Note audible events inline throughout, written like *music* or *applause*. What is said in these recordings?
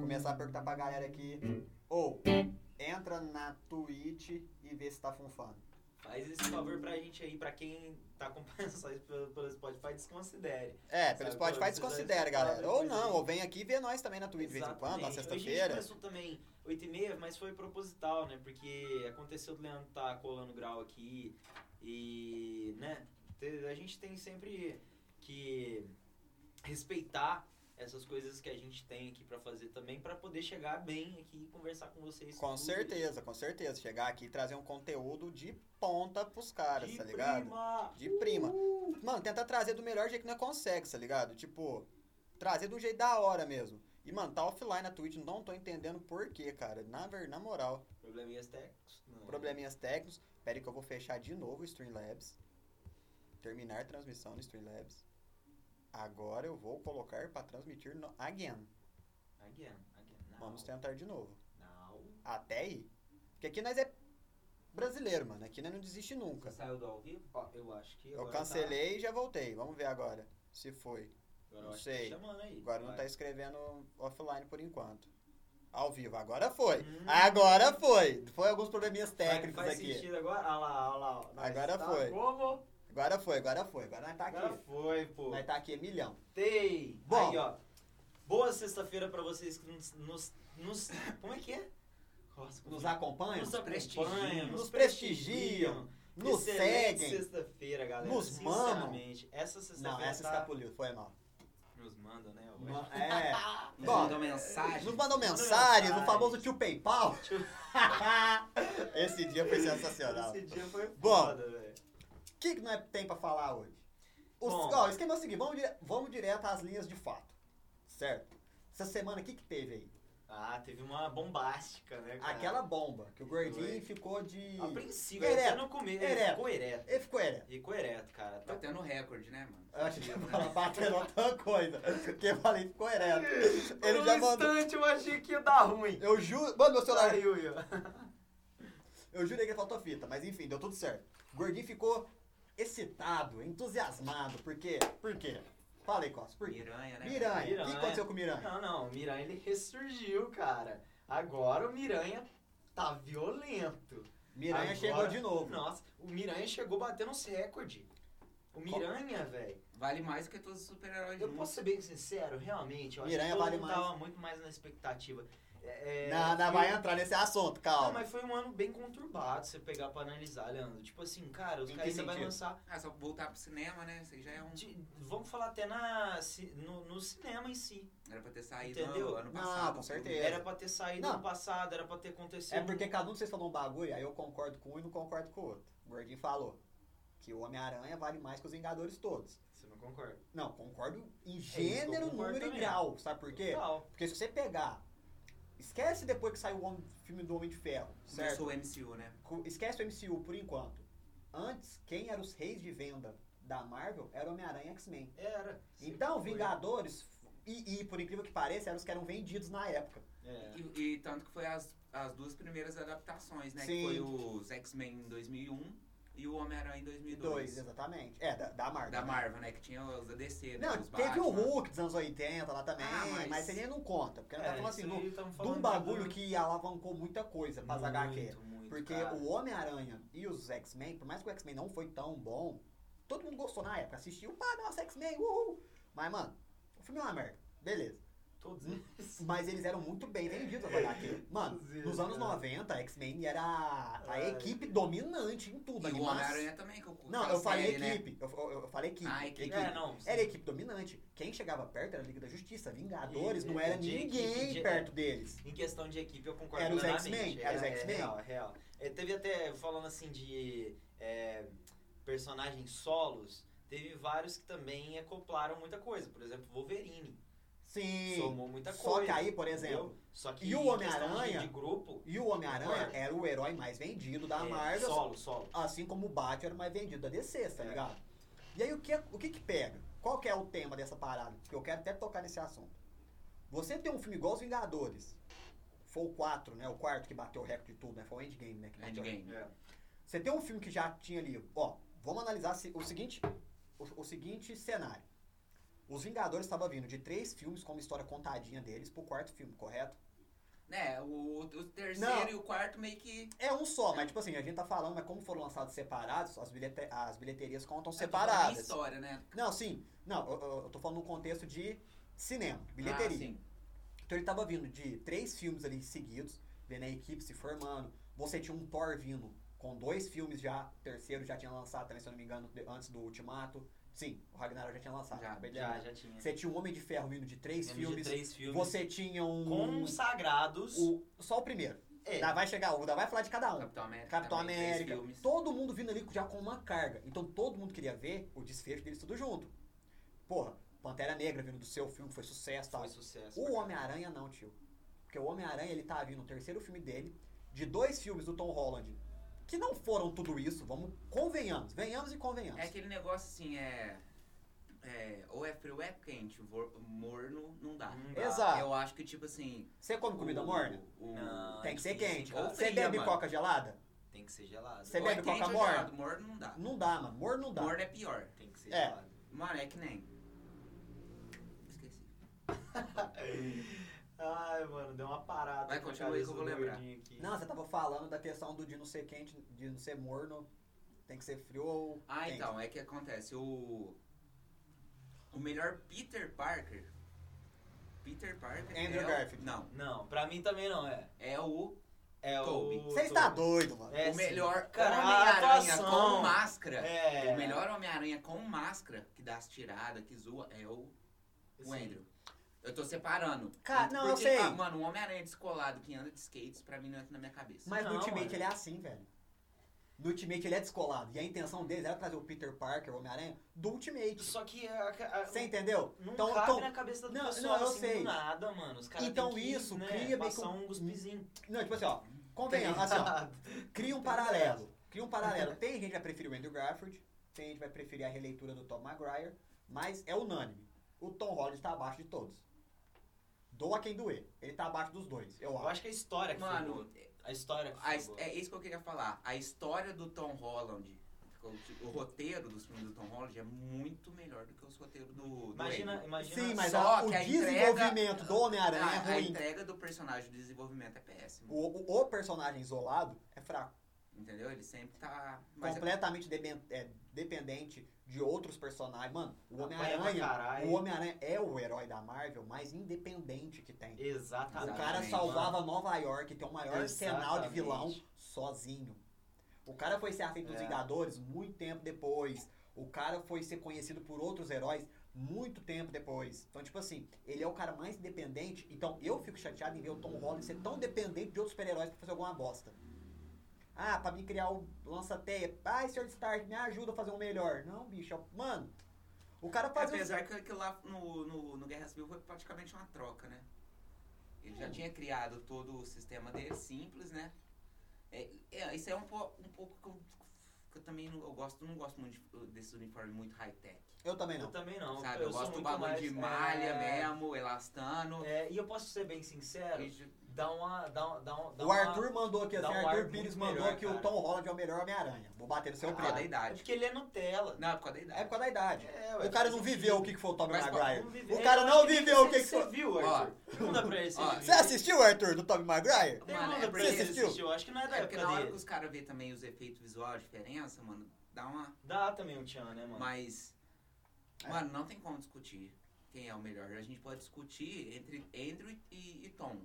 começar a perguntar pra galera aqui. Ou, entra na Twitch e vê se tá funfando. Faz esse favor pra gente aí, pra quem tá acompanhando *laughs* só isso pelo, pelo Spotify, desconsidere. É, pelo Sabe, Spotify pode desconsidera, precisar de galera. Ou outra coisa não, aí. ou vem aqui e vê nós também na Twitch de vez em quando, na Exatamente. sexta-feira. Hoje a gente começou também 8 e meia, mas foi proposital, né? Porque aconteceu do Leandro tá colando grau aqui e, né? te- A gente tem sempre que respeitar essas coisas que a gente tem aqui pra fazer também, pra poder chegar bem aqui e conversar com vocês. Com tudo. certeza, com certeza. Chegar aqui e trazer um conteúdo de ponta pros caras, De tá ligado? prima! De prima. Mano, tentar trazer do melhor jeito que nós consegue, tá ligado? Tipo, trazer de um jeito da hora mesmo. E, mano, tá offline na Twitch, não tô entendendo por quê, cara. Na, ver- na moral, Probleminhas técnicos? Não. probleminhas técnicos. Pera aí que eu vou fechar de novo o Streamlabs. Terminar transmissão no Streamlabs. Agora eu vou colocar pra transmitir no again. Again, again. Now. Vamos tentar de novo. Now. Até aí. Porque aqui nós é brasileiro, mano. Aqui nós não desiste Você nunca. saiu do ao vivo? Ó, eu acho que Eu agora tá- cancelei e já voltei. Vamos ver agora se foi. Agora eu não acho que tá sei. chamando aí. Agora não Vai. tá escrevendo offline por enquanto. Ao vivo, agora foi. Hum. Agora foi. Foi alguns probleminhas técnicos faz, faz aqui. sentido agora? Olha lá, olha lá. ó. Nós Agora tá foi. Como? Agora foi, agora foi. Agora nós tá aqui. Agora foi, pô. Nós tá aqui milhão. Tem. Bom. Aí, ó. Boa sexta-feira pra vocês que nos, nos, nos... Como é que é? Nossa, como- Nos acompanham, nos nos prestigiam. prestigiam, nos prestigiam, nos Excelente seguem. sexta-feira, galera. nos mamam. Sinceramente, essa Não, sexta-feira essa tá... escapuliu, foi mal. Nos mandam, né? hoje. Não, *laughs* É. Bom, Bom, mandou mensagem. nos mandam Mandam mensagens, o mensagens. famoso tio *laughs* PayPal. *laughs* Esse dia foi sensacional. Esse dia foi Bom. foda, velho. O que, que nós tem pra falar hoje? Os, Bom. ó, o esquema é o seguinte, vamos, dire- vamos direto às linhas de fato, certo? Essa semana, o que que teve aí? Ah, teve uma bombástica, né, cara? Aquela bomba, que o gordinho Foi. ficou de... A princípio, Ereto. até no começo, ele Ereto. ficou ereto. Ele ficou ereto. Ele ficou ereto, cara. Tá- Bateu no recorde, né, mano? Eu achei que *laughs* ele ia bater outra coisa, porque eu falei, ficou ereto. Ele já mandou... um instante eu achei que ia dar ruim. Eu juro... Mano, meu celular... Saiu, Ian. Eu jurei que ele faltou fita, mas enfim, deu tudo certo. O gordinho ficou excitado, entusiasmado, porque... Por quê? Fala aí, Costa, por quê? Miranha, né? Miranha. O que Miranha. né? aconteceu com o Miranha? Não, não, o Miranha ele ressurgiu, cara. Agora o Miranha tá violento. Miranha Agora- chegou de novo. Nossa, o Miranha chegou batendo uns recordes. O Miranha, velho. Vale mais do que todos os super-heróis Eu posso ser bem sincero, realmente. Eu acho Miranha que todo vale mundo mais. tava muito mais na expectativa. É, é, Não, não foi- vai entrar nesse assunto, Não, calma. mas foi um ano bem conturbado, se você pegar pra analisar, Leandro. Tipo assim, cara, os Em que caras vai sentido? lançar Ah, só voltar pro cinema, né? Isso aí já é um. De- vamos falar até na, ci- no, no cinema em si. Era pra ter saído Entendeu? ano, ano Não, passado. com o certeza. filme. Era pra ter saído É. Não. ano passado, era pra ter acontecido. É porque cada um de vocês falou um bagulho, aí eu concordo com um e não concordo com o outro. O Gordinho falou que o Homem-Aranha vale mais que os Vingadores todos. Você não concorda? Não, concordo em É, que eu gênero, concordo número e também. grau. Sabe por quê? Total. Porque se você pegar. Esquece depois que saiu o Homem- filme do Homem de Ferro, certo? Começou o MCU, né? Co- Esquece o MCU por enquanto. Antes, quem era os reis de venda da Marvel era Homem-Aranha e X-Men. Era. Então, Sempre Vingadores, e, e por incrível que pareça, eram os que eram vendidos na época. foi. É. E, e tanto que foi as, as duas primeiras adaptações, né? Sim. Que foi os X-Men em 2001 e o Homem-Aranha em 2002. Dois, exatamente. É, da, da Marvel. Da né? Marvel, né? Que tinha os da DC, né? Não, os teve Batman. o Hulk dos anos 80 lá também, Ah, mas... mas- você nem não conta, porque não tá É, falando assim, isso do, aí tamo de um falando bagulho do- que alavancou muita coisa pra muito, HQ. muito, Porque cara. o Homem-Aranha e os X-Men, por mais que o X-Men não foi tão bom, todo mundo gostou na época, assistiu, pá, nossa, X-Men, uhul. Mas, mano, o filme é uma merda, beleza. Todos Hum. eles. Mas eles eram muito bem vendidos, as HQ. Mano, Inclusive, nos anos cara. 90, a X-Men era a Ai. equipe dominante em tudo. E o animação. Homem-Aranha também, que eu Não, eu cansei, falei né? equipe, eu, eu- eu falei equipe. Ah, equipe. É, não. sim. Era a equipe dominante. Quem chegava perto era a Liga da Justiça. Vingadores E- não era e- de- ninguém de- de- perto deles. Em questão de equipe, eu concordo Era os plenamente. X-Men, era os É, X-Men. É real, é real. É, teve até, falando assim de é, personagens solos, teve vários que também acoplaram muita coisa. Por exemplo, Wolverine. Sim. Somou muita Só coisa. que aí, por exemplo, entendeu? Só que e o em questão Homem-Aranha- De, de grupo. e o Homem-Aranha Concordo. era o herói mais vendido da é, Marvel. Solo, solo. Assim como o Batman era o mais vendido da DC, tá É. ligado? E aí o que, o que que pega? Qual que é o tema dessa parada? Porque eu quero até tocar nesse assunto. Você tem um filme igual os Vingadores. Foi o 4, né? O quarto que bateu o recorde de tudo, né? Foi o Endgame, né? Que bateu o Endgame. É. Você tem um filme que já tinha ali, ó, vamos analisar se- o seguinte, o, o seguinte cenário. Os Vingadores estava vindo de três filmes com uma história contadinha deles pro quarto filme, correto? Né, o, o terceiro Não. e o quarto meio que. É um só, mas tipo assim, a gente tá falando, mas como foram lançados separados, as, bilhete- as bilheterias contam É uma separadas. história, né? Não, sim. Não, eu, eu- eu tô falando no contexto de cinema, Ah, bilheteria. sim. então ele tava vindo de três filmes ali seguidos, vendo a equipe se formando. Você tinha um Thor vindo com dois filmes já, o terceiro já tinha lançado também, se eu não me engano, de- antes do Ultimato. Sim, o Ragnarok já tinha lançado. Já, acabei de Já, lembrar. já tinha. Você tinha um Homem de Ferro vindo de três Lembro de filmes. três filmes Você tinha um. consagrados. o- só o primeiro. É, Tá. Ainda vai chegar, ainda vai falar de cada um. Capitão América. Capitão também, três América. filmes. Todo mundo vindo ali já com uma carga. Então todo mundo queria ver o desfecho deles tudo junto. Porra, Pantera Negra vindo do seu filme, foi sucesso tal. foi sucesso. O Homem-Aranha não, tio. Porque o Homem-Aranha, ele tá vindo no terceiro filme dele, de dois filmes do Tom Holland, que não foram tudo isso, vamos, convenhamos, venhamos e convenhamos. É aquele negócio assim, é. é, ou é frio ou é quente. Vor- Morno não dá. Não dá. Hum, Exato. Eu acho que, tipo assim. Você come comida o- morna? o- Não, Tem que ser difícil, quente. hein, cara. Ou Você fria, bebe mano. coca gelada? Tem que ser gelado. Você ou é bebe coca quente ou morna? gelado, Morno não dá. Não dá, mano. Morno não dá. Morno é pior. Tem que ser É. gelado. Mano, é que nem. Esqueci. Ai, mano, deu uma parada. Vai, com a continua aí que eu cabeça vou do lembrar. gordinho aqui. Não, você tava falando da questão do de não ser quente, de não ser morno, tem que ser frio ou Ah, quente. então, é que acontece. O. O melhor Peter Parker. Peter Parker. Andrew é o- Garfield. Não, Não, pra mim também não é. é o. É Toby. o. Você está Toby. doido, mano. É, o sim. melhor Cara, a Homem-Aranha atuação. com máscara. É. O melhor Homem-Aranha com máscara, que dá as tiradas, que zoa, é o, o Sim. Andrew. Eu tô separando. Cara, não, eu Porque, sei. ah, mano, um Homem-Aranha descolado que anda de skates, pra mim não entra na minha cabeça. Mas no Não, Ultimate mano. ele é assim, velho. No Ultimate ele é descolado. E a intenção deles era trazer o Peter Parker, o Homem-Aranha, do Ultimate. Só que. A, a- Você entendeu? Não Então, cabe então- na cabeça do Não, pessoal não, eu assim, sei. do nada, mano. Os caras Então têm que, isso né, cria meio passar que um cuspizinho. Tá Não, tipo assim, ó. Convenhamos, assim, ó. Cria *laughs* um paralelo. Cria um paralelo. Tem gente que vai preferir o Andrew Garfield, tem gente que vai preferir a releitura do Tom Maguire, mas é unânime. O Tom Holland tá abaixo de todos. Doa quem doer. Ele tá abaixo dos dois, eu Eu acho. acho que é a história que Mano, foi boa. A história que A foi his- boa. é isso que eu queria falar. A história do Tom Holland, tipo, o, ti- o roteiro dos filmes do Tom Holland é muito melhor do que os roteiros do. do Imagina, Andrew. imagina. Sim, mas só a- o que a desenvolvimento do a, Ah, Homem-Aranha é a ruim. entrega do personagem de desenvolvimento é péssimo. O, o- o personagem isolado é fraco. Entendeu? Ele sempre tá. Mas é- completamente deben- é, dependente de outros personagens. Mano, o Apanha pra Homem-Aranha. caralho. O Homem-Aranha é o herói da Marvel mais independente que tem. Exatamente. O cara Exatamente. salvava Nova York, tem o maior arsenal de Exatamente. vilão sozinho. O cara foi ser aceito dos É. Vingadores muito tempo depois. O cara foi ser conhecido por outros heróis muito tempo depois. Então, tipo assim, ele é o cara mais dependente. Então, eu fico chateado em ver o Tom Holland ser tão dependente de outros super-heróis pra fazer alguma bosta. Ah, pra mim criar o lança-teia. Ai, Sr. Stark, me ajuda a fazer um melhor. Não, bicho. eu- Mano, o cara um É faz um os- É, Apesar que aquilo lá no, no, no Guerra Civil foi praticamente uma troca, né? Ele Hum. já tinha criado todo o sistema dele simples, né? É, é, isso é um, po- um pouco que eu, que eu também não, eu gosto, não gosto muito de- desse uniforme muito high-tech. Eu também Eu não. também não. Sabe? Eu, sou gosto do muito bagulho mais, de malha é, mesmo, elastano. é, e eu posso ser bem sincero, E ju- dá uma. Dá uma, dá uma dá O uma- Arthur mandou aqui, assim, dá um ar Arthur muito Pires mandou melhor, que o cara. Tom Holland é o melhor Homem-Aranha. Vou bater no seu por causa da prêmio. É idade. porque ele é Nutella. Não, é por causa da idade. É por causa da idade. É, ué, O cara faz não sentido. viveu o que que foi o Tobey Mas, Maguire. Não viveu. O cara Eu não acho viveu nem o que que Você foi. viu, Arthur? Pergunta pra ele se Ó, Você ele viu. assistiu, Arthur, do Tobey Maguire? Mano, é Pergunta pra ele porque- Você se ele assistiu? assistiu. Acho que não é da É porque na época hora que dele. os caras vê também os efeitos visuais, a diferença, mano, dá uma. Dá também um tchan, né, mano? Mas, É. mano, não tem como discutir quem é o melhor. A gente pode discutir entre Andrew e, e Tom.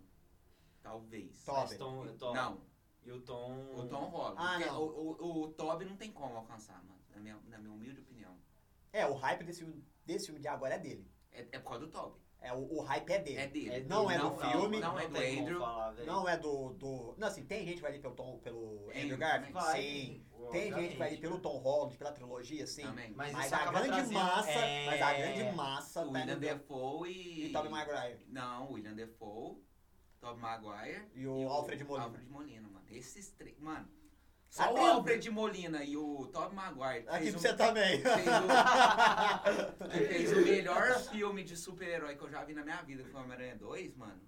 Talvez. Tom. Mas Tom, Tom- Não, E o Tom. o Tom Holland. Ah, Porque não. O, o, o Toby não tem como alcançar, mano. Na minha, na minha humilde opinião. É, o hype desse filme, desse filme de agora é dele. É, é por causa do Toby. É, o, o hype é É dele. dele. dele, Não é do filme. Não, é do tem como Andrew. falar, velho. Não é do, do... Não, assim, tem gente que vai ali pelo Tom, pelo Tem, Andrew Garfield? Vai, Sim. obviamente. Tem gente que vai ali pelo Tom Holland, pela trilogia, sim. Também. Mas, Mas isso a acaba grande trazendo- massa, é, mas a grande massa O tá William indo Defoe e. em Tobey Maguire. Não, o William Defoe, Tobey Maguire. E o Alfred Molina. Alfred Molina, mano. Esses três. Mano. Tá Só o vendo? Alfred Molina e o Tobey Maguire. Aqui pra fez um- você tá também. fez o- que fez o melhor filme de super-herói que eu já vi na minha vida, que foi Homem-Aranha 2, mano.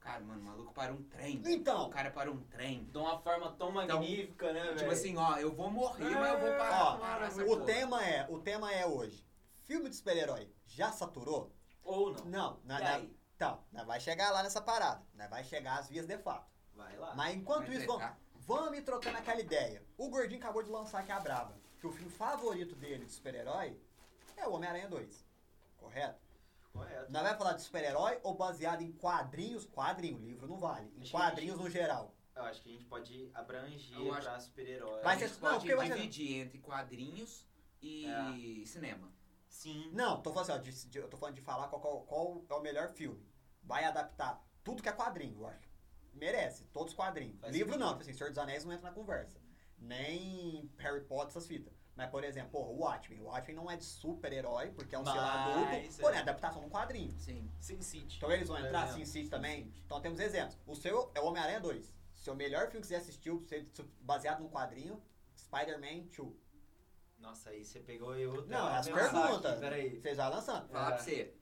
Cara, mano, o maluco para um trem. *laughs* O Então, cara para um trem. assim, De uma forma Então, tão magnífica, né, velho? Tipo assim, ó, eu vou morrer, mas eu vou É, Ó, parar. parar essa O porra. tema é, o tema é hoje. filme de super-herói já saturou? Ou não. Não, não, E não. aí? Então, nós vai chegar lá nessa parada. Nós vai chegar às vias de fato. Vai Tá. lá. Mas enquanto Vai isso, vamos, tretar? vamos ir trocando aquela ideia. O Gordinho acabou de lançar que é a Braba. Que o filme favorito dele de super-herói é o Homem-Aranha 2. Correto? Correto. Nós vai falar de super-herói ou baseado em quadrinhos? Quadrinho, livro não vale. Em Gente. quadrinhos no geral. Eu acho que a gente pode abranger Eu acho- é- pra super-herói. Vai a ser- gente não, pode porque vai ser- É. dividir entre quadrinhos e cinema. Sim. Não, tô falando assim, ó, de- de- eu tô falando de falar qual, qual- qual é o melhor filme. Vai adaptar tudo que é quadrinho, eu acho. Merece, todos os quadrinhos. Faz livro sentido. não, tipo assim, Senhor dos Anéis não entra na conversa. Nem Harry Potter, essas fitas. Mas, por exemplo, porra, o Watchmen. O Watchmen não é de super-herói, porque é um Mas, ser adulto. é. Porém, é adaptação de um quadrinho. Sim. Sin City. Então eles vão Por entrar, exemplo. Sin City também. Então temos exemplos. O seu é o Homem-Aranha 2. Seu melhor filme que você assistiu, se- se- baseado no quadrinho, Spider-Man 2. Nossa, aí você pegou eu. Não, tava as pensando aqui, perguntas. Peraí. Você já lançando. Falar É. pra você.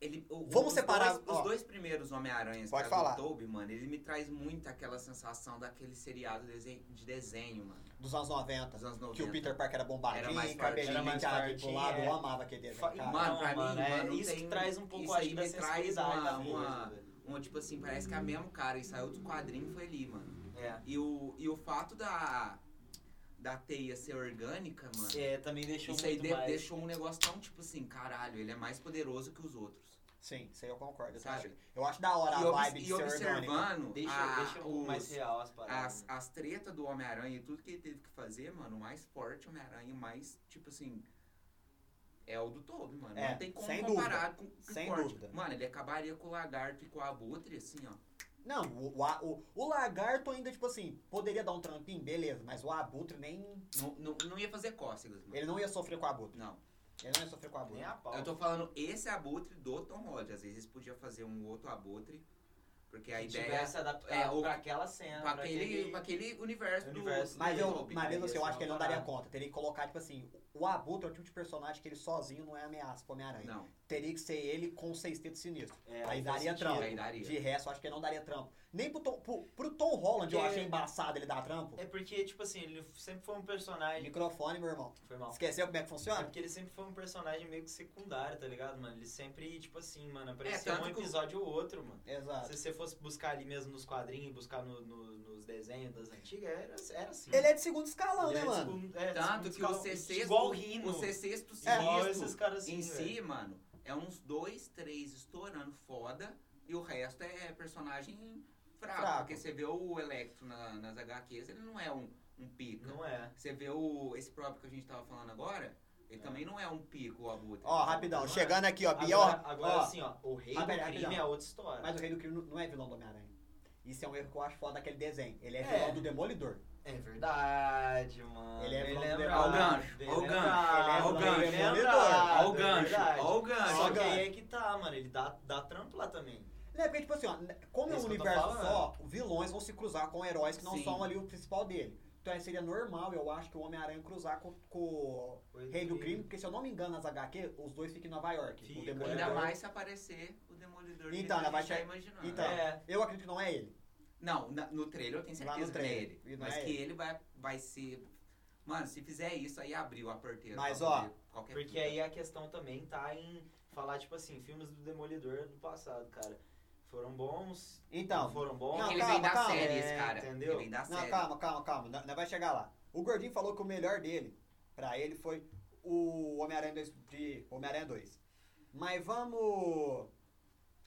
Ele, o- Vamos os separar, dois- ó. os dois primeiros Homem-Aranhas Pode que falar. é do Tobey, mano, ele me traz muito aquela sensação daquele seriado desen- de desenho, mano. Dos anos 90. Dos anos 90. Que o Peter Parker era Era mais bombadinho, forte, era cabelinho mais penteado pro fortinho, lado, é. eu amava aquele desenho, Fa- cara. Mano, pra mano, mim, é mano, isso tem- que traz um pouco, isso acho aí que, da me traz sensibilidade uma- da uma- coisa, velho. Um, tipo assim, parece que é o mesmo cara e saiu do quadrinho e foi ali, mano. É. E o, e o fato da, da teia ser orgânica, mano, É, também deixou isso aí muito de- mais. deixou um negócio tão tipo assim, caralho, ele é mais poderoso que os outros. Sim, isso aí eu concordo. Eu Sabe? acho, eu acho da hora e, a ob- vibe de e ser né? orgânico. observando Deixa, a- deixa um pouco os- mais real as as, paradas. as tretas do Homem-Aranha e tudo que ele teve que fazer, mano, o mais forte Homem-Aranha, o mais, tipo assim, é o do Tobey, mano. É, Não tem como sem comparar com com o Sem forte. dúvida. Mano, ele acabaria com o Lagarto e com o Abutre, assim, ó. Não, o, o, a- o, o lagarto ainda, tipo assim, poderia dar um trampinho, beleza, mas o abutre nem... Não, não, não ia fazer cócegas, mano. Ele não ia sofrer com o abutre. Não. Ele não ia sofrer com o abutre. Nem a pau. Eu tô falando esse Abutre do Tom Holland. Às vezes podia fazer um outro Abutre, porque a que ideia tivesse adaptado é, o- pra é, aquela cena. pra aquele, pra aquele universo, Universo. do... Mas, do eu, Tobey. mas mesmo ia assim, eu ser acho que ele uma não daria parada. conta. Teria que colocar, tipo assim, o abutre é o tipo de personagem que ele sozinho não é ameaça pro Homem-Aranha. Não, Teria que ser ele com o sexteto sinistro. É, Aí faz daria sentido. trampo. aí daria. De resto, eu acho que ele não daria trampo. Nem pro Tom, pro, pro Tom Holland eu Porque- achei embaçado ele dar trampo. É porque, tipo assim, ele sempre foi um personagem. Microfone, meu irmão. Foi mal. Esqueceu como é que É funciona? porque ele sempre foi um personagem meio que secundário, tá ligado, mano? Ele sempre, tipo assim, mano, aparecia É, tanto um que o- episódio ou outro, mano. Exato. Se você fosse buscar ali mesmo nos quadrinhos, buscar no- no- nos desenhos das antigas, era, era assim. Ele é de segundo escalão, Ele né, é mano? segundo- é, Tanto segundo que o escalão. C6 Igual o Rino. É, o C6 Igual sinistro esses caras assim, em velho. si, mano, é uns dois, três estourando foda e o resto é personagem fraco. Fraco. Porque você vê o Electro na- nas HQs, ele não é um, um pica. Não é. Você vê o, esse próprio que a gente tava falando agora, ele também não é um pico, o Abutre. Ó, rapidão. Não é. Chegando aqui, ó. Biel. Agora, agora ó, assim, ó, o rei do rapidão, crime rapidão. é outra história. Mas o Rei do Crime não é vilão do Homem-Aranha. Isso é um erro que eu acho foda daquele desenho. Ele é É. vilão do Demolidor. É verdade, mano. Ele é vilão do é lembrado, Ó o gancho, bem ó o gancho, lembrado, ó o bem gancho. lembrado, Ó o é gancho, verdade. ó o Ó o Só gancho. que gancho. aí é que tá, mano. Ele dá, dá trampo lá também. Não é porque, tipo assim, ó, como é um Isso que eu tô universo só, falando. vilões vão se cruzar com heróis que não Sim. são ali o principal dele. Então aí seria normal, eu acho, que o Homem-Aranha cruzar com, com o Rei do Crime, porque se eu não me engano, nas HQ, os dois ficam em Nova York. Fica, o ainda Ainda Demolidor. mais se aparecer o Demolidor. que Então, a gente vai tá che- imaginando. Então. É. Eu acredito que não é ele. Não, na- no trailer eu tenho Lá no certeza que é trailer. E ele. não Mas é que ele. ele vai, vai ser. Mano, se fizer isso, aí abriu a porteira. Mas, pra ó, fazer qualquer Porque fita. aí a questão também tá em falar, tipo assim, filmes do Demolidor do passado, cara. Foram bons, não Então, foram bons. Não, Ele calma, vem da calma. série, É, esse cara. entendeu? Ele vem da Não, série. calma, calma, calma. Nós nós vai chegar lá. O Gordinho falou que o melhor dele, pra ele, foi o Homem-Aranha 2 de Homem-Aranha 2. Mas vamos.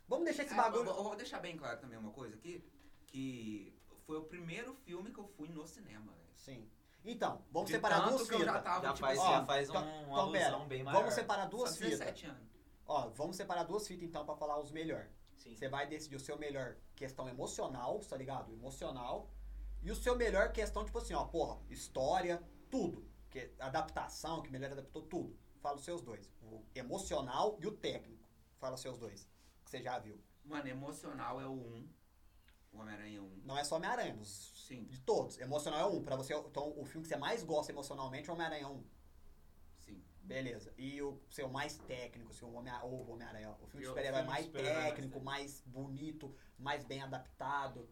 Vamos deixar esse Ah, bagulho. eu vou, eu vou deixar bem claro também uma coisa aqui. Que foi o primeiro filme que eu fui no cinema, velho. Sim. Então, vamos De separar tanto duas que eu já fitas. tava, já tipo, faz, ó, já faz um, então- uma então, pera, alusão bem maior. Vamos separar duas só fitas. 17 anos. Ó, vamos separar duas fitas então pra falar os melhores. Sim. Você vai decidir o seu melhor questão emocional, tá ligado? Emocional. E o seu melhor questão, tipo assim, ó, porra, história, tudo. Que adaptação, que melhor adaptou tudo. Fala os seus dois. O emocional e o técnico. Fala os seus dois. Que você já viu. Mano, emocional é o 1. O Homem-Aranha 1. Não é só Homem-Aranha, os- Sim, de todos. Emocional é um. Pra você, então, o filme que você mais gosta emocionalmente é o Homem-Aranha 1. sim. Beleza. E o seu mais técnico, seu Homem- ou o Homem-Aranha, o filme E de o super-herói filme de mais super-herói mais técnico, mais bonito, mais bem adaptado.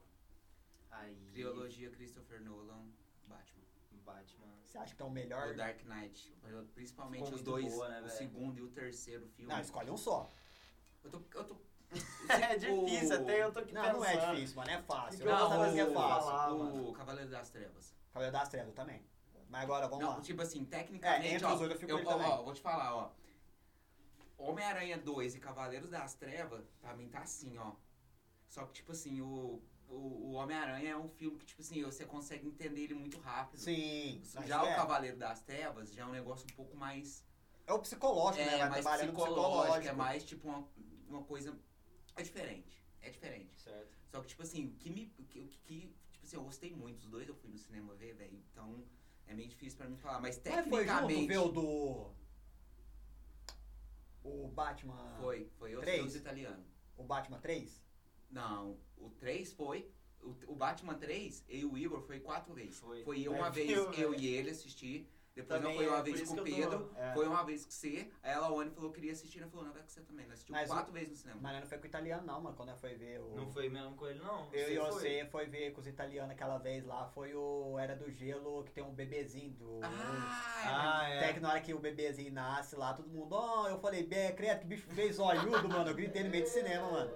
Aí. Trilogia Christopher Nolan, Batman. Batman. Você acha que é o melhor? O Dark Knight. Principalmente Ficou os muito dois, boa, né, o velho? segundo e o terceiro filme. Não, escolhe um só. Eu tô. Eu tô é difícil, o- até eu tô aqui Não, pensando. não é difícil, mano. É fácil. Eu Não, não o- sabia se é fácil. falar, o, mano. Cavaleiro das Trevas. Cavaleiro das Trevas também. Mas agora, vamos não, lá. tipo assim, tecnicamente, É, entre ó, os dois eu fico eu, ele ó, também. ó, vou te falar, ó. Homem-Aranha 2 e Cavaleiros das Trevas, pra mim tá assim, ó. Só que, tipo assim, o, o, o Homem-Aranha é um filme que, tipo assim, você consegue entender ele muito rápido. Sim. mas Já o é, Cavaleiro das Trevas já é um negócio um pouco mais é o psicológico, né? é, Vai mais trabalhando com o psicológico, é psicológico. mais tipo uma, uma coisa. É diferente. É diferente. Certo. Só que, tipo assim, o que me. o Que, o que, tipo assim, eu gostei muito dos dois, eu fui no cinema ver, velho. Então é meio difícil pra mim falar. Mas Mas é foi junto tecnicamente. ver o do... O Batman... foi, foi outro Três? filme italiano. O Batman 3? Não, o 3 foi. O, o Batman 3, eu e o Igor foi quatro vezes. Foi. Foi eu É, *laughs* uma vez, viu, eu né? e ele assistir. Depois Também não foi é, uma por vez isso com o que eu tô- Pedro. É. Foi uma vez com você. Aí ela, Oni, falou que queria assistir. Ela falou, não, vai com você também. Nós assistimos Mas o- quatro vezes no cinema. Mas nós não foi com o italiano, não, mano. Quando nós foi ver o... Não foi mesmo com ele, não? Eu e foi? você foi ver com os italianos aquela vez lá. Foi o Era do Gelo, que tem um bebezinho do... Ah, Ah, é. Até que na hora que o bebezinho nasce lá, todo mundo, ó, eu falei, bem, credo, que bicho fez olhudo, mano. Eu gritei no meio do cinema, mano.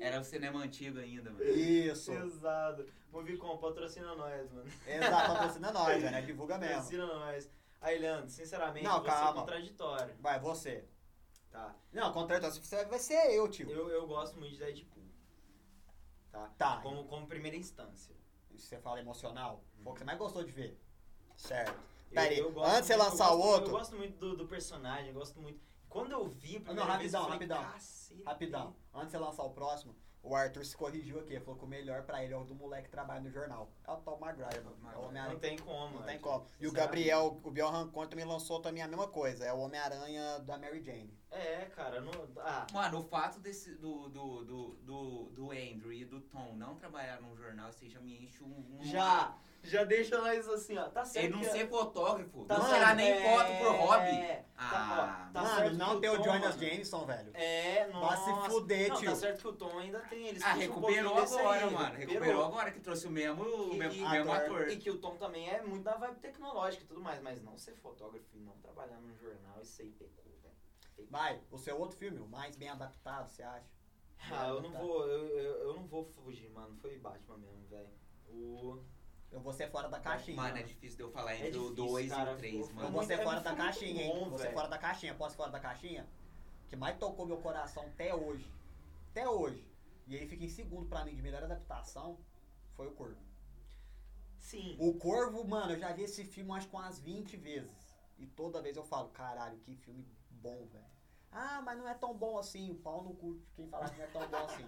Era o cinema antigo ainda, mano. Isso. Pesado. Movicom, patrocina nós, mano. Exato, patrocina nós, velho. né? Divulga mesmo. Patrocina nós. Aí, Leandro, sinceramente, Não, você é calma. contraditório. Vai, você. Tá. Não, contratou você vai ser eu, tio. Eu, eu gosto muito de Deadpool. Tá? Tá. Como, como primeira instância. Se Você fala emocional? Foi o que você mais gostou de ver. Certo. Eu- Pera aí, eu gosto antes de você muito- eu lançar gosto- o outro- Eu gosto muito do, do personagem, eu gosto muito. Quando eu vi, a primeira Não, vez, rapidão, eu falei, rapidão. "Cacete." Rapidão. Antes de você lançar o próximo, o Arthur se corrigiu aqui. Falou que o melhor pra ele é o do moleque que trabalha no jornal. É o Tom McGuire. mano. É o Não Homem-Aranha. tem como, Não mano. tem como. E o Gabriel, o Biel Rancon também lançou também a mesma coisa. É o Homem-Aranha da Mary Jane. É, cara, não. Ah, Mano, o fato desse, do, do, do, do, do Andrew e do Tom não trabalhar num jornal, isso aí já me enche um. um- já! Já deixa nós assim, ó. Tá certo. Ele não que- ser fotógrafo, Tá não Mano, tirar certo, nem é, foto pro hobby. é. Ah, Tá mano, certo que não o tem o Tom, Jonas mano. Jameson, velho. É, Vai nossa. se fuder, não, tio. tá certo que o Tom ainda tem. Ele ah, puxa um pouquinho recuperou desse agora, aí, mano. Recuperou agora que trouxe o mesmo, o E- mesmo, e- o mesmo ator. ator. E que o Tom também é muito da vibe tecnológica e tudo mais, mas não ser fotógrafo e não trabalhar num jornal, isso aí pecou, velho. Vai, o seu outro filme, o mais bem adaptado, você acha? Ah, eu não vou, eu, eu, eu não vou fugir, mano. Foi Batman mesmo, velho. O... Eu vou ser fora da caixinha. Mano, é difícil de eu É falar entre o difícil, 2 e cara, o 3, eu- Eu mano. vou Muito- ser é fora muito da caixinha, hein? bom, vou ser velho. fora da caixinha. Posso ser fora da caixinha? Que mais tocou meu coração até hoje. Até hoje. E ele fica em segundo pra mim de melhor adaptação. Foi o Corvo. Sim. O Corvo, mano, eu já vi esse filme acho que umas 20 vezes. E toda vez eu falo, caralho, que filme bom, velho. Ah, mas não é tão bom assim. O pau no cu de quem falar que não é tão bom assim.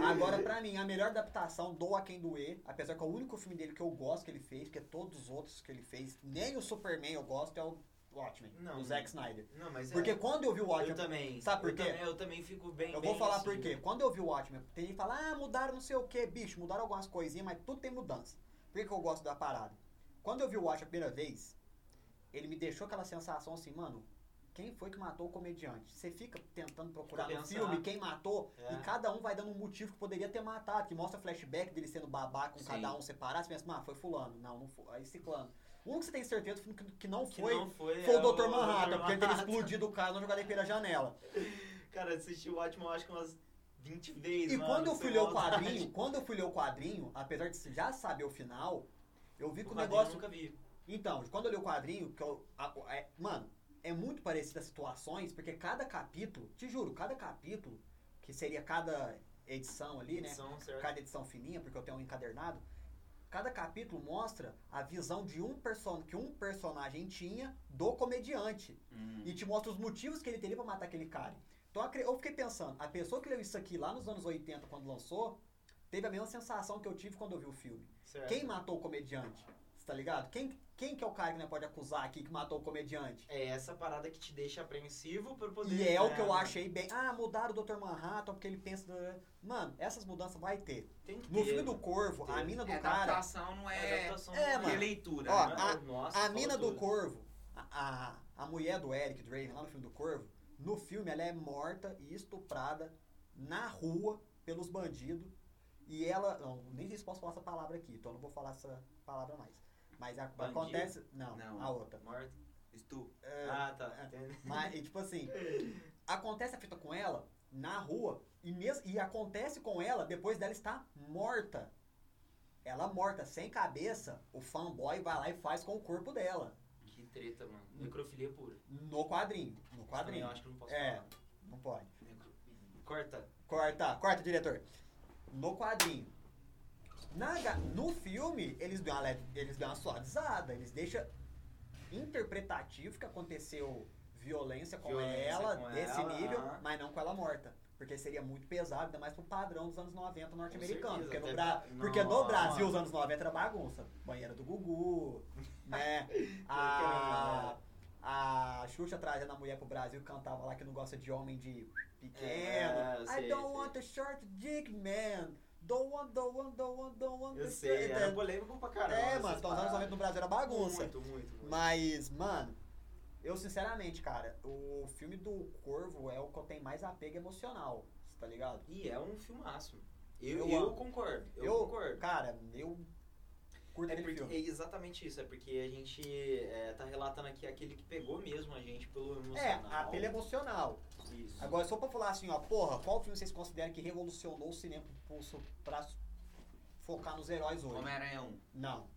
Agora, pra mim, a melhor adaptação do A Quem Doer, apesar que é o único filme dele que eu gosto que ele fez, porque todos os outros que ele fez, nem o Superman eu gosto, é o Watchmen, Não. o Zack Snyder. Não, mas é. Porque quando eu vi o eu Watchmen. também. Sabe por eu quê? Também, eu também fico bem. Eu vou bem falar assim. por quê. Quando eu vi o Watchmen, tem gente que fala, ah, mudaram não sei o que, bicho, mudaram algumas coisinhas, mas tudo tem mudança. Por que, que eu gosto da parada? Quando eu vi o Watchmen a primeira vez, ele me deixou aquela sensação assim, mano, quem foi que matou o comediante? Você fica tentando procurar Fica no pensando. filme quem matou, É. e cada um vai dando um motivo que poderia ter matado, que mostra flashback dele sendo babaca com Sim. cada um separado. Você pensa, ah, foi fulano. Não, não foi. Aí ciclano. O único que você tem certeza que não Que foi, não foi, foi é o Dr. Manhattan, Dr. porque ele teria Manhattan. explodido o cara na jogada pela janela. *laughs* Cara, eu assisti o Batman eu acho que umas 20 vezes. E mano, é quando eu sem fui ler o maldade. quadrinho, quando eu fui ler o quadrinho, apesar de já saber o final, eu vi O que o quadrinho eu negócio. nunca vi. Então, quando eu li o quadrinho, que eu. a- a- é- mano, é muito parecido as situações, porque cada capítulo, te juro, cada capítulo, que seria cada edição ali, né? Edição, certo? Cada edição fininha, porque eu tenho um encadernado. Cada capítulo mostra a visão de um person que um personagem tinha do comediante Hum. e te mostra os motivos que ele teria pra matar aquele cara. Então acre- eu fiquei pensando, a pessoa que leu isso aqui lá nos anos 80, quando lançou, teve a mesma sensação que eu tive quando eu vi o filme. certo. Quem matou o comediante? Você tá ligado? Quem, quem que é o cara que né, pode acusar aqui que matou o comediante? É essa parada que te deixa apreensivo pra poder. E é o que eu né, achei bem. Ah, mudaram o Dr. Manhattan porque ele pensa. né, Mano, essas mudanças vai ter. né? Tem que No ter, filme do mano. Corvo, Tem. a mina do É, cara. adaptação não É, é, adaptação é, do- mano. releitura, Ó, né? a- Nossa, A falou mina do tudo. Corvo, a, a, a mulher do Eric Draven, lá no filme do Corvo, no filme ela é morta e estuprada na rua pelos bandidos. E ela. Não, nem sei se posso falar essa palavra aqui, então eu não vou falar essa palavra mais. Mas a- Bandido? acontece. Não, Não. a outra. Morto. Estu. É, Ah, tá. é. Entendi. Mas, e, tipo assim, acontece a fita com ela na rua e, mes- e acontece com ela depois dela estar morta. Ela morta, sem cabeça, o fanboy vai lá e faz com o corpo dela. Que treta, mano. Hum. Necrofilia pura. No quadrinho. No Também Eu quadrinho. acho que não posso É. falar. Não pode. Necro- Corta. Corta, corta, diretor. No quadrinho. Na ga- no filme, eles dão, uma, le- eles dão uma suavizada, eles deixam interpretativo que aconteceu violência com Violência ela, com desse ela, nível, aham. mas não com ela morta. Porque seria muito pesado, ainda mais pro padrão dos anos 90 norte-americano. certeza, Porque, no, até- Bra- porque no Nossa. Brasil, os anos 90 era bagunça. Banheira do Gugu, *laughs* né? A, a Xuxa trazendo a mulher pro Brasil, cantava lá que não gosta de homem de pequeno. É, eu I sei, don't sei. want a short dick man. Don't want, don't want, don't want, don't want. Eu the sei, short- era polêmico pra caramba. é, essas mano, então os anos 90 paradas. no Brasil era bagunça. Muito, muito, muito. Mas, mano, eu sinceramente, cara, o filme do Corvo é o que eu tenho mais apego emocional, tá ligado? E é um filmaço. Eu, Eu eu, amo. concordo, eu, Eu- concordo. Cara, eu curto É, aquele porque, filme. é exatamente isso, é porque a gente é, tá relatando aqui aquele que pegou mesmo a gente pelo emocional. É, apelo emocional. Isso. Agora, só pra falar assim, ó, porra, qual filme vocês consideram que revolucionou o cinema pro- pro- pra focar nos heróis hoje? Homem-Aranha 1. Não.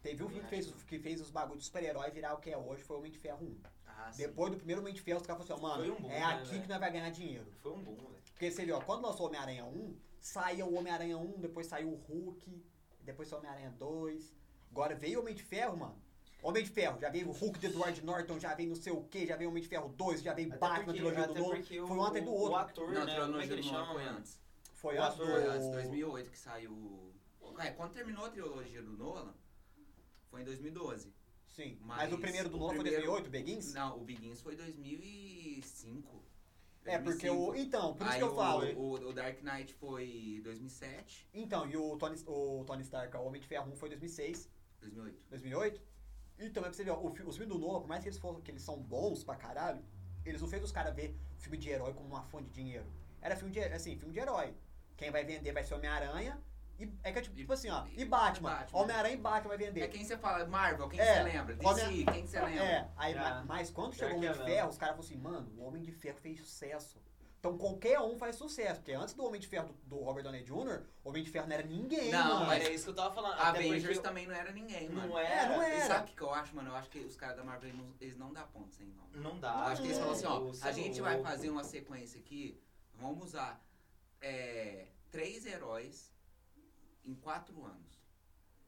Teve um filme que Também fez, acho que fez os bagulhos de super-herói virar o que é hoje, foi o Homem de Ferro 1. Ah, sim. Depois do primeiro Homem de Ferro, os caras falaram assim, Foi mano, um boom, é né, aqui velho? que nós vai ganhar dinheiro. Foi um bom, velho. Porque você viu, ó, quando lançou o Homem-Aranha 1, saía o Homem-Aranha 1, depois saiu o Hulk, depois saiu o Homem-Aranha 2. Agora veio o Homem de Ferro, mano. Homem de Ferro, já veio o Hulk de Edward Norton, já veio não sei o que, já veio o Homem de Ferro 2, já veio Até Batman, porque- trilogia do até novo. foi porque um o- atrás do O outro. ator, Não, né? Trilogia Como é que ele do Norte chama, foi mano? antes. Foi o antes ator, Foi antes, do... 2008 que é saiu... É, quando terminou a trilogia do Nolan, foi em 2012. Sim, mas, Mas o primeiro do o novo primeiro- foi 2008, Begins? Não, o Begins foi em 2005. É, porque 2005. o... Então, por isso Aí que eu o- falo. O, o Dark Knight foi 2007, Então, e o Tony, o Tony Stark, o Homem de Ferro 1 foi em 2006, 2008. 2008. Então, é pra você ver, ó, o fi- os filmes do Nolan, por mais que eles, fossem, que eles são bons pra caralho, eles não fez os caras ver filme de herói como uma fonte de dinheiro. Era filme de, assim, filme de herói. Quem vai vender vai ser Homem-Aranha e, é que, é tipo, E- tipo assim, ó, e e Batman. Batman. Homem-Aranha e Batman vai É vender. quem você fala, Marvel, quem É, você lembra? DC, Homem- quem você lembra? É, aí, É. ma- mas quando chegou o Homem Pior de que é, Ferro, os caras falaram assim, mano, o Homem de Ferro fez sucesso. Então qualquer um faz sucesso, porque antes do Homem de Ferro do, do Robert Downey Jr., o Homem de Ferro não era ninguém, Não, mano. Não, era isso que eu tava falando. A até Ah, Avengers porque também não era ninguém, não mano. É, era. não E era. sabe o que que eu acho, mano? Eu acho que os caras da Marvel, eles não, eles não dão ponto sem nome. Não dá. Eu Eu acho que eles falam assim, ó, Você a é gente louco. vai fazer uma sequência aqui, vamos usar é, três heróis em quatro anos.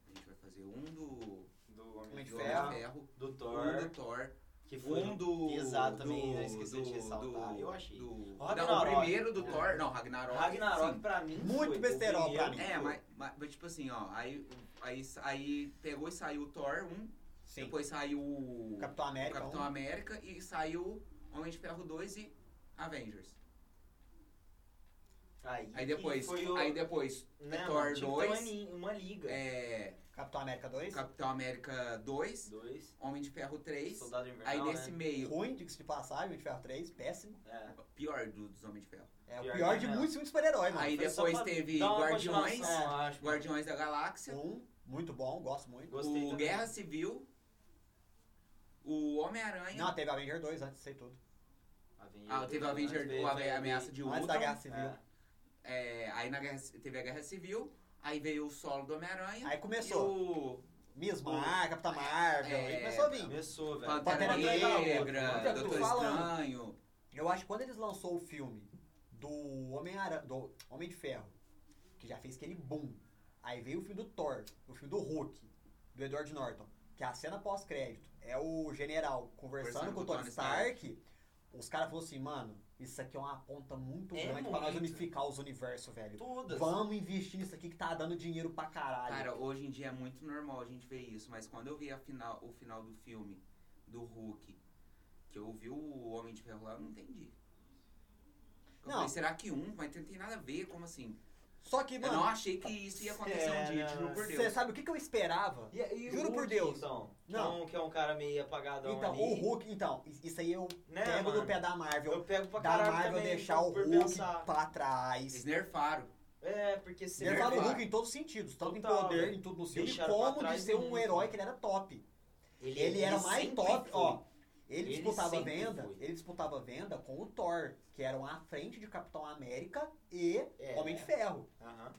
A gente vai fazer um do, Do Homem Homem de de do Ferro. Homem de Ferro, Do um do Thor. Thor, Que foi um do... Exato, também, do, eu esqueci de ressaltar, eu achei. Do, não, o Ragnarok. primeiro do É. Thor, não, Ragnarok. Ragnarok sim. pra mim Muito foi o besterol pra primeiro mim. É, que- mas, mas- mas tipo assim, ó, aí, aí, aí pegou e saiu o Thor 1, Sim. depois saiu o O Capitão o América. Capitão um- América e saiu Homem de Ferro 2 e Avengers. Aí depois, foi o- aí depois, né, Thor mano, tinha que ter uma 2. li- Uma liga. é, Capitão América 2? Capitão América 2, Dois. Homem de Ferro 3, Soldado Invernal, aí nesse né? meio, Ruim, diga-se de passagem, Homem de Ferro 3, péssimo. É. pior do- dos Homens de Ferro. É o Pior pior que de não. muitos filmes de super-herói, mano. Aí Foi só depois pra teve dar uma Guardiões, continuação, eu acho, mano. Guardiões da Galáxia, Um, muito bom, gosto muito. Gostei o também. Guerra Civil, o Homem-Aranha, Não, teve Avenger 2 antes, sei tudo. Avenger, ah, teve o Avenger, Avenger, o Ave- Avenger. Ameaça de Antes da Ultron, Guerra Civil. É. é, aí na guerra, teve a Guerra Civil, aí veio o solo do Homem-Aranha, Aí começou. e o Miss Marvel, Capitã Marvel, aí É, começou a vir. Começou, velho. Pantera Pantera Negra, Negra, Pantera- Doutor tô falando. Estranho. Eu acho que quando eles lançou o filme do Homem-Aranha, do Homem de Ferro, que já fez aquele boom. Aí veio o filme do Thor, o filme do Hulk, do Edward Norton, que é a cena pós-crédito é o general conversando com o Tony Stark. Os caras falaram assim, mano, isso aqui é uma ponta muito É grande pra nós muito. unificar os universos, velho. Todas. Vamos investir isso aqui que tá dando dinheiro pra caralho. Cara, hoje em dia é muito normal a gente ver isso, mas quando eu vi a final, o final do filme do Hulk, que eu vi o Homem de Ferro lá, eu não entendi. Eu Não. falei, será que um? Mas não tem nada a ver, como assim? Só que, Eu não mano, achei que isso ia acontecer É, um dia, não, juro por você Deus. sabe o que, que eu esperava? E- e o Juro por Hulk, Deus. Então, que Não. é um- que é um cara meio apagadão Então, ali. o Hulk, então, is- isso aí eu né, pego mano? do pé da Marvel. Eu pego pra da caralho Marvel também, então, deixar por- o por Hulk pensar. pra Eles trás. nerfaram. É, porque se Ele faz Verdade. Luke em todos os sentidos, tanto Total, em poder, velho. em tudo no filme, Deixaram pra como de trás ser um muito. herói que ele era top. Ele, é era mais sempre top, foi. ó. Ele, Ele disputava sempre venda, foi. ele disputava venda com o Thor, que eram à frente de Capitão América e É. Homem de Ferro. Aham.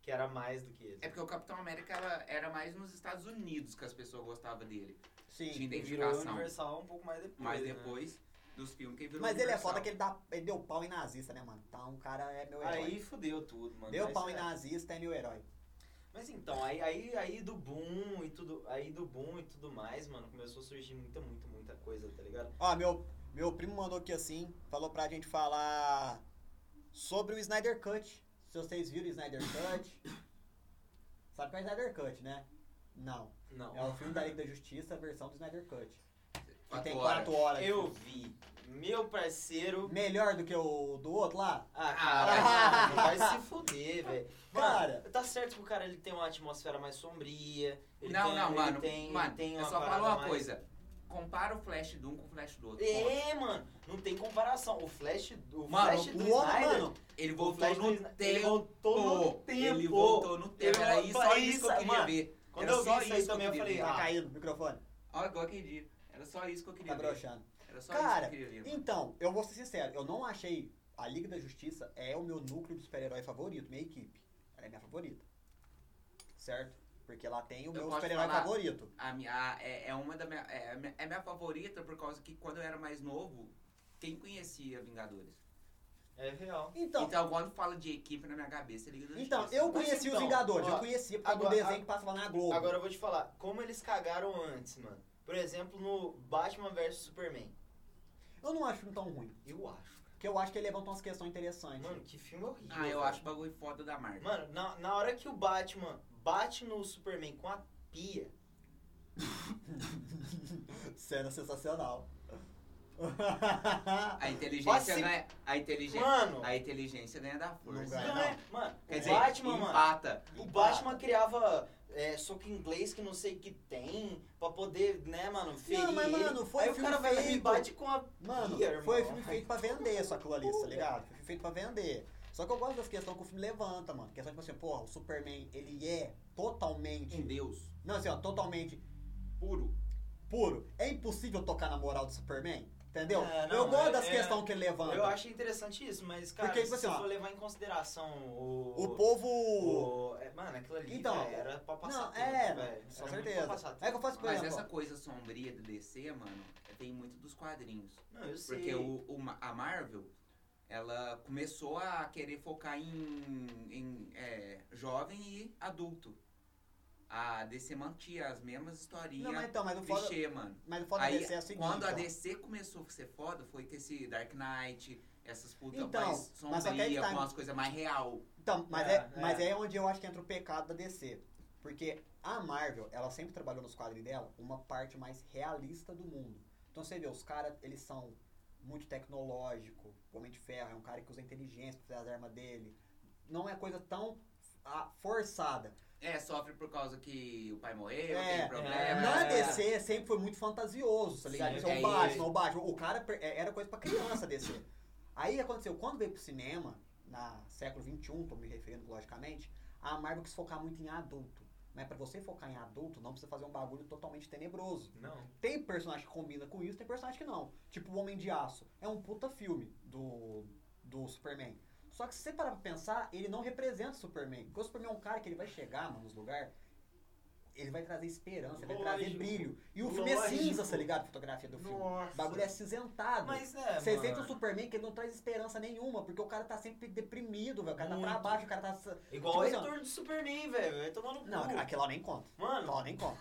Que era mais do que ele. É porque o Capitão América ela era mais nos Estados Unidos que as pessoas gostavam dele. Sim. Sim. Ele virou identificação. universal um pouco mais depois. Mas né? depois dos filmes que ele virou é. Mas ele é universal. foda que ele, dá, ele deu pau em nazista, né, mano? Então o cara é meu herói. Aí fudeu tudo, mano. deu Mas pau em é. nazista, é meu herói. Mas então, aí, aí, aí do boom e tudo. Aí do boom e tudo mais, mano, começou a surgir muita, muita, muita coisa, tá ligado? Ó, meu, meu primo mandou aqui assim, falou pra gente falar sobre o Snyder Cut. Se vocês viram o Snyder Cut. Sabe qual é o Snyder Cut, né? Não. Não. É o filme da Liga da Justiça, a versão do Snyder Cut. Que Quatro tem horas. 4 horas. de Eu vi. Meu parceiro. Melhor do que o do outro lá? Ah, Ah, cara, vai se fuder, velho. *laughs* Cara. Mano, tá certo que o cara ele tem uma atmosfera mais sombria. Ele Não, tem, não, ele mano. Tem, mano, tem eu só falo parada uma mais- coisa. Compara o Flash de um com o Flash do outro. Ponto. É, mano, não tem comparação. O Flash, o Mano, Flash do O outro, Snyder. mano, Ele o Flash voltou do no Snyder- tempo. ele voltou no tempo. Ele voltou no tempo. Ele Era voltou- isso, era isso, isso que eu queria mano. ver. Quando Era eu vi só isso aí isso que também, eu eu falei, queria tá ah, caindo o microfone, Olha, igual aquele dia. Era só isso que eu queria tá ver. broxando. Era só Cara, isso que eu queria ver. Então, eu vou ser sincero, eu não achei a Liga da Justiça é o meu núcleo de super-herói favorito, minha equipe. Ela é minha favorita. Certo? Porque ela tem o Eu meu posso super-herói falar? favorito. A minha, a- é, é uma da minha, é, a minha- é minha favorita por causa que quando eu era mais novo, quem conhecia Vingadores? É real. Então, Então, quando fala de equipe na minha cabeça, liga da então, Justiça. eu Mas conheci então, os Vingadores, ó, eu conhecia por causa do agora- desenho que passava na Globo. Agora eu vou te falar, como eles cagaram antes, mano. Por exemplo, no Batman vs Superman. eu não acho filme tão ruim, Eu acho. cara. porque eu acho que ele levanta umas questões interessantes. Mano, que filme horrível. Ah, eu velho. acho o bagulho foda da Marvel. Mano, na, na hora que o Batman bate no Superman com a pia, Cena sensacional. A inteligência Mas se- ganha. A inteligência, mano, a inteligência ganha da força. ganha. não é, mano, Quer o dizer, Batman, mano, empata. o Batman criava é, soco inglês que não sei que tem, pra poder, né, mano, ferir mas, ele. mano, foi um Aí o filme cara vai lá e me feito. bate com a Mano, Ih, irmão. foi filme feito pra vender só aquilo ali, Pô, tá ligado? Foi feito pra vender. Só que eu gosto das questões que o filme levanta, mano. Questão tipo assim, porra, o Superman, ele é Um totalmente. Deus Não, assim, ó, totalmente puro. puro. É impossível tocar na moral do Superman, entendeu? É, não, eu gosto é- das é- questões que ele levanta. Eu acho interessante isso, mas, cara, Porque, tipo se assim, ó, for levar em consideração o... O povo. o- é, mano, aquilo ali, Então, velho, era pra passar não, tempo, é, velho. com Era muito pra certeza. passar tempo. É que eu faço, por Mas exemplo. essa coisa sombria do DC, mano, tem muito dos quadrinhos. Não, eu sei. Porque o, o Ma- a Marvel, ela começou a querer focar em, em, é, jovem e adulto. A DC mantinha as mesmas Não, mas historinas. então, mas o foda, clichê, mano. mas o foda Aí, da DC é o seguinte. Quando a ó. DC começou a ser foda, foi com esse Dark Knight, essas putas Então, mais mas só que aí sombria, tá- com as coisas mais real. Então, mas É, é, é. mas é onde eu acho que entra o pecado da DC. Porque a Marvel, ela sempre trabalhou nos quadrinhos dela uma parte mais realista do mundo. Então você vê, os caras, eles são muito tecnológico, o Homem de Ferro é um cara que usa inteligência pra fazer as armas dele. Não é coisa tão ah, forçada. É, sofre por causa que o pai morreu, É, tem problema. é, Na é. DC sempre foi muito fantasioso, tá ligado? Sim, o é Batman, isso. o Batman. um O cara per- é- era coisa pra criança DC. Aí aconteceu, quando veio pro cinema, na século XXI, tô me referindo logicamente, a Marvel quis focar muito em adulto. Mas pra você focar em adulto, não precisa fazer um bagulho totalmente tenebroso. Não. Tem personagem que combina com isso, tem personagem que não. Tipo o Homem de Aço. É um puta filme do, do Superman. Só que se você parar pra pensar, ele não representa o Superman. Porque o Superman é um cara que ele vai chegar, mano, nos lugares. Ele vai trazer esperança, ele vai trazer Lógico. brilho. E o filme é Lógico. cinza, tá ligado? A fotografia do filme. Nossa. O bagulho é cinzentado. Mas, né, Você mano, sente o Superman que ele não traz esperança nenhuma, porque o cara tá sempre deprimido, velho. O cara tá pra Muito. baixo, o cara tá. Igual Tipo o assim, ó. retorno do Superman, velho. Vai tomar no cu. Não, aquela nem conta. Mano, Aquela nem conta.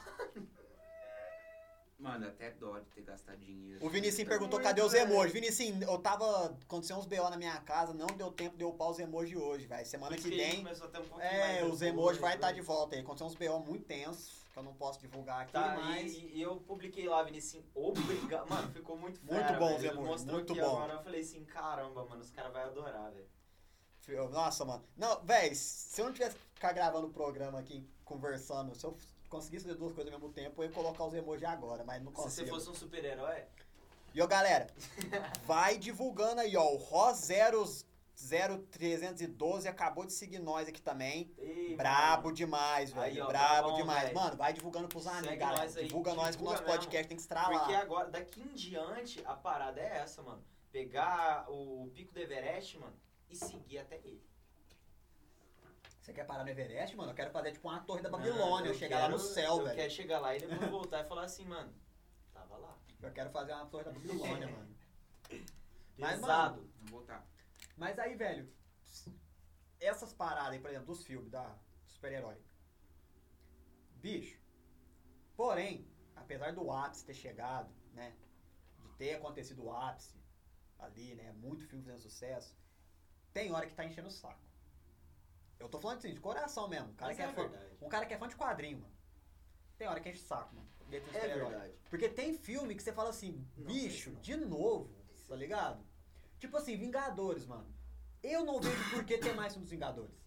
Mano, até dó de ter gastado dinheiro. O Vinicinho Tá- perguntou muito, cadê os velho. emojis. Vinicinho, eu tava. Aconteceu uns BO na minha casa, não deu tempo de eu upar os emojis hoje, velho. Semana que porque ele vem, começou a ter um pouquinho mais é, os de emojis cor, vai estar né? de volta aí. Aconteceu uns BO muito tensos, que eu não posso divulgar aqui, Tá, mas. e, e eu publiquei lá, Vinicius, obrigado. Mano, ficou muito Muito fera, bom, velho. Zé Ele Moura, Mostrou muito aqui bom. agora, eu falei assim, caramba, mano, os caras vão adorar, velho. Eu- Nossa, mano. Não, velho, se eu não tivesse que ficar gravando o programa aqui, conversando, se eu conseguisse fazer duas coisas ao mesmo tempo, eu ia colocar os emojis agora, mas não Se você consigo. fosse um super-herói, E ó, galera, vai divulgando aí, ó. O Ró0 0312 acabou de seguir nós aqui também. Ei, brabo mano. demais, Aí, velho. ó, Brabo tá bom, demais. velho. Mano, vai divulgando pros Segue amigos, galera. nós aí, divulga nós que o divulga nosso mesmo. podcast tem que Porque é- estralar. agora, daqui em diante, a parada é essa, mano. Pegar o pico do Everest, mano, e seguir até ele. Você quer parar no Everest, mano? Eu quero fazer tipo uma torre da Não, Babilônia. Eu chegar lá no quero- céu, Ah, eu velho. quero chegar lá e depois voltar e falar assim, mano, tava lá. Eu quero fazer uma *laughs* torre da Babilônia, mano. Mas, Pesado. Vamos voltar. Mas aí, velho, essas paradas aí, por exemplo, dos filmes da do super-herói. Bicho. Porém, apesar do ápice ter chegado, né? De ter acontecido o ápice ali, né? Muito filme fazendo sucesso. Tem hora que tá enchendo o saco. Eu tô falando assim, de coração mesmo. O cara Mas que é é fã, verdade. um cara que é fã de quadrinho, mano. Tem hora que enche o saco, mano. de filme de É super-herói. verdade. Porque tem filme que você fala assim, Não, bicho, não. de novo, tá ligado? Tipo assim, Vingadores, mano. Eu não vejo por que ter mais filmes dos Vingadores.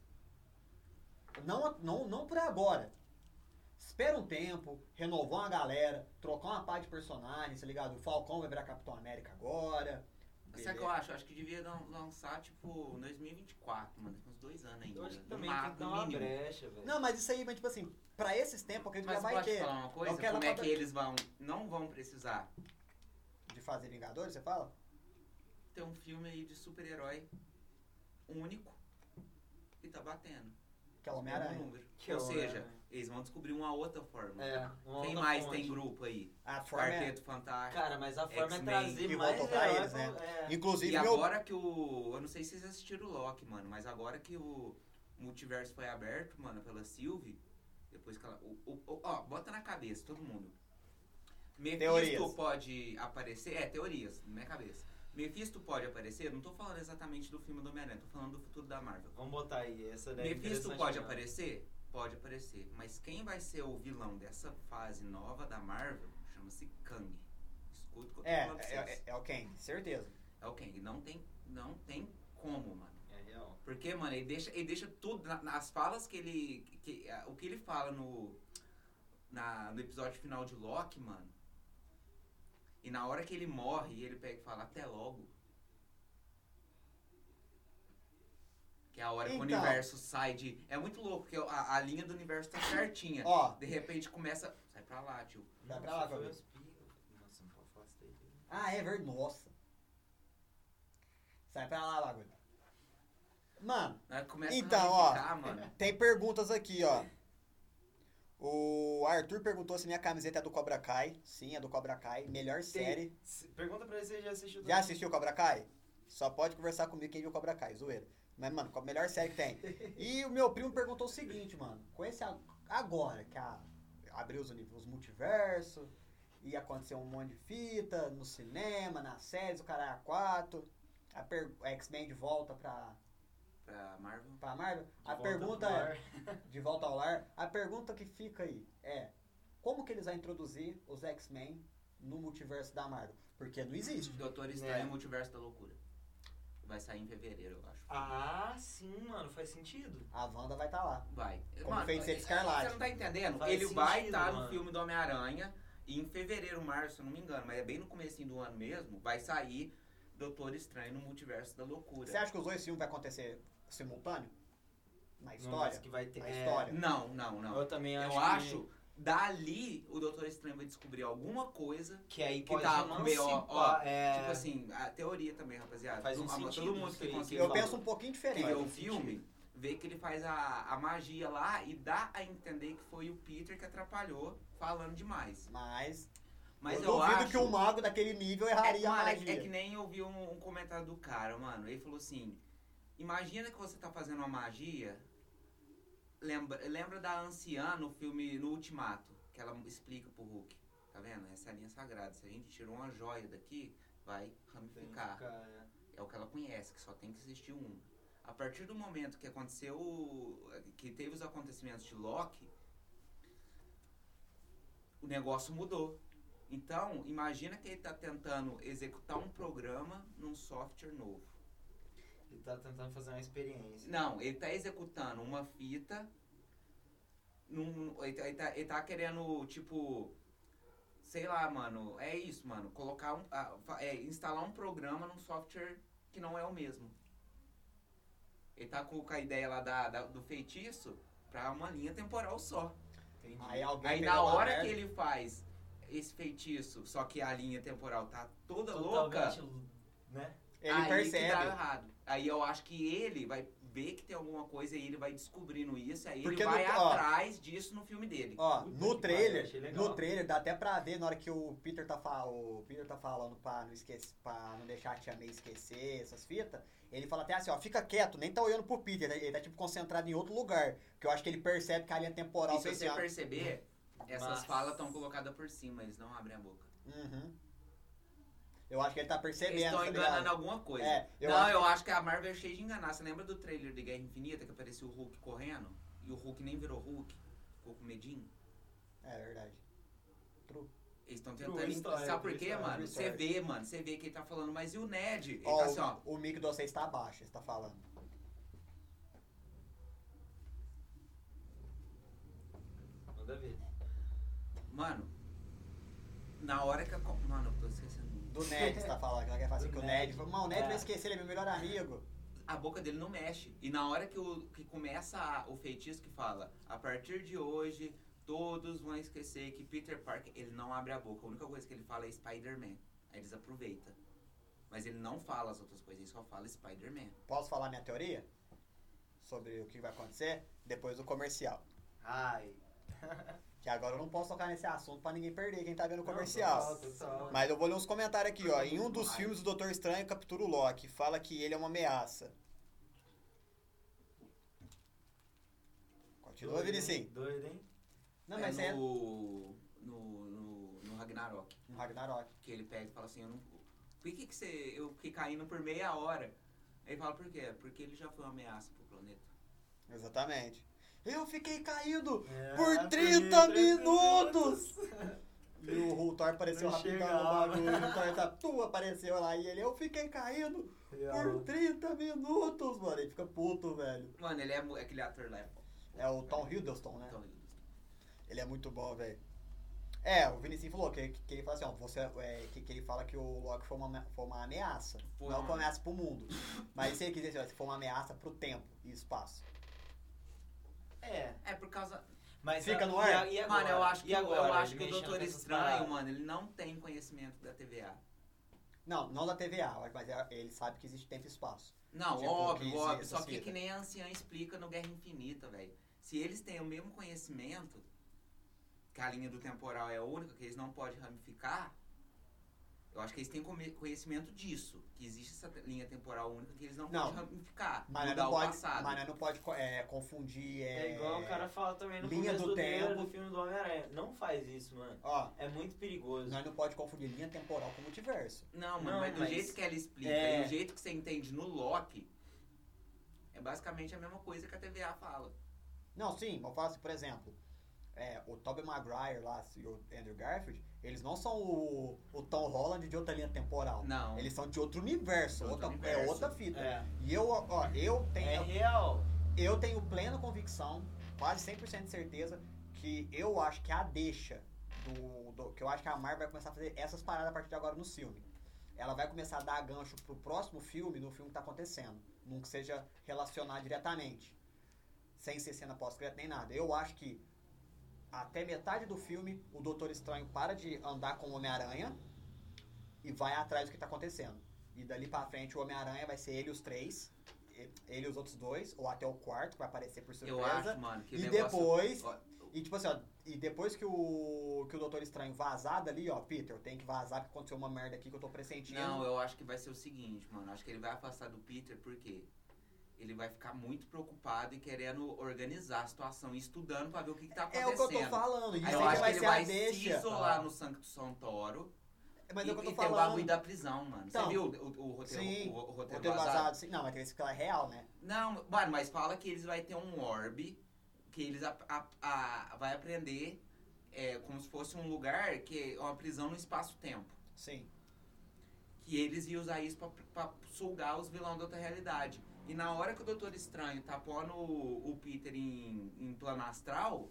Não, não, não por agora. Espera um tempo, renovar uma galera, trocar uma pá de personagens, tá ligado? O Falcão vai virar Capitão América agora. Sabe o é que eu acho? Eu acho que devia lan- lançar, tipo, em 2024, mano. Tem uns dois anos ainda. Eu acho que No também ma- tem que dar no uma mínimo. brecha, velho. Não, mas isso aí, mas tipo assim, pra esses tempos eu acredito que é já Mas vai pode ter. falar uma coisa? Eu quero Como é falar- que eles vão, não vão precisar De fazer Vingadores, você fala? ter um filme aí de super-herói único e tá batendo. Que é o Mesmo Homem-Aranha. número. Que Ou é o seja, Homem-Aranha. eles vão descobrir uma outra forma. É, uma Quem outra mais fonte. tem grupo aí? A forma é- Quarteto Fantástico. Cara, mas a forma é X-Men, que trazer mais voltou pra herói eles, né? pro- é. Inclusive, E meu... agora que o. Eu não sei se vocês assistiram o Loki, mano, mas agora que o multiverso foi aberto, mano, pela Sylvie, depois que ela. o- o- o- ó, bota na cabeça, todo mundo. Mephisto Teorias. pode aparecer. É, teorias, na minha cabeça. Mephisto pode aparecer, não tô falando exatamente do filme do Homem-Aranha, tô falando do futuro da Marvel. Vamos botar aí, essa daí é Mephisto interessante pode mesmo. aparecer? Pode aparecer. Mas quem vai ser o vilão dessa fase nova da Marvel chama-se Kang. Escuta o que eu tô É, falando pra é, vocês. é, é o Kang, certeza. É o Kang. Não tem, não tem como, mano. É real. Porque, mano, ele deixa, ele deixa tudo. na- nas falas que ele. que- a- o que ele fala no. na- no episódio final de Loki, mano. E na hora que ele morre, ele pega e fala até logo. Que é a hora que o Então. universo sai de. É muito louco, porque a, a linha do universo tá certinha. Ó, De repente começa. Sai pra lá, tio. Dá pra lá, Nossa, foi Gabriel? um espirro. Nossa, não pode falar isso daí. Ah, é verdade. Nossa. Sai pra lá, bagulho. Mano, Na hora que começa Então, a ó. ramificar, mano. tem perguntas aqui, ó. O Arthur perguntou se minha camiseta é do Cobra Kai. Sim, é do Cobra Kai. Melhor série. Se- Pergunta pra ele se ele já Já assistiu também. assistiu Cobra Kai? Só pode conversar comigo quem viu Cobra Kai, zoeira. Mas, mano, a melhor série que tem. E o meu primo perguntou o seguinte, mano. Com esse a- agora, que a- abriu os, uni- os multiversos, e aconteceu um monte de fita no cinema, nas séries, o cara é a 4, a per- a X-Men de volta pra, Pra Marvel. pra Marvel. De A volta pergunta pro é, ar. de volta ao lar, a pergunta que fica aí é, como que eles vão introduzir os X-Men no multiverso da Marvel? Porque não existe. Doutor É. Estranho Multiverso da Loucura. Vai sair em fevereiro, eu acho. Ah, sim, mano, faz sentido. A Wanda vai estar lá. Vai. Como Feiticeiro Escarlate. Você não tá entendendo? Faz ele sentido, vai estar no mano. filme do Homem-Aranha e em fevereiro, março, se eu não me engano, mas é bem no comecinho do ano mesmo, vai sair Doutor Estranho no Multiverso da Loucura. Você acha que os dois filmes vão acontecer simultâneo? Na Não, mas história? que vai ter. Na é, história? Não, não, não. Eu também Eu, acho. acho, que, dali o Doutor Estranho vai descobrir alguma coisa. que aí que pode tá emancipar, meio, ó, ó, é, Tipo assim, a teoria também, rapaziada. Faz um Todo- todo sentido mundo isso que aí, conseguiu Eu falar. penso um pouquinho que diferente. vê faz o um filme, vê que ele faz a, a magia lá e dá a entender que foi o Peter que atrapalhou falando demais. Mas, Mas eu, eu, duvido acho que um mago daquele nível é, erraria a mano, é, magia. é que nem eu vi um, um comentário do cara, mano. Ele falou assim: imagina que você tá fazendo uma magia. Lembra, lembra da anciã no filme No Ultimato, que ela explica pro Hulk. Tá vendo? Essa é a linha sagrada. Se a gente tirou uma joia daqui, vai tem que ramificar. ficar, é. É o que ela conhece, que só tem que existir uma. A partir do momento que aconteceu. o- que teve os acontecimentos de Loki, o negócio mudou. Então, imagina que ele tá tentando executar um programa num software novo. Ele tá tentando fazer uma experiência. Não, ele tá executando uma fita. Num, ele, tá- ele tá, ele tá querendo, tipo. Sei lá, mano. É isso, mano. Colocar um. a- fa- é, instalar um programa num software que não é o mesmo. Ele tá com com a ideia lá da, da- do feitiço pra uma linha temporal só. Entendi. Aí alguém Aí na pegou uma hora merda. que ele faz esse feitiço, só que a linha temporal tá toda louca, Totalmente, né? ele aí que dá percebe. errado. Aí eu acho que ele vai ver que tem alguma coisa e ele vai descobrindo isso, aí Porque ele vai no- ó. atrás disso no filme dele. Ó, Puta no que pariu, trailer, achei legal. no trailer dá até pra ver na hora que o Peter tá, fa- o Peter tá falando pra não, esquecer, pra não deixar a Tia May esquecer essas fitas. Ele fala até assim, ó, fica quieto, nem tá olhando pro Peter, ele tá, ele tá, tipo concentrado em outro lugar. Que eu acho que ele percebe que a linha temporal assim, E se você fechada- perceber, essas Mas- falas estão colocadas por cima, eles não abrem a boca. Uhum. Eu acho que ele tá percebendo. Eles estão tá enganando ligado? alguma coisa. É, eu não, acho eu acho que a Marvel é cheia de enganar. Você lembra do trailer de Guerra Infinita que apareceu o Hulk correndo? E o Hulk nem virou Hulk? Ficou com medinho? É verdade. True. Eles estão True tentando. story, Sabe por true quê, story, mano? true Você story. vê, mano. Você vê que ele tá falando, mas e o Ned? Ele Ó, tá assim, ó. o, o mic de vocês tá baixo, você tá falando. Manda ver. Mano. Na hora que a. co- Mano, eu tô esquecendo. Do Ned, você tá falando. que Ela quer fazer Do que o Ned. Ned. falou, Mano, o Ned É. vai esquecer, ele é meu melhor amigo. A boca dele não mexe. E na hora que, o, que começa a- o feitiço que fala, a partir de hoje, todos vão esquecer que Peter Parker, ele não abre a boca. A única coisa que ele fala é Spider-Man. Aí eles aproveitam. Mas ele não fala as outras coisas, ele só fala Spider-Man. Posso falar minha teoria? Sobre o que vai acontecer depois do comercial. Ai. Que agora eu não posso tocar nesse assunto pra ninguém perder quem tá vendo o Não, comercial. total, total. Mas eu vou ler uns comentários aqui, ó. Em um dos Ai. filmes, o Doutor Estranho captura o Loki. Fala que ele é uma ameaça. Continua, Doido, hein? Vinicinho. Doido, hein? Não, mas é no, no, no, no Ragnarok. no Ragnarok. Que ele pega e fala assim, eu não. Por que, que você. Eu fiquei caindo por meia hora? Aí ele fala, por quê? Porque ele já foi uma ameaça pro planeta. Exatamente. Eu fiquei caído! É, Por por 30 30 minutos! E o Thor apareceu Não rapidão no chegava. bagulho. O Thor tá, tu, apareceu lá e ele, eu fiquei caído por Real. 30 minutos, mano. Ele fica puto, velho. Mano, ele é mu- aquele ator lá. é bom. É o Tom Hiddleston, né? Então, Ele é muito bom, velho. É, o Vinicius falou que, que ele fala assim, ó, você, é, que, que ele fala que o Loki foi uma, foi uma ameaça. Foi não uma- uma ameaça pro mundo. Mas se ele quiser, assim, ó, se foi uma ameaça pro tempo e espaço. É. É por causa. Mas Fica a- no ar? e a- e agora? Mano, eu acho que, e agora? eu acho Ele que o mexendo Doutor com essas Estranho, paradas. mano, ele não tem conhecimento da TVA. Não, não da TVA, mas é- ele sabe que existe tempo e espaço. Não, Tipo, que óbvio, óbvio. existe Só essas que, fitas. que nem a anciã explica no Guerra Infinita, velho. Se eles têm o mesmo conhecimento, que a linha do temporal é única, que eles não podem ramificar, eu acho que eles têm come- conhecimento disso. Que existe essa te- linha temporal única que eles não, Não. podem ramificar. Mas nós mudar não o pode, passado. mas nós não pode co- é, confundir. É, É igual o cara fala também no Linha começo do do, trailer tempo. do filme do Homem-Aranha. Não faz isso, mano. Ó, É muito perigoso. nós não pode confundir linha temporal com multiverso. Não, mano, Não, mas do mas- jeito que ela explica É. e o jeito que você entende no Loki, é basicamente a mesma coisa que a TVA fala. Não, sim, mas eu falo assim, por exemplo, é, o Tobey Maguire lá e o Andrew Garfield, eles não são o, o Tom Holland de outra linha temporal. Não. Eles são de outro universo, Outro outra, é universo. outra fita. É. E eu, ó, eu um É tenho, real. eu tenho plena convicção, quase 100% de certeza, que eu acho que a deixa do, do- que eu acho que a Marvel vai começar a fazer essas paradas a partir de agora no filme. Ela vai começar a dar gancho pro próximo filme, no filme que tá acontecendo, não que seja relacionado diretamente, sem ser cena pós-crédito nem nada. Eu acho que até metade do filme o Doutor Estranho para de andar com o Homem-Aranha e vai atrás do que tá acontecendo. E dali pra frente o Homem-Aranha vai ser ele e os três, e- ele e os outros dois, ou até o quarto, que vai aparecer por surpresa. Eu acho, mano, que o E negócio... depois, Ó, e tipo assim, ó, e depois que o que o Doutor Estranho vazar dali, ó, Peter, tem que vazar que aconteceu uma merda aqui que eu tô pressentindo. Não, eu acho que vai ser o seguinte, mano. Acho que ele vai afastar do Peter porque ele vai ficar muito preocupado e querendo organizar a situação e estudando pra ver o que, que tá é acontecendo. o que eu tô falando. Isso aí Aí eu já acho é que vai ele ser a vai se deixa. isolar no Santo Santoro Mas e, é o que eu tô e ter Tá. o bagulho falando. da prisão, mano. Então, Você viu o, o roteiro, sim, o, o roteiro Roteiro vazado? vazado, sim. Não, mas tem esse que é real, né? Não, mano, mas fala que eles vai ter um orbe, que eles a, a- a- vai aprender é, como se fosse um lugar que é uma prisão no espaço-tempo. Sim. Que eles iam usar isso pra, pra sugar os vilões da outra realidade. E na hora que o Doutor Estranho tá pondo o, o Peter em, em plano astral,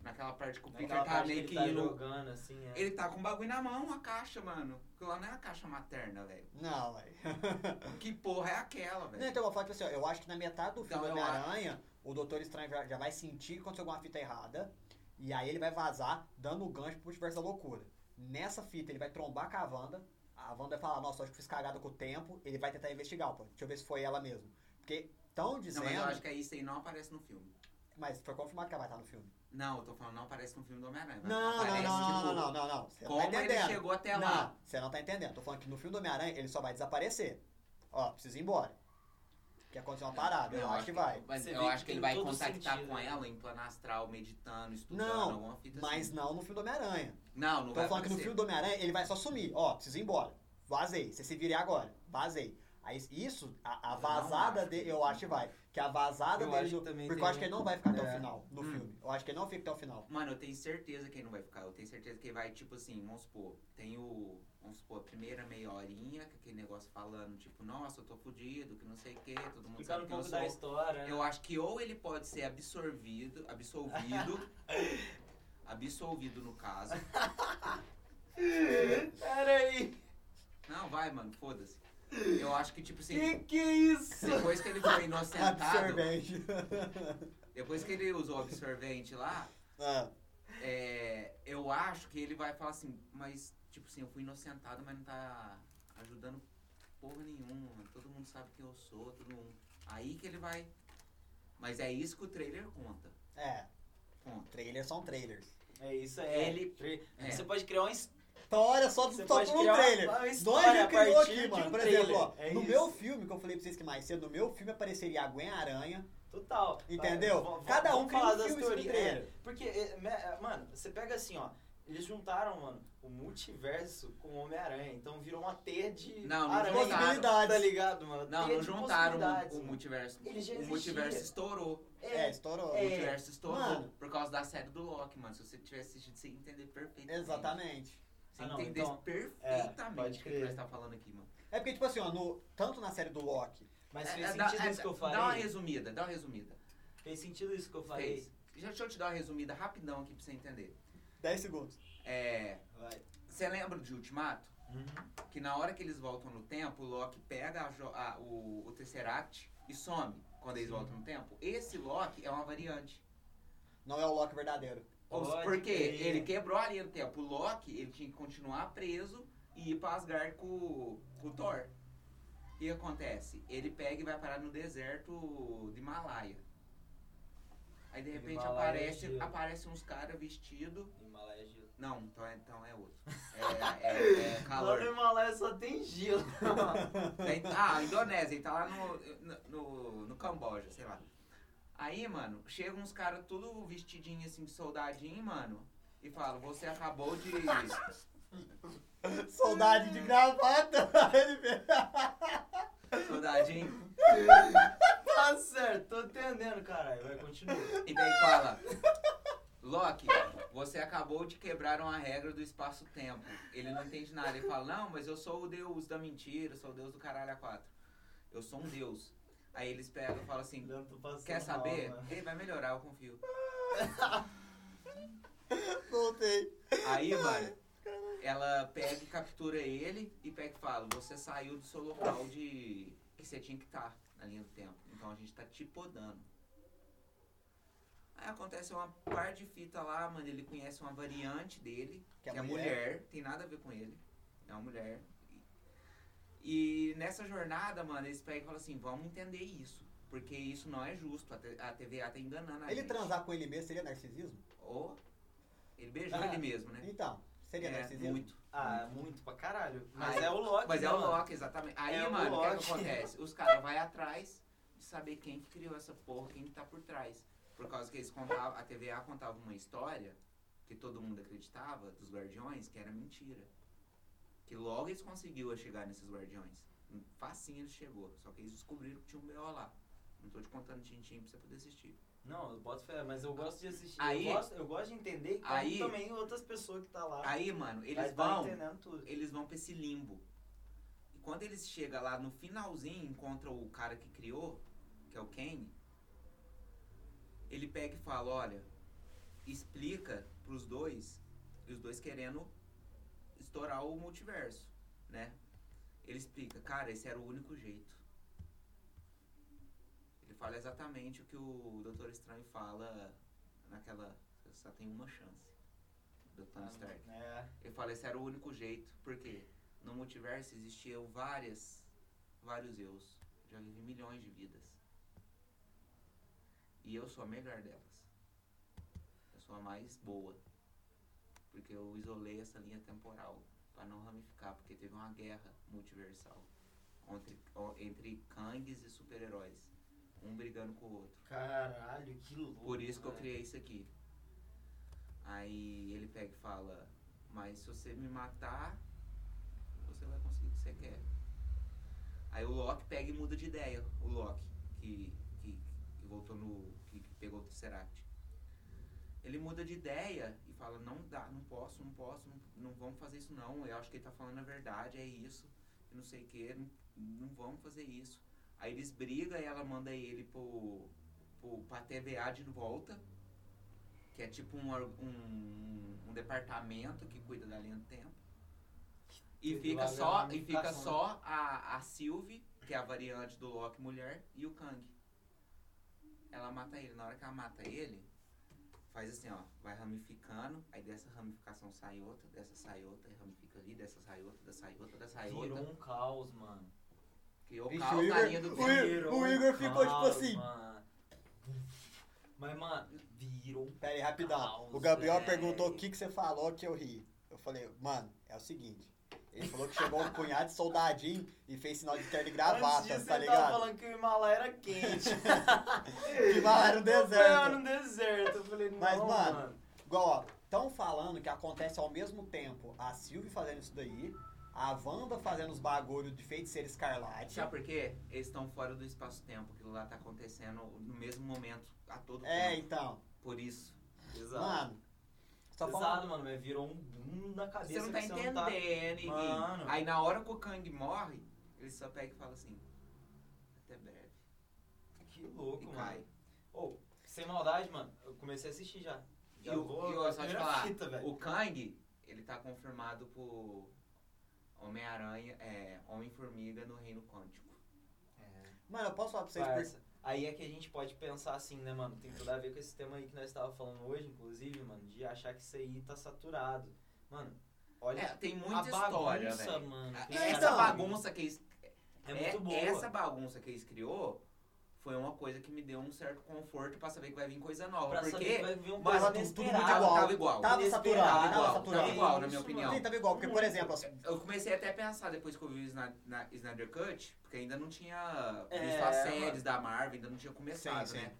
Naquela parte que o Peter Naquela tá parte que meio ele que tá indo. jogando, assim, é. Ele tá com um bagulho na mão, a caixa, mano. Aquilo lá não é a caixa materna, velho. Não, é. velho. Que porra é aquela, Não, velho? então eu falo tipo assim, ó, eu acho que na metade do filme Então, eu do Homem-Aranha, o Doutor Estranho já, já vai sentir que aconteceu alguma fita errada, e aí ele vai vazar, dando o gancho pro universo da loucura. Nessa fita, ele vai trombar com a Wanda, a Wanda vai falar, nossa, acho que fiz cagada com o tempo, ele vai tentar investigar, pô, deixa eu ver se foi ela mesmo. Porque estão Não, dizendo, mas eu mas, acho que é isso aí não aparece no filme. foi confirmado que ela vai estar no filme. Não, eu tô falando não aparece no filme do Homem-Aranha. mas Não, não, aparece, não, não, tipo, não, não, não, não, você não Como tá ele entendendo. chegou até lá? Não, você não tá entendendo. Tô falando que no filme do Homem-Aranha ele só vai desaparecer. Ó, precisa ir embora. Que aconteceu uma parada, eu acho que vai. Mas Você eu vê que acho que tem ele vai todo contactar sentido, com né? ela em plano astral, meditando, estudando, Não, alguma fita Mas assim. não no filme do Homem-Aranha. Não, não Tô vai falando que no acontecer. filme do Homem-Aranha ele vai só sumir. Ó, preciso ir embora. Vazei. Você se vire agora. Vazei. Aí isso, a, a Eu não vazada acho. dele, eu acho que vai. Que a vazada Eu dele. acho no- que também porque eu tem- acho que ele não vai ficar até o É. final no Hum. filme. Eu acho que ele não fica até o final. Mano, eu tenho certeza que ele não vai ficar. Eu tenho certeza que ele vai, tipo assim, vamos supor, tem o. Vamos supor, a primeira meia horinha, que aquele negócio falando, tipo, nossa, eu tô fudido, que não sei o que, todo mundo Explicar sabe um que eu pouco da sou. história, *laughs* né? Eu acho que ou ele pode *laughs* ser absorvido, absolvido. absolvido no caso. Peraí! Não, vai, mano, foda-se. Eu acho que, tipo assim, Que que é isso? depois que ele foi inocentado, Absorvente. depois que ele usou o absorvente lá, *laughs* Ah, é, eu acho que ele vai falar assim, mas, tipo assim, eu fui inocentado, mas não tá ajudando porra nenhuma. Todo mundo sabe quem eu sou, todo mundo. Aí que ele vai. Mas é isso que o trailer conta. é, Hum. Conta. trailers são trailers. É isso aí. Ele- Tre- é. Você pode criar um his- História Então, só, Você só pode por um criar uma- trailer. uma Nós história já a criou partir aqui, de mano. um Por trailer. exemplo, ó, É no isso. meu filme, que eu falei pra vocês que mais cedo, no meu filme apareceria a Gwen Aranha. Total. Entendeu? Vai, v- v- Cada um vamos cria falar um das filme sobre teorias. trailer. É, Porque, é, me- é, mano, você pega assim, ó. Eles juntaram, mano, o multiverso com o Homem-Aranha. Então virou uma teia de Não, não aranha. juntaram. Tá ligado, mano? Não, Teia não de juntaram possibilidades, o, o mano. multiverso. Ele já O multiverso existia. estourou. É, É, estourou. O É. multiverso estourou Mano. por causa da série do Loki, mano. Se você tivesse assistido, você ia entender perfeitamente. Exatamente. Você Ah, não, entender então- é, pode perfeitamente o que crer. nós tá falando aqui, mano. É porque, tipo assim, ó, no, tanto na série do Loki, mas É, fez é, dá- sentido é, isso que eu Dá uma falei. resumida, dá uma resumida. Fez sentido isso que eu falei. Fez. Já- Deixa eu te dar uma resumida rapidão aqui pra você entender. 10 segundos. É. Vai. Você lembra de Ultimato? Que na hora que eles voltam no tempo, o Loki pega a jo- a- o, o Tesseract e some quando eles Sim. voltam no tempo. Esse Loki é uma variante. Não é o Loki verdadeiro. Ou se- Pode Porque crer. ele quebrou a linha do tempo. O Loki, ele tinha que continuar preso e ir pra Asgard com, com o Thor. E acontece? Ele pega e vai parar no deserto de Himalaia. Aí de De repente Himalaia, aparece, Gil. aparece uns caras vestidos. Himalaia gelo. Não, então é, então é outro. É, *laughs* é- é Lá no calor. Himalaia só tem gelo. *laughs* Aí- Ah, Indonésia, ele tá lá no, no, no, no Camboja, sei lá. Aí, mano, chegam uns caras tudo vestidinho assim de soldadinho, mano, e falam, você acabou de. Saudade de gravata. *laughs* Ele vê. Soldadinho. tá certo, tô entendendo, caralho. Vai, continua. E daí fala, Loki, você acabou de quebrar uma regra do espaço-tempo. Ele não entende nada. Ele fala, não, mas eu sou o deus da mentira, eu sou o deus do caralho a quatro. Eu sou um deus. Aí eles pegam e falam assim, Leandro, tô passando Quer mal, saber? mano. Ele vai melhorar, eu confio. Voltei. Aí, mano, ela pega e captura ele e pega e fala: Você saiu do seu local de. que você tinha que estar na linha do tempo. Então a gente tá te podando. Aí acontece uma par de fita lá, mano. Ele conhece uma variante dele, que, é mulher. tem nada a ver com ele. É uma mulher. E nessa jornada, mano, eles pegam e falam assim: Vamos entender isso. Porque isso não é justo. A, T- a TVA tá enganando a Ele gente. transar com ele mesmo seria narcisismo? Ou ele beijou Ah. ele mesmo, né? Então, seria É, narcisismo? muito. Ah, muito pra caralho. Mas Aí- é o Loki. Mas é né, o mano? Loki, exatamente. Aí, É o mano, o que, é que Loki. acontece? Os caras vão atrás de saber quem que criou essa porra, quem que tá por trás. Por causa que eles contavam, a TVA contava uma história que todo mundo acreditava, dos Guardiões, que era mentira. Que logo eles conseguiram chegar nesses Guardiões. Facinho eles chegou. Só que eles descobriram que tinha um B.O. lá. Não tô te contando tintim pra você poder assistir. Não, eu boto fé, mas eu gosto de assistir. Aí- eu, gosto, eu gosto de entender como Aí- também outras pessoas que tá lá. Aí, mano, eles vai- vai vão. entendendo tudo. eles vão pra esse limbo. E quando eles chegam lá no finalzinho, encontram o cara que criou, que é o Kane, ele pega e fala, olha, explica pros dois, e os dois querendo estourar o multiverso, né? Ele explica, cara, esse era o único jeito. Ele fala exatamente o que o Doutor Estranho fala naquela. Você só tem uma chance. Do Tony Stark. É. Ele fala, esse era o único jeito, porque no multiverso existiam várias, vários eus. Já vivi milhões de vidas. E eu sou a melhor delas. Eu sou a mais boa. Porque eu isolei essa linha temporal para não ramificar, porque teve uma guerra multiversal entre, o- entre Kangs e super-heróis, um brigando com o outro. Caralho, que louco. Por isso que eu né? criei isso aqui. Aí ele pega e fala, mas se você me matar, você vai conseguir o que você quer. Aí o Loki pega e muda de ideia, o Loki, que, que, que voltou no. que, que pegou o Tesseract. Ele muda de ideia e fala, não dá, não posso, não posso, não, não vamos fazer isso não. Eu acho que ele tá falando a verdade, é isso, e não sei o que, não, não vamos fazer isso. Aí eles brigam e ela manda ele pro, pro, pra TVA de volta, que é tipo um, or- um, um departamento que cuida da linha do tempo. E Cuida fica lá só, da e fica ramificação, só a, a Sylvie, que é a variante do Loki mulher, e o Kang. Ela mata ele. Na hora que ela mata ele, faz assim, ó, vai ramificando, aí dessa ramificação sai outra, dessa sai outra, e ramifica ali, dessa sai outra, dessa sai outra, dessa sai outra. Virou um caos, mano. Criou o Vixe, caos o na Igor- linha do o tempo. Igor- Virou o Igor um ficou, tipo caos, assim. mano. Mas, mano, virou um Pera aí, rapidão. Caos, O Gabriel né? velho. perguntou o que, que você falou que eu ri. Eu falei, mano, é o seguinte. Ele falou que chegou um punhado de soldadinho e fez sinal de terno e Antes gravata, disso, tá ele tava ligado? falando que o Himalaia era quente. *laughs* Que Himalaia *laughs* era um deserto. Era um deserto. Eu falei, não, Mas, mano, mano. Igual, ó, estão falando que acontece ao mesmo tempo a Sylvie fazendo isso daí, a Wanda fazendo os bagulho de feiticeira escarlate. Sabe por quê? Eles estão fora do espaço-tempo. Aquilo lá tá acontecendo no mesmo momento, a todo É, tempo. então. Por isso. Exato. Mano, só falando. Pesado, mano, mas virou um boom na Você cabeça. não tá que entendendo, tá- Gui. Mano. Aí na hora que o Kang morre, ele só pega e fala assim, até breve. Que louco, E mano. cai. Ô, sem maldade, mano, eu comecei a assistir já. Já E o- vou, e ó, só te primeira falar, fita, velho. O Kang, ele tá confirmado por Homem-Aranha, é, Homem-Formiga no Reino Quântico. Mano, eu posso falar pra vocês por Parça, Aí é que a gente pode pensar assim, né, mano? Tem tudo a ver com esse tema aí que nós estávamos falando hoje, inclusive, mano, de achar que isso aí tá saturado. Mano, olha É, tem muita a história, bagunça, velho. mano. é, que os Essa então. caras- bagunça que eles É É- muito boa. Essa bagunça que eles criou foi uma coisa que me deu um certo conforto pra saber que vai vir coisa nova. Pra saber que Tá. porque vai vir um Mas coisa tudo muito inesperada. igual. tava, tava igual. Tava Inesperado, saturado, tava tava igual, saturado. tava igual, na minha Isso, opinião. Sim, tava igual, porque, por exemplo, assim, as- Eu comecei até a pensar depois que eu vi o Sna- na- Snyder Cut, porque ainda não tinha É, visto as mano. séries da Marvel, ainda não tinha começado, Sim, sim. né?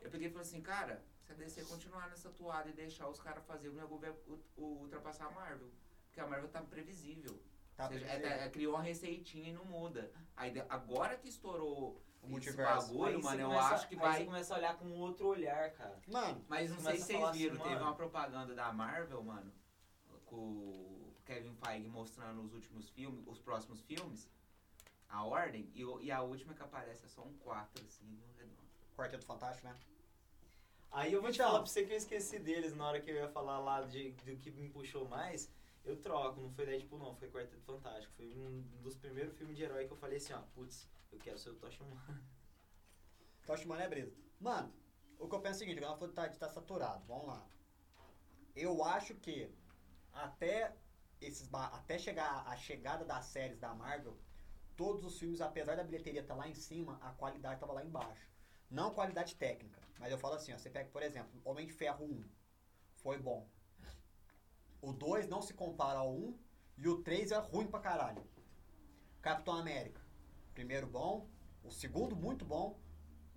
Eu peguei e falei assim, cara, se a DC continuar nessa toada e deixar os caras fazer o Nego vai u- u- ultrapassar a Marvel. Porque a Marvel tá previsível. tá, Ou seja, é- é- criou uma receitinha e não muda. Aí de- agora que estourou o esse multiverso. Aí bagulho, você mano, eu começa- acho que aí vai. você começa a olhar com outro olhar, cara. Mano, Mas não Começa a sei se vocês falar viram, assim, teve mano. uma propaganda da Marvel, mano, com o Kevin Feige mostrando os últimos filmes, os próximos filmes, a ordem, e, o- e a última que aparece é só um 4, assim, no redondo. Quarteto Fantástico, né? Aí eu vou te Então. falar pra você que eu esqueci deles na hora que eu ia falar lá de, do que me puxou mais. Eu troco, não foi Deadpool não, foi Quarteto Fantástico. Foi um dos primeiros filmes de herói que eu falei assim, ó, putz, eu quero ser o Tocha Humana. Então acho que, mano é brisa. Mano, o que eu penso é o seguinte, o Galo tá, tá saturado, vamos lá. Eu acho que até, esses, ba- até chegar a chegada das séries da Marvel, todos os filmes, apesar da bilheteria estar lá em cima, a qualidade tava lá embaixo. Não qualidade técnica, mas eu falo assim, ó, você pega, por exemplo, Homem de Ferro 1, foi bom. O 2 não se compara ao 1 e o 3 é ruim pra caralho. Capitão América, primeiro bom, o segundo muito bom,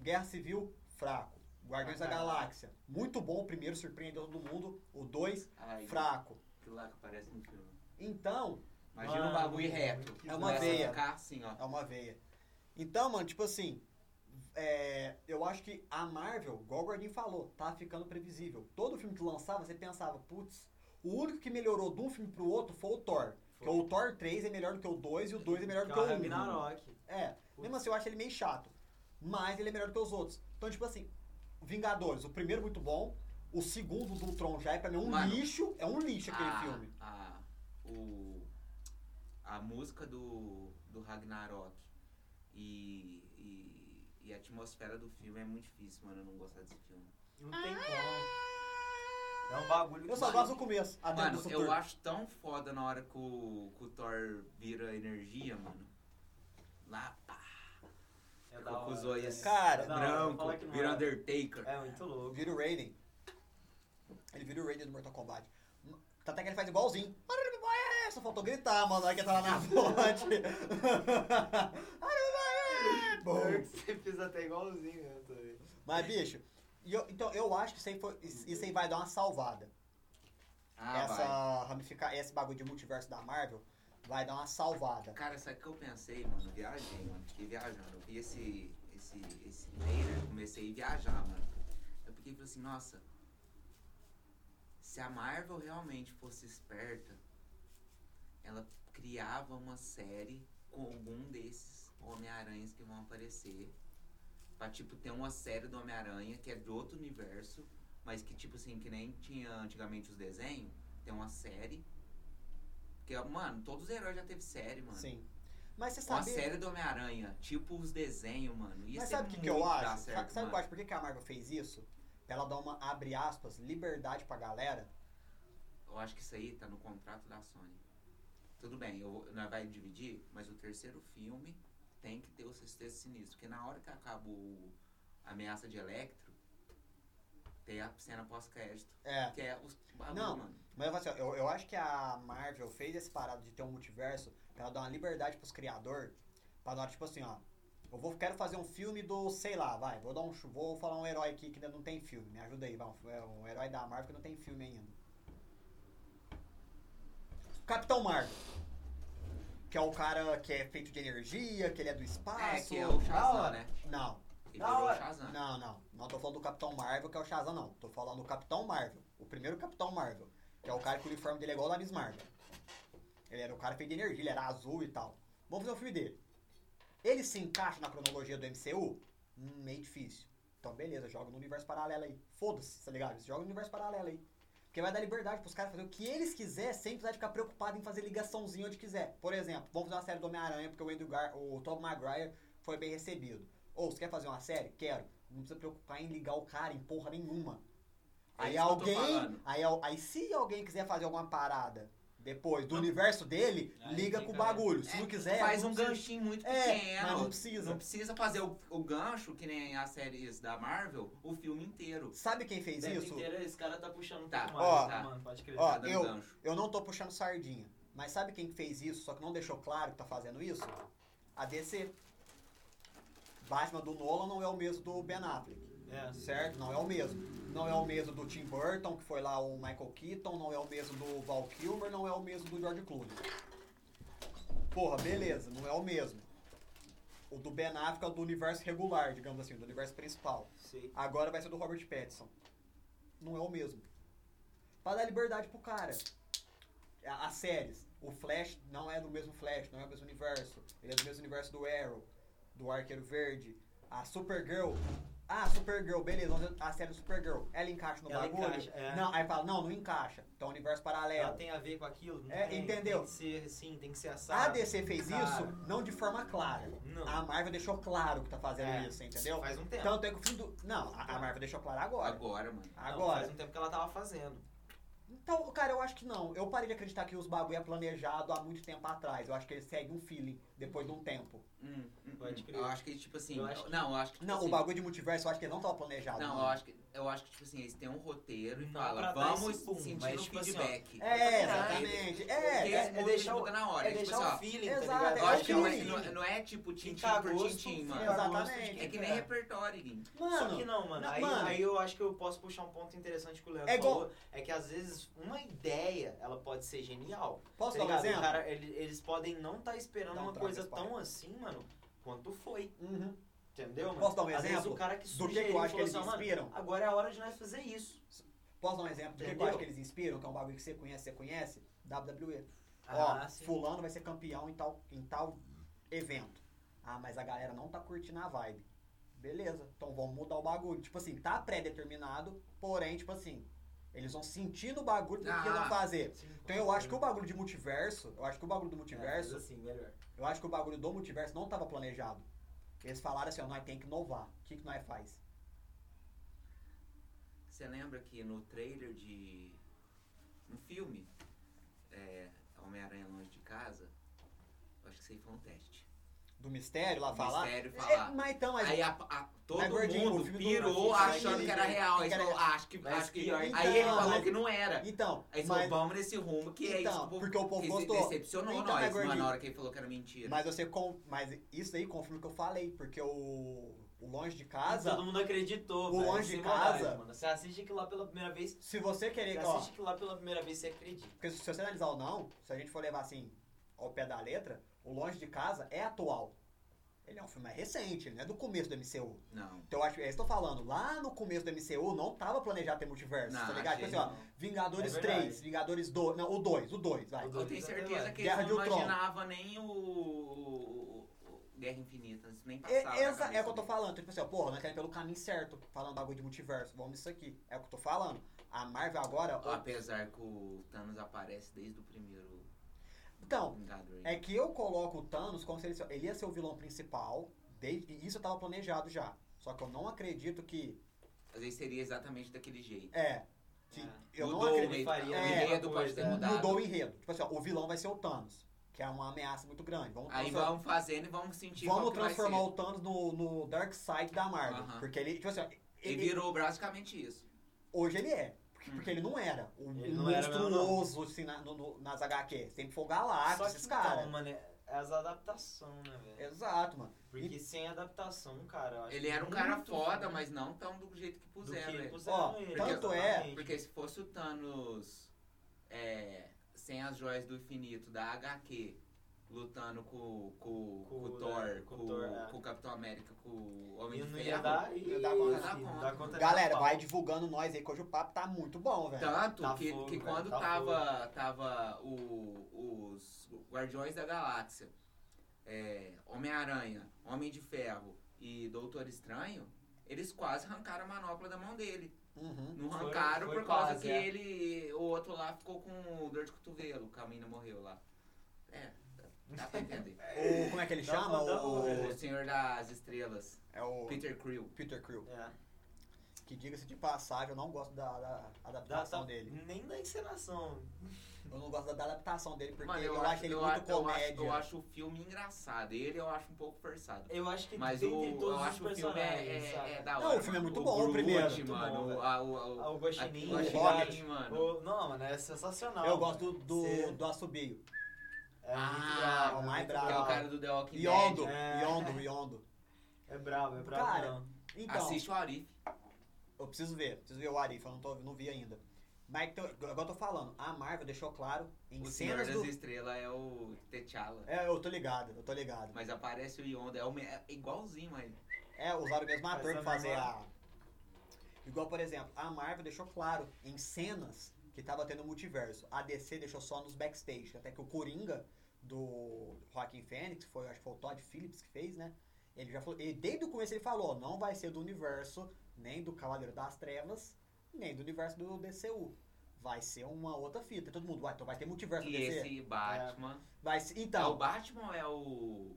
Guerra Civil, fraco. Guardiões Pra da caralho. Galáxia, muito bom o primeiro, surpreendeu todo mundo. O 2, Aí, fraco. aquilo lá que aparece no filme. Então, Imagina Mano, um bagulho reto. que É uma começa a veia. Ficar assim, ó. É uma veia. Então, mano, tipo assim, é, eu acho que a Marvel, igual o Gordinho falou, tá ficando previsível. Todo filme que lançava, você pensava, putz, o único que melhorou de um filme pro outro foi o Thor. Porque o Thor 3 é melhor do que o 2 e o 2 é melhor do que Que é o o 1. Ragnarok. É, mesmo assim eu acho ele meio chato. Mas ele é melhor do que os outros. Então, tipo assim, Vingadores, o primeiro muito bom, O segundo do Ultron já é pra mim um Mano. lixo. É um lixo aquele a, filme. A, Ah, o, a música do, do Ragnarok e, e, e a atmosfera do filme é muito difícil, mano. Eu não gosto desse filme. Não tem como. É um bagulho Eu só que- gosto do começo. A dentro Mano, do eu futuro. acho tão foda na hora que o, que o Thor vira energia, mano. Lá, pá, É da com os hora, olhos né? Cara, É da hora, vou branco, falar que não vira é. Undertaker. É *laughs* muito louco. Vira o Raiden. Ele vira o Raiden do Mortal Kombat. Tanto é que ele faz igualzinho. Barulho de boia é Só faltou gritar, mano, na hora que ele tá lá na *laughs* ponte. Barulho de boia! Bom. *laughs* Você fez até igualzinho, né, eu também. Mas, bicho, e eu- então eu acho que isso aí, foi- isso aí vai dar uma salvada. Ah, vai. essa ramificar esse bagulho de multiverso da Marvel vai dar uma salvada. Cara, sabe o que eu pensei, mano? Viajei, mano. Fiquei viajando. Eu vi esse, esse, esse trailer, comecei a viajar, mano. Eu fiquei e falei assim, nossa. Se a Marvel realmente fosse esperta, ela criava uma série com algum desses Homem-Aranhas que vão aparecer. Pra, tipo, ter uma série do Homem-Aranha que é de outro universo, mas que, tipo assim, que nem tinha antigamente os desenhos, tem uma série. Porque, mano, todos os heróis já teve série, mano. Sim. Mas você Uma sabe. série do Homem-Aranha, tipo os desenhos, mano. Ia mas ser sabe o que, que é muito eu dar acho? Certo, sabe sabe o que eu mano. acho? Por que, que a Marvel fez isso? Pra ela dar uma, abre aspas, liberdade pra galera. Eu acho que isso aí tá no contrato da Sony. Tudo bem, eu, vou- nós vai dividir, mas o terceiro filme tem que ter o sexteto sinistro. Porque na hora que acaba o Ameaça de Electro, tem a cena pós-crédito. É. Que é os bagulho, Não. mano. Mas assim, ó, eu, eu acho que a Marvel fez esse parado de ter um multiverso pra ela dar uma liberdade pros criadores. Pra dar, tipo assim, ó. Eu vou, quero fazer um filme do, sei lá, vai, vou dar um. chu- Vou falar um herói aqui que ainda não tem filme. Me ajuda aí, vai. Um, é um herói da Marvel que não tem filme ainda. Capitão Marvel. Que é o cara que é feito de energia, que ele é do É, espaço. que é o da Shazam, hora. né? Não, Ele Da virou o hora. Shazam. não, não. Não tô falando do Capitão Marvel, que é o Shazam, não. Tô falando do Capitão Marvel. O primeiro Capitão Marvel. Que é o cara que o uniforme dele é igual ao da Miss Marvel. Ele era o cara feito de energia, ele era azul e tal. Vamos fazer um filme dele. Ele se encaixa na cronologia do MCU? Hum, meio difícil. Então, beleza, joga no universo paralelo aí. Foda-se, tá ligado? Joga no universo paralelo aí. Porque vai dar liberdade pros caras fazer o que eles quiserem, sem precisar ficar preocupado em fazer ligaçãozinha onde quiser. Por exemplo, vamos fazer uma série do Homem-Aranha, porque o, Andrew Gar o Tom Maguire foi bem recebido. Ou, você quer fazer uma série? Quero. Não precisa preocupar em ligar o cara em porra nenhuma. É Aí isso que eu tô alguém. falando. Aí, al- aí se alguém quiser fazer alguma parada depois do universo dele, Aí liga fica, com o bagulho. Se É, não quiser. Faz não um precisa. ganchinho muito É, mas não pequeno. precisa. Não precisa fazer o, o gancho, que nem as séries da Marvel, o filme inteiro. Sabe quem O fez tempo isso? inteiro esse cara tá puxando um Tá, pouco ó, mais, tá. tá. mano, pode crer. Ó, Tá dando eu- gancho. Eu não tô puxando sardinha. Mas sabe quem fez isso, só que não deixou claro que tá fazendo isso? A DC. Batman do Nolan não é o mesmo do Ben Affleck. É. certo? Não é o mesmo. Não é o mesmo do Tim Burton, que foi lá o Michael Keaton, não é o mesmo do Val Kilmer, não é o mesmo do George Clooney. Porra, beleza, não é o mesmo. O do Ben Affleck é o do universo regular, digamos assim, do universo principal. Sei. Agora vai ser do Robert Pattinson. Não é o mesmo. Pra dar liberdade pro cara. A- As séries. O Flash não é do mesmo Flash, não é do mesmo universo. Ele é do mesmo universo do Arrow, do Arqueiro Verde. A Supergirl. Ah, Supergirl, beleza. vamos ver A série do Supergirl. Ela encaixa no Ela bagulho? encaixa, é. Não, aí fala, não, não encaixa. Então, universo Ela paralelo. tem a ver com aquilo? Não É, tem. entendeu? Tem que ser assim, tem que ser A assado. DC fez Cara. isso, não de forma clara. Não. A Marvel deixou claro que tá fazendo É. Ah, isso, entendeu? Faz um tempo. Tanto é que o fim do. Não, a a Marvel deixou claro agora. Agora, mano. Não, Agora. faz um tempo que ela tava fazendo. Então, cara, eu acho que não. Eu parei de acreditar que os bagulho é planejado há muito tempo atrás. Eu acho que ele segue um feeling depois de um tempo. Hum, hum, Pode hum. crer. Eu acho que, tipo assim. Eu acho que- Não, eu acho que. Tipo Não, assim, o bagulho de multiverso eu acho que ele não tava planejado. Não, eu acho que, eu acho que, tipo assim, eles têm um roteiro e Não falam, pra dar vamos esse boom, sentir mas, o tipo assim, ó, feedback. É, Sabe? exatamente. Porque É, é é. eles deixar mudam o- na hora. é tipo deixar assim, ó, o feeling, exato, tá ligado? é eu acho que não é, feeling. não, é- não é tipo tintim Fica por gosto, tintim, fica mano. Exatamente. gosto de É que nem cara. repertório, Guim. Só que Mano, não, mano. não, aí, mano. aí eu acho que eu posso puxar um ponto interessante que o Leandro É igual- falou. É que às vezes uma ideia, ela pode ser genial. posso dar tá um ligado? O exemplo? cara, ele- eles podem não estar esperando Dá um uma trago coisa esse pai. tão assim, mano, quanto foi. Uhum. Entendeu, mano? Posso dar um Às vezes exemplo o cara que Do que, sugeriu que eu acho que falou eles assim, ó, mano, inspiram? agora é a hora de nós fazer isso. Posso dar um exemplo do que, que eu Entendeu? acho que eles inspiram? Que é um bagulho que você conhece, você conhece? WWE. Ó, Ah, sim. fulano vai ser campeão em tal, em tal evento. Ah, mas a galera não tá curtindo a vibe. Beleza, então vamos mudar o bagulho. Tipo assim, tá pré-determinado, porém, tipo assim, eles vão sentir no bagulho do que Ah. vão fazer. Sim, Então eu acho que o bagulho de multiverso, eu acho que o bagulho do É, mas multiverso, assim, melhor. eu acho que o bagulho do multiverso não tava planejado. Eles falaram assim, ó, nós tem que inovar. O que, que nós faz? Você lembra que no trailer de um filme, é, Homem-Aranha Longe de Casa, eu acho que isso aí foi um teste. Do mistério lá O falar? Mistério É, falar. mas então, mas. Aí a- a- todo Mas, gordinho, o mundo filme do- pirou Isso aí, achando que era ele- real. Aí que era- falou, "Ah, acho que. Mas Acho que pior- aí ele Então, falou mas- que não era. Então, Aí eles mas, falou, vamos nesse rumo, que é isso. então, que o povo- porque o povo que gostou. decepcionou Então, nós, mas, mano, gordinho, na hora que ele falou que era mentira. Mas você com, mas isso aí confirma o que eu falei, porque o, o longe de casa, Todo mundo acreditou, O velho, Longe sem de Casa- maldade, mano. Você assiste aquilo lá pela primeira vez, se você você querer, ó, assiste aquilo lá pela primeira vez, você acredita. porque se você analisar ou não, se a gente for levar assim ao pé da letra, o longe de casa é atual. Ele é um filme mais recente, ele não é do começo do MCU. Não. Então eu acho, é isso que eu tô falando, lá no começo do MCU não tava planejado ter multiverso, Não, tá ligado? Tipo achei assim, ó, Vingadores É verdade. 3, Vingadores 2, não, o 2, o 2, vai. O dois. Eu tenho certeza que é Guerra eles não de Ultron. imaginavam nem o, o- o- o Guerra Infinita, isso nem É, passava. na essa é cabeça o que eu tô deles. falando. Tipo assim, ó, porra, nós queremos pelo caminho certo. Falando bagulho de multiverso, vamos nisso aqui. É o que eu tô falando. A Marvel agora. ó, Apesar que o Thanos aparece desde o primeiro Então, Vingador. é que eu coloco o Thanos como se ele, ele ia ser o vilão principal. Desde, e isso eu tava planejado já. Só que eu não acredito que. Às vezes seria exatamente daquele jeito. É. Que É. eu mudou não o acredito. meio- faria o a mesma enredo pode coisa, ter né? mudado. Mudou o enredo. Tipo assim, ó, o vilão vai ser o Thanos. Que é uma ameaça muito grande. Vamos Aí transformar- vamos fazendo e vamos sentir vamos qual que vai transformar ser. o Thanos no, no Dark Side da Marvel. Aham. Porque ele, tipo assim, ó, E ele- virou basicamente isso. Hoje ele é. Porque, Hum. porque ele não era. O Uhum. Ele não era mesmo, monstruoso, assim, na, no- no- nas HQ. Sempre foi o Galactus, Só que esses É, caras. então, mano, é as adaptações, né, velho? Exato, mano. Porque sem adaptação, cara, eu acho Ele era um cara muito foda, ruim mas não tão do jeito que do puseram que ele. puseram Ó, ele, tanto é- exatamente. Porque se fosse o Thanos é, sem as joias do infinito da HQ, lutando com, Com com, com o o- né, Thor, com com, o Thor, é. com o Capitão América, com o Homem é E de não ia Ferro, dar, Ia e dar conta. não Ia dar ia conta. dar conta Galera, nem a vai pau. divulgando nós aí, que hoje o papo tá muito bom, velho. Tanto Tá que, fogo, que velho, quando tá tava, tava o- os Guardiões da Galáxia, é, Homem-Aranha, Homem de Ferro e Doutor Estranho, eles quase arrancaram a manopla da mão dele. Uhum. Não Foi- arrancaram foi por causa quase, que é. ele. O outro lá ficou com dor de cotovelo, que a mina morreu lá. É, dá pra entender. *laughs* O, como é que ele Dá chama? pra- dá pra O, ver. o Senhor das Estrelas, é o Peter Krill. Peter Crew. É. Que diga-se de passagem, eu não gosto da, da Da- Ah, adaptação tá. da- dele. Nem da encenação. Eu não gosto da, da adaptação dele, porque Mano, eu, acho ele eu muito acho- eu acho- comédia. eu acho o filme engraçado. Ele eu acho um pouco forçado. Eu acho que Mas tem, o, tem todos eu os acho que o filme é, personagens, é, sabe? é da Não, hora. o filme é mano. muito bom, o Groot, primeiro. Muito mano. bom, velho. a- o- Ah, a- o aquele Guaxinim, o Guaxinim, Hobbit, mano. o- Não, mano, é sensacional. Eu gosto do, do, Cê- do assobio. É muito Ah, bravo. o é mais muito bravo. Que é o Ah, cara do The Walking Yondo, Dead. É. Yondo, *laughs* Yondo. É bravo, é bravo. Cara, não. Então, Assiste o Arif. Eu preciso ver, preciso ver o Arif, eu não, tô, não vi ainda. Mas então, agora eu tô falando, a Marvel deixou claro em O Senhor cenas das do. Estrelas é o T'Challa. É, eu tô ligado, eu tô ligado. Mas aparece o Yondo. É, o me- é igualzinho, mas... É, usaram o mesmo Faz ator pra a fazer mesma- a. Igual, por exemplo, a Marvel deixou claro em cenas que tava tendo multiverso. A DC deixou só nos backstage. Até que o Coringa do Joaquim Fênix, foi, acho que foi o Todd Phillips que fez, né? Ele já falou. E desde o começo ele falou: não vai ser do universo, nem do Cavaleiro das Trevas, nem do universo do DCU. Vai ser uma outra fita. Todo mundo, ué, então vai ter multiverso do E DC. esse Batman... Vai ser- É o então, Batman ou é o...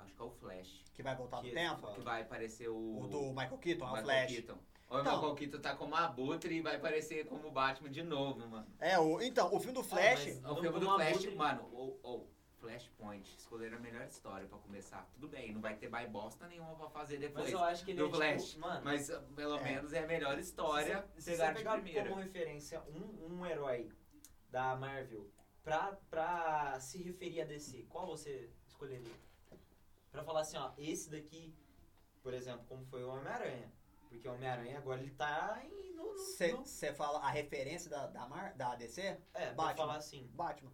Acho que é o Flash. que vai voltar que no esse tempo. fala. Que vai aparecer o... O do Michael Keaton, é o Michael Flash. Keaton. Olha, Então. o Michael Keaton tá como abutre e vai aparecer como Batman de novo, mano. É, o, então, o filme do Flash. mas- O Não, filme do como Flash, abutre. mano, ou Flashpoint, escolheram a melhor história pra começar. Tudo bem, não vai ter mais bosta nenhuma pra fazer Mas depois. eu acho que ele do é tipo, Flash. mano, Mas uh, pelo É. menos é a melhor história se você, se você pegar de pegar primeira. como referência um, um herói da Marvel pra, pra se referir a DC, qual você escolheria? Pra falar assim, ó, esse daqui, por exemplo, como foi o Homem-Aranha. Porque o Homem-Aranha agora ele tá em, no, no, no- Você fala a referência da, da, Mar- da DC? É, pra Batman. falar assim. Batman.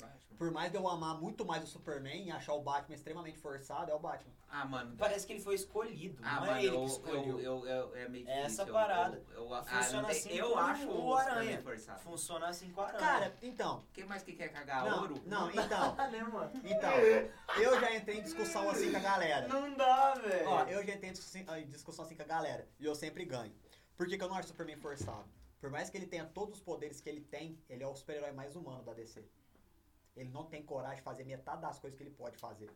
Batman. Por mais de eu amar muito mais o Superman e achar o Batman extremamente forçado, é o Batman. Ah, mano. Parece que ele foi escolhido, Ah, não mano, é ele eu, que escolheu. eu, eu, eu- é meio que Essa isso, eu- parada. Eu, eu, ah, Funciona não tem- assim eu como acho o o Superman Aranha. forçado. Funciona assim com a aranha. Cara, então. Quem mais que quer cagar não, É ouro? não, então. Tá, né, mano? Então. Eu já entrei em discussão assim com a galera. Não dá, velho. Ó, É. eu já entrei em discussão, em discussão assim com a galera. E eu sempre ganho. Por que, que eu não acho o Superman forçado? Por mais que ele tenha todos os poderes que ele tem, ele é o super-herói mais humano da DC. Ele não tem coragem de fazer metade das coisas que ele pode fazer.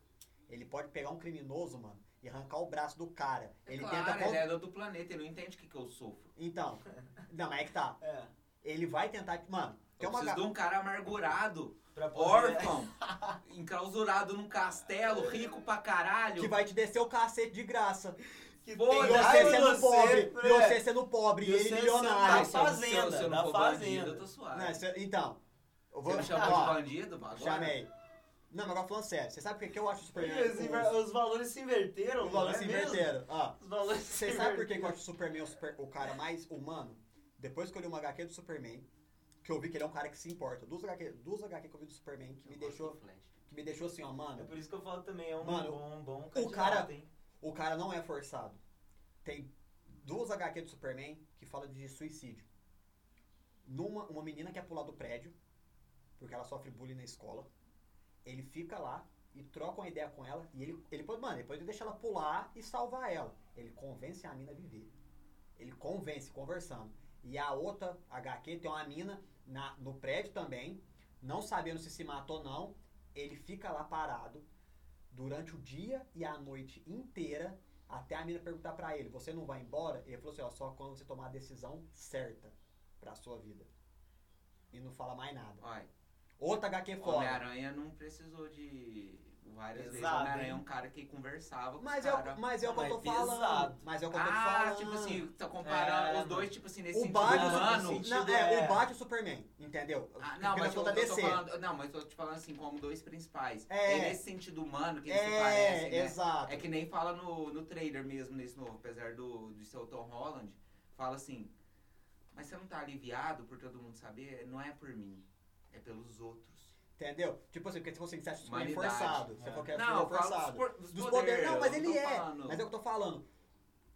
Ele pode pegar um criminoso, mano, e arrancar o braço do cara. Ele claro, tenta. ele é do outro planeta, ele não entende o que, que eu sofro. Então. Não, mas é que tá. É, Ele vai tentar. Mano, tem Eu uma preciso de ga- um cara amargurado, pra poder- órfão, *laughs* enclausurado num castelo, rico pra caralho. que vai te descer o cacete de graça. *laughs* Que E Foda-se tem- você sendo Ai, pobre. você, E você é. sendo pobre. E E ele você milionário. Ah, na se eu não- fazenda, se eu- se eu na não for fazenda. bandido, eu tô suave. Não, isso- então, eu vou. Você me chamou de Ó, bandido agora? chamei. Não, mas agora falando sério, você sabe por que que eu acho o Superman? Os inver- os- Os valores se inverteram, Tá Tipo, Os valores não se é mesmo? inverteram. Ó, Os valores você sabe por que que eu acho o Superman o, super- o cara mais humano? Depois que eu li uma HQ do Superman, que eu vi que ele é um cara que se importa. Duas HQ, duas HQ que eu vi do Superman que me deixou, que me deixou assim, ó, É mano, por isso que eu falo também, é um Mano, bom, bom o candidato, cara- hein? o cara não é forçado. Tem duas HQ do Superman que fala de suicídio. Numa, uma menina quer pular do prédio, porque ela sofre bullying na escola. Ele fica lá e troca uma ideia com ela. E ele, ele pode, mano, depois ele deixa ela pular e salvar ela. Ele convence a mina a viver. Ele convence, conversando. E a outra HQ tem uma mina na, no prédio também, não sabendo se se matou ou não. Ele fica lá parado durante o dia e a noite inteira até a mina perguntar pra ele: Você não vai embora? Ele falou assim: ó, Só quando você tomar a decisão certa pra sua vida. E não fala mais nada. Olha, Outra HQ foda. Homem-Aranha não precisou de. Várias vezes Pesado, Homem-Aranha é hein? um cara que conversava com Mas os é, caras. o- mas é o que eu Mas tô pesado. falando. Mas é o que eu tô Ah, falando. tipo assim, tá comparando É, os dois, tipo assim, nesse o sentido Batman. humano. assim, não, sentido é, é- o Batman e o Superman, entendeu? Ah, não, Porque tá mas eu eu, tô eu tô DC. falando, não, mas eu tô te falando assim, como dois principais. É. É, nesse sentido humano que eles se É, parecem, né? exato. É que nem fala no, no trailer mesmo, nesse novo, apesar do, de ser o Tom Holland, fala assim, mas você não tá aliviado por todo mundo saber? Não é por mim, é pelos outros. Entendeu? Tipo assim, porque tipo assim, você acha o Superman Humanidade. né? forçado. Você É. falou que é não, eu Superman falo forçado. dos, por, dos, Dos poderes. Não, eu mas tô ele é. falando. Mas é o que eu tô falando.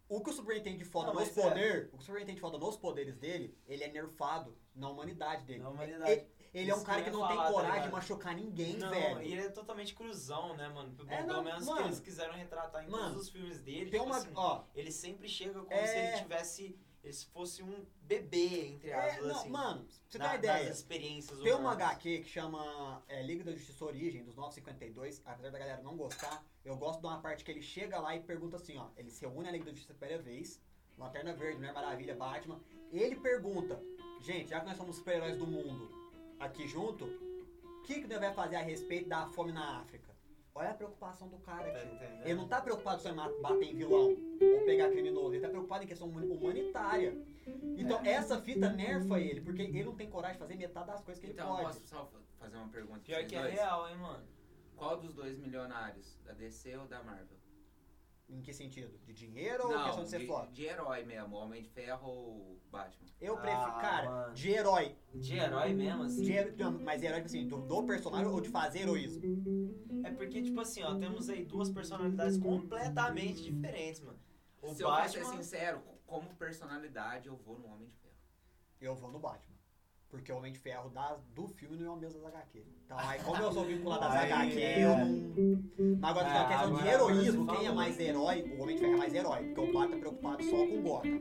O que o Superman tem de foda Não, nos mas é. poderes, o que o Superman tem de foda nos poderes dele, ele é nerfado na humanidade dele. Na humanidade. Ele, ele é um Isso cara que que eu não ia tem falar, tá coragem de ligado? machucar ninguém, não, velho. e ele é totalmente cruzão, né, mano? Bom, É, não, pelo menos mano. que eles quiseram retratar em Mano, todos os filmes dele. Tem tipo uma. assim, Ó, ele sempre chega como É. se ele tivesse. Ele fosse um bebê, entre aspas, é, não, assim. mano, pra você na- tem uma ideia. nas experiências Tem uma humanas. HQ que chama é, Liga da Justiça Origem, dos 952, apesar da galera não gostar, eu gosto de uma parte que ele chega lá e pergunta assim, ó, ele se reúne à Liga da Justiça pela primeira vez, Lanterna Verde, Mulher Maravilha, Batman, ele pergunta, gente, já que nós somos super-heróis do mundo aqui junto, o que, que nós vai fazer a respeito da fome na África? Olha a preocupação do cara, Tá tio. entendendo? Ele não tá preocupado só em ma- bater em vilão ou pegar criminoso, ele tá preocupado em questão humani- humanitária. Então É. essa fita nerfa ele, porque ele não tem coragem de fazer metade das coisas que ele Então, pode. posso só fa- fazer uma pergunta pra Pior vocês que é dois? real, hein, mano? Qual dos dois milionários, da DC ou da Marvel? Em que sentido? De dinheiro ou não, questão de ser foda? de herói mesmo, Homem de Ferro ou Batman? Eu prefiro, Ah, cara, mano. de herói. De herói mesmo, assim. De hero- não, mas herói, tipo assim, do, do personagem ou de fazer heroísmo. É porque, tipo assim, ó, temos aí duas personalidades completamente diferentes, mano. O Se eu for ser Batman. sincero, co- como personalidade, eu vou no Homem de Ferro. Eu vou no Batman. Porque o Homem de Ferro da, do filme não é o mesmo das HQ. Então, aí como eu sou vinculado às Aí, HQ, é. eu não... Mas agora, É, na questão de agora- heroísmo, agora você quem é falou. mais herói, o Homem de Ferro é mais herói. Porque o Batman tá preocupado só com o Gotham,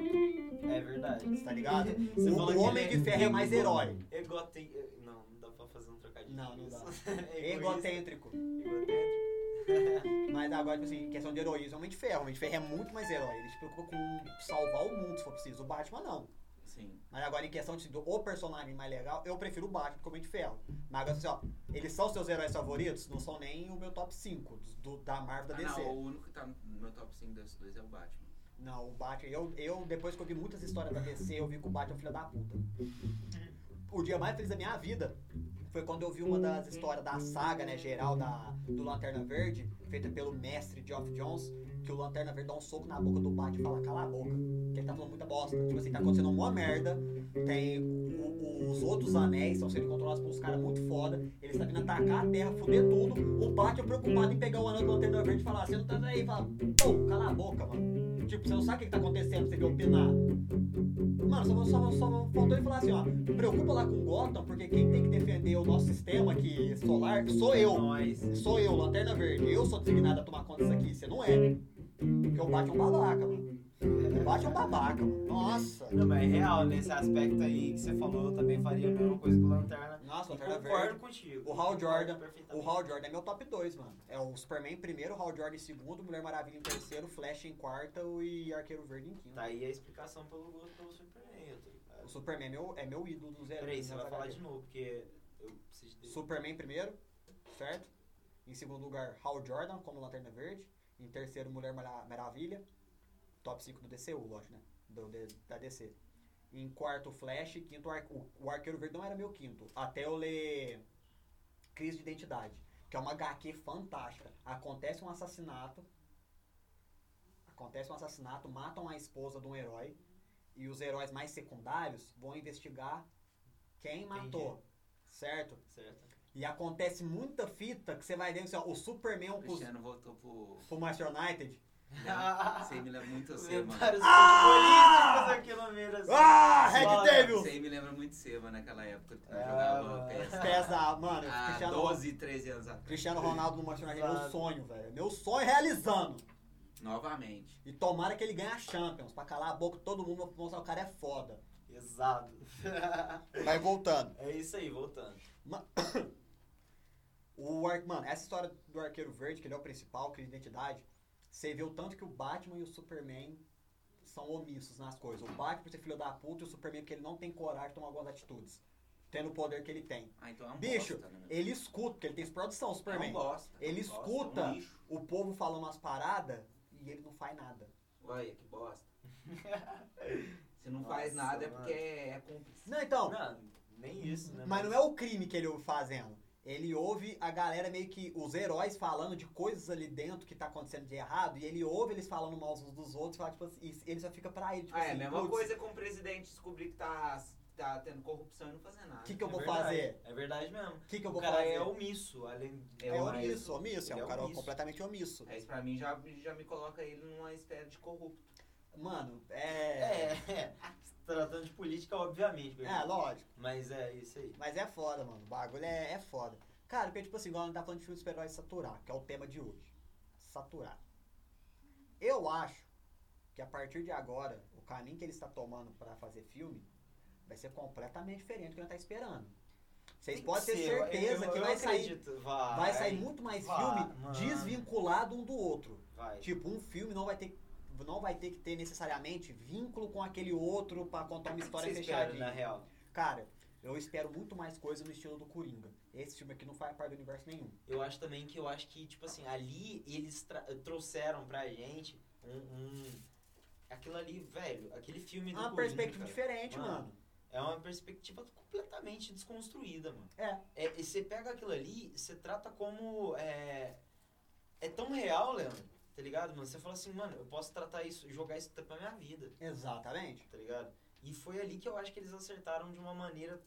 É verdade. você tá ligado? Uhum. Você o falou que o Homem ele é de Ferro é mais herói. Egote... Não, não dá pra fazer um trocadilho. Não, não Isso. *laughs* dá. É egoísta. Egocêntrico. Egocêntrico. Mas agora, tipo assim, questão de heroísmo, é o Homem de Ferro. O Homem de Ferro é muito mais herói. Ele se preocupa com salvar o mundo, se for preciso. O Batman, não. Sim. Mas agora, em questão de do o personagem mais legal, eu prefiro o Batman que o Homem de Ferro. Mas agora, assim, ó, eles são seus heróis favoritos? Não são nem o meu top 5 do, do- da Marvel Ah, da DC. não, Não, o único que tá no meu top 5 desses dois é o Batman. o Batman... Eu, eu, depois que eu vi muitas histórias da DC, eu vi que o Batman é um filho da puta. O dia mais feliz da minha vida foi quando eu vi uma das histórias da saga, né, geral, da, do Lanterna Verde, feita pelo mestre Geoff Jones, que o Lanterna Verde dá um soco na boca do Batman e fala, cala a boca, que ele tá falando muita bosta. Tipo assim, tá acontecendo uma merda, tem o- os outros anéis estão sendo controlados por uns caras muito foda, eles estão vindo atacar a Terra, fuder tudo, o Batman preocupado em pegar o anel do Lanterna Verde e falar, você não tá aí, fala, pô, cala a boca, mano. Tipo, você não sabe o que que tá acontecendo, você vê opinar. Mano, só, só, só faltou ele falar assim, ó, preocupa lá com Gotham, porque quem tem que defender o nosso sistema aqui solar sou eu. Nós. Sou eu, Lanterna Verde. Eu sou designado a tomar conta disso aqui. Você não é. Porque o Batman é um babaca, mano. O Batman é um babaca, mano. Nossa. Não, mas é real, né, nesse aspecto aí que você falou, eu também faria a mesma coisa com Lanterna. Nossa, Lanterna Verde. Concordo contigo. O Hal Jordan, Perfeitamente. O Hal Jordan é meu top 2, mano. É o Superman em primeiro, o Hal Jordan em segundo, Mulher Maravilha em terceiro, Flash em quarta e Arqueiro Verde em quinto. Tá aí a explicação pelo gosto pelo Superman. Eu tô ligado. O Superman é meu, é meu ídolo dos heróis. Peraí, você na vai falar verdade. de novo, porque eu preciso de. Superman em primeiro, certo? Em segundo lugar, Hal Jordan como Lanterna Verde. Em terceiro, Mulher Mara- Maravilha. Top 5 do DCU, lógico, né? Do, de- da DC. Em quarto, Flash. Quinto, Ar- o, o Arqueiro Verde não era meu quinto. Até eu ler Crise de Identidade, que é uma HQ fantástica. Acontece um assassinato. Acontece um assassinato, matam a esposa de um herói. E os heróis mais secundários vão investigar quem matou. Certo? Certo. *laughs* E acontece muita fita que você vai vendo assim, ó, o Superman é O um cuzão Cristiano *laughs* voltou pro. Né? pro Manchester United. Ah, Você me lembra muito você, Tá mano. Comentários Ah! políticos aqui no meio assim. Ah, Red Red Devil! Você me lembra muito você, mano, naquela época que eu Ah, jogava mano. PES. Pesa, mano, Há Cristiano, 12, 13 anos atrás. Cristiano Ronaldo no Manchester United é meu Exato. sonho, velho. Meu sonho é realizando. Novamente. E tomara que ele ganhe a Champions, pra calar a boca de todo mundo, pra mostrar que o cara é foda. Pesado. Vai voltando. *laughs* É isso aí, voltando. O Ar... Mano, essa história do Arqueiro Verde, que ele é o principal, crise de identidade, você vê o tanto que o Batman e o Superman são omissos nas coisas. O Batman por ser filho da puta e o Superman porque ele não tem coragem de tomar algumas atitudes. Tendo o poder que ele tem. Ah, então é um Bicho, bosta, né, meu? Ele escuta, porque ele tem produção, É um Superman. bosta. é um Ele bosta, escuta. É um lixo. o povo falando umas paradas e ele não faz nada. Olha, que *laughs* bosta. Se não Nossa, faz nada é mano. porque é cúmplice. Não, então, Não, nem isso, né? mas não é o crime que ele ouve fazendo. Ele ouve a galera meio que, os heróis falando de coisas ali dentro que tá acontecendo de errado, e ele ouve eles falando mal uns dos outros, fala, tipo assim, e ele só fica pra ele, tipo Ah, é assim, a mesma "Putz, coisa com o presidente descobrir que tá, tá tendo corrupção e não fazer nada. O que, que eu É vou verdade, fazer? É verdade mesmo. O que, que eu O vou cara fazer? é omisso, além de. É omisso, omisso, omisso, é Ele um é cara omisso. completamente omisso. Aí É isso pra mim já, já me coloca ele numa espécie de corrupto. Mano, é... É, é. *laughs* Se Tratando de política, obviamente. meu É, irmão. lógico. Mas é isso aí. Mas é foda, mano. O bagulho é, é foda. Cara, porque, tipo assim, igual a gente tá falando de filme de super-herói saturar, que é o tema de hoje. Saturar. Eu acho que a partir de agora, o caminho que ele está tomando pra fazer filme vai ser completamente diferente do que a gente tá esperando. Vocês Tem podem ter ser, certeza eu- eu- que eu vai sair, acredito, Ah, Vai, vai sair muito mais vai, filme mano. desvinculado um do outro. Vai. Tipo, um filme não vai ter não vai ter que ter necessariamente vínculo com aquele outro pra contar uma O que história você espera, fechadinha. na real. Cara, eu espero muito mais coisa no estilo do Coringa. Esse filme aqui não faz parte do universo nenhum. Eu acho também que eu acho que, tipo assim, ali eles tra- trouxeram pra gente um. um- Aquilo ali, velho, aquele filme É do uma Coringa, perspectiva cara. diferente, Mano. mano. É uma perspectiva completamente desconstruída, mano. É. E você pega aquilo ali, você trata como. É, é tão real, Leandro, tá ligado, mano? Você fala assim, mano, eu posso tratar isso, jogar isso pra minha vida, Exatamente. tá ligado? E foi ali que eu acho que eles acertaram de uma maneira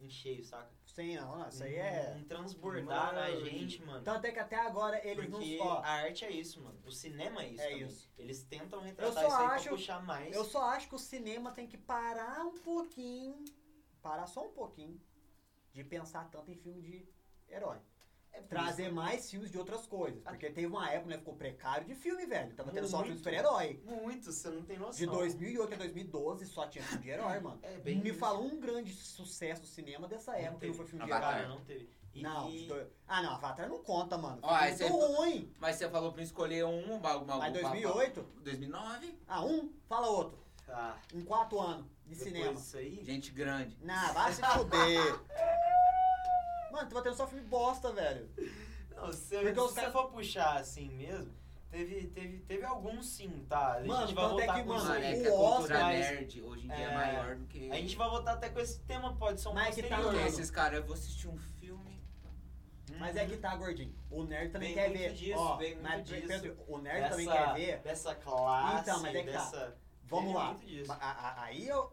em cheio, saca? Sim, não, não, isso aí Um- é. Um transbordar na Mano. gente, mano. Tanto é que até agora eles Porque não. Ó, a arte é isso, mano. O cinema é isso É também. isso. Eles tentam retratar só isso aí acho- pra puxar mais. eu só acho que o cinema tem que parar um pouquinho. Parar só um pouquinho de pensar tanto em filme de herói. É por Trazer mais filmes de outras coisas. Porque teve uma época, né? Ficou precário de filme, velho. Tava tendo só filme de Ah. Muito. super-herói. isso. é Muito, você não tem noção. De 2008 a 2012 só tinha filme de herói, mano. É bem Me isso. fala um grande sucesso do cinema dessa Não época que teve. não foi filme de Avatar. herói. Cara, não teve. E, Não, e- de dois- ah não, Avatar não conta, mano. Ó, Foi esse aí muito foi- ruim. Mas você falou pra eu escolher um, um, um, Mas 2008, 2009? ah, um, fala outro. Ah, Em quatro anos de depois cinema. disso aí, Gente grande. Não, vai se fuder. *laughs* Mano, tu vai tendo só filme bosta, velho. não, se, Porque se os você caras- for puxar assim mesmo, teve, teve, teve alguns sim, tá? A gente Mano, vai tanto é voltar que, com mano, isso Mano, aí. é o que a cultura Oscar, nerd hoje em dia é, é, maior do que. A gente vai voltar até com esse tema, pode ser um Mas que tá posterior. Hum, Porque mano. esses caras, eu vou assistir um filme. Mas é que tá, gordinho. O nerd também Uhum. Vem quer muito ver. disso, Ó, vem muito mas, disso. Pedro, o nerd Dessa- né? também quer ver. Dessa classe, Então, mas é que tá. dessa... Vamos Vem lá. muito disso. A- a- Aí eu.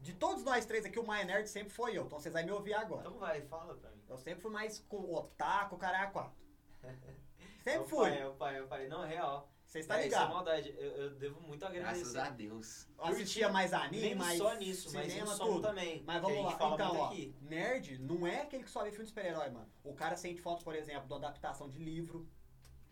De todos nós três aqui, o mais nerd sempre foi eu. Então vocês vão me ouvir agora. Então vai, fala pra mim. Eu sempre fui mais com otaku, *laughs* caraca. É Sempre o fui. pai, é o pai, é o pai. Não, é real. Vocês tá É, Isso é ligado? maldade. Eu, eu devo muito Graças agradecer. a Deus. Eu assistia mais anime, Nem mais só nisso, cinema, mas em som tudo. também. Mas que a vamos gente lá, fala então, muito ó. aqui. Nerd não é aquele que só vê filme de super-herói, mano. O cara sente fotos, por exemplo, da adaptação de livro.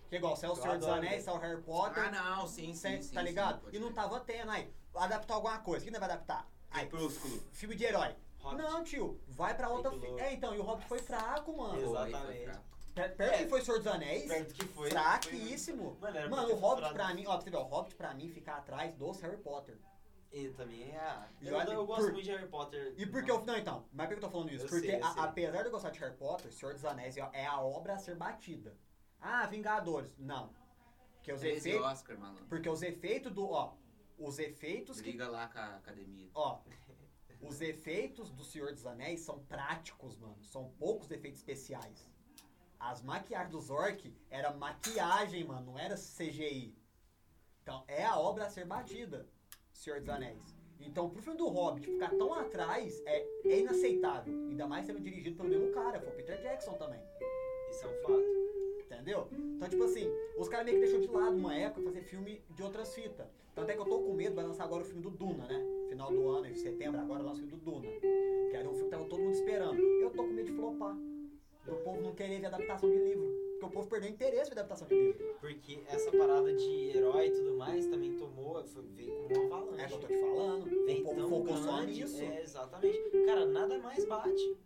Que é igual, você é o Eu Senhor dos adoro, Anéis, velho. você é o Harry Ah, Potter. não, sim, você- sim, sim. tá sim, ligado? pode e não ver. tava tendo, aí. Adaptar alguma coisa. Quem não vai adaptar? É Aí, Crepúsculo. filme de herói. Hobbit. Não, tio, vai pra outra. Muito fi- louco. É, então, e o Hobbit foi fraco, mano. Exato. Foi, foi Exatamente. fraco. Per- Perto que foi Senhor dos Anéis. Perto que foi. fraquíssimo. Mano, era pra Mano, ter o Hobbit comprado. pra mim, ó, pra você ver, o Hobbit pra mim fica atrás dos Harry Potter. E também é. E Eu, olha, eu gosto por- muito de Harry Potter. E por que eu. Não, então, mas por que eu tô falando isso? Eu Porque sei, eu a- sei. apesar de eu gostar de Harry Potter, Senhor dos Anéis é a- é a obra a ser batida. Ah, Vingadores. Não. Porque os É Treze efeitos. Oscar, malandro. Porque os efeitos do. Ó. Os efeitos que. Briga lá com a academia. Ó. *laughs* Os efeitos do Senhor dos Anéis são práticos, mano. São poucos efeitos especiais. As maquiagens dos orc era maquiagem, mano. Não era CGI. Então, é a obra a ser batida, Senhor dos Anéis. Então, pro filme do Hobbit ficar tão atrás é, é inaceitável. Ainda mais sendo dirigido pelo mesmo cara, foi o Peter Jackson também. Isso é um fato. Entendeu? Então, tipo assim, os caras meio que deixou de lado uma época fazer filme de outras fitas. Tanto é que eu tô com medo, vai lançar agora o filme do Duna, né? Final do ano, em setembro, agora lança o filme do Duna. Que era um filme que tava todo mundo esperando. Eu tô com medo de flopar. Do povo não querer ver adaptação de livro. Porque o povo perdeu interesse em adaptação de livro. Porque essa parada de herói e tudo mais também tomou. Foi, veio com uma avalanche. É o que eu tô te falando. Vem O povo tão focou só grande, nisso. É, exatamente. Cara, nada mais bate.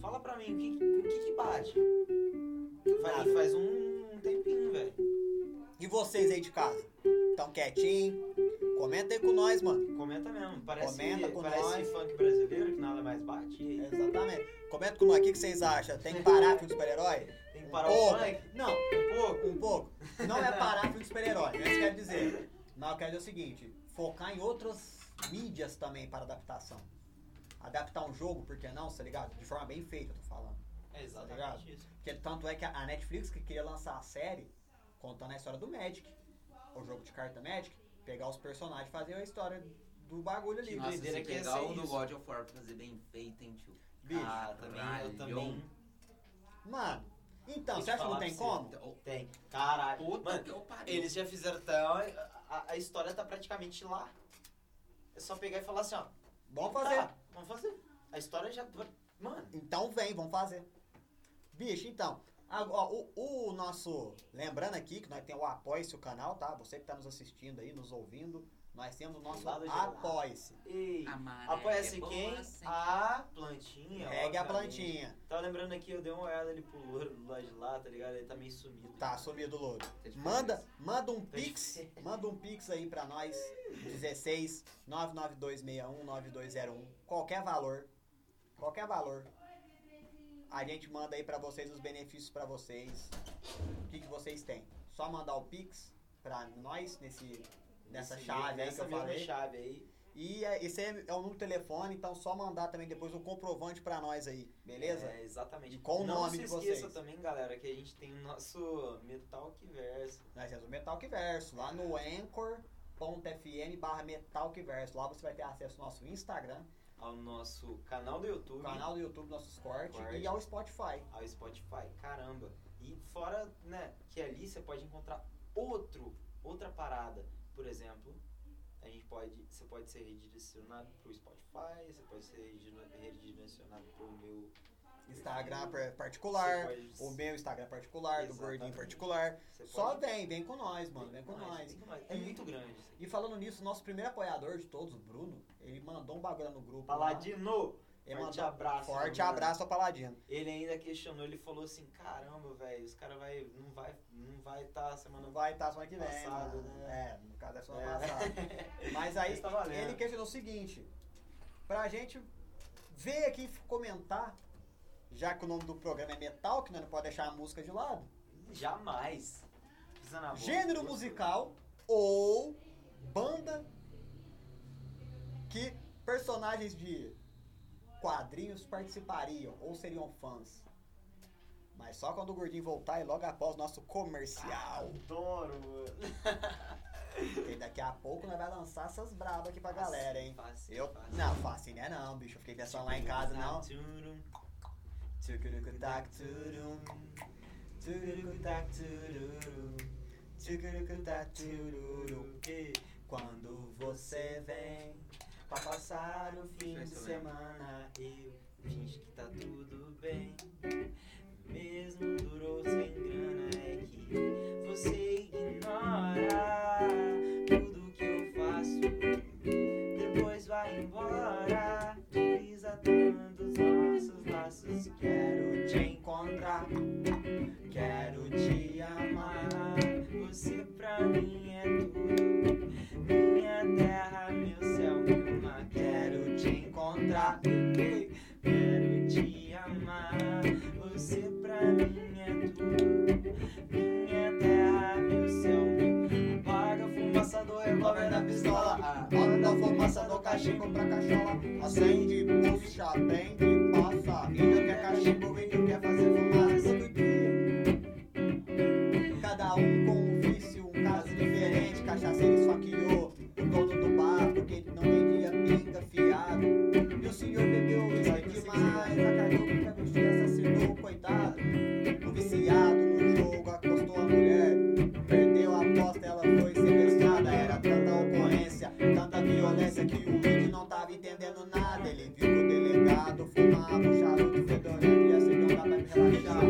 Fala pra mim, o que o que, que bate? Faz, Nada. faz um tempinho, velho. E vocês aí de casa? Tão quietinho? Comenta aí com nós, mano. Comenta mesmo. Parece, Comenta com parece nós. funk brasileiro que é. nada mais bate. E aí, Exatamente. Comenta com nós, o que que vocês acham? Tem que parar filme de super-herói? Tem que parar um o pouco. funk Não, um pouco. um pouco. Não é parar filme de super-herói, é isso que eu quero dizer. Mas eu quero dizer o seguinte, focar em outras mídias também para adaptação. Adaptar um jogo, por que não, tá ligado? De forma bem feita, eu tô falando. É Tá exatamente isso. Porque tanto é que a Netflix que queria lançar a série contando a história do Magic. O jogo de carta Magic, pegar os personagens e fazer a história do bagulho ali. Que Nossa, doideira se é que ia pegar ser o do isso. God of War pra fazer bem feito, hein, tio? Bicho, ah, também, eu caralho. também. mano. Então, Vou te você acha que não falar tem pra como? Então, ô, Tem. Caralho. Puta Mano, que eu pariu. eles já fizeram tão. A, a história tá praticamente lá. É só pegar e falar assim, ó. Vamos fazer. Tá, vamos fazer. A história já. Mano. Então vem, vamos fazer. Bicho, então. Agora, o, o nosso. Lembrando aqui que nós temos o Apoia-se o canal, tá? Você que tá nos assistindo aí, nos ouvindo, nós temos o nosso Lado de lá. Apoia-se. Ei. Amaré Apoia-se é boa, quem? Ah, sim. A assim. plantinha. Pegue a obviamente. plantinha. Tava lembrando aqui, eu dei uma olhada ali pro louro lá de lá, tá ligado? Ele tá meio sumido. Tá, sumido louro. Tá de Manda, férias. manda um Tá de pix. Manda um pix aí pra nós. 16 99261 9201. Qualquer valor. Qualquer valor. A gente manda aí pra vocês os benefícios pra vocês. O que, que vocês têm? Só mandar o pix pra nós nesse, nessa Nesse- chave aí que nessa eu mesma falei. chave aí. E é- esse é, é o número do telefone, então só mandar também depois o comprovante pra nós aí, beleza? É, exatamente. E qual o Não nome se de esqueça vocês? também, galera, que a gente tem o nosso Metalquiverso. Nós temos o Metalquiverso lá no anchor.fm barra Metalquiverso. Lá você vai ter acesso ao nosso Instagram, Ao nosso canal do YouTube. canal do YouTube, nossos cortes Corte. e ao Spotify. Ao Spotify. Caramba. E fora, né, que ali você pode encontrar outro, outra parada. Por exemplo, a gente pode. Você pode ser redirecionado pro Spotify, você pode ser redire- redirecionado pro meu. Instagram par- Você particular, pode- o meu Instagram particular, do Exatamente. Gordinho particular. você Só pode- vem, vem com nós, mano, vem com nós. vem com nós. É E- muito grande isso aqui. E falando nisso, nosso primeiro apoiador de todos, o Bruno, ele mandou um bagulho no grupo. lá. Paladino! Ele forte mandou abraço, forte mano. É um abraço ao Paladino. Ele ainda questionou, ele falou assim, caramba, velho, os caras vai, não vai, não vai estar tá semana Não vai estar semana que vem. Passado, mano. É, no caso é semana É. passada. *laughs* Mas aí Mas tá valendo. ele questionou o seguinte: pra gente ver aqui e comentar, já que o nome do programa é metal, que nós não pode deixar a música de lado, Jamais. Pisa na boca. gênero musical ou banda que personagens de quadrinhos participariam ou seriam fãs. Mas só quando o Gordinho voltar e logo após nosso comercial. Adoro, mano. Porque daqui a pouco nós vai lançar essas brabas aqui pra galera, hein? Fácil, Eu. fácil. Não, fácil né não, bicho. Eu fiquei pensando lá em casa, não. Tchurum, Tchucurucutac, tchurum. Tchucurucutac, tchururum. Tchucurucutac, tchururum. que Quando você vem pra passar o fim de semana, Eu finge que tá tudo bem. Mesmo durou sem grana, é que você ignora tudo que eu faço. Depois vai embora, desatando os nossos laços. Quero te encontrar, quero te amar. Você pra mim é tudo. Minha terra, meu céu, meu mar. Quero te encontrar. Ei, Quero te amar, você pra mim é tudo. Minha terra, meu céu, meu. Apaga a fumaça do revólver da pistola. Manda Ah, a fumaça do cachimbo pra cachola. Acende, puxa, prende, passa. E não quer cachimbo, e não quer fazer fumaça do dia. Cada um com um vício, um caso diferente. Cachaceiro esfaqueou o dono do bar, porque ele não vendia pinga fiado. E o senhor bebeu isso demais. Acabou que a bichinha assassinou, coitado. O viciado no jogo acostou a mulher. Perdeu a aposta, ela foi sequestrada. Era tanta ocorrência, tanta violência que o índio não tava entendendo nada. Ele viu que o delegado fumava um charuto fedorento e acendeu um tapa pra relaxar.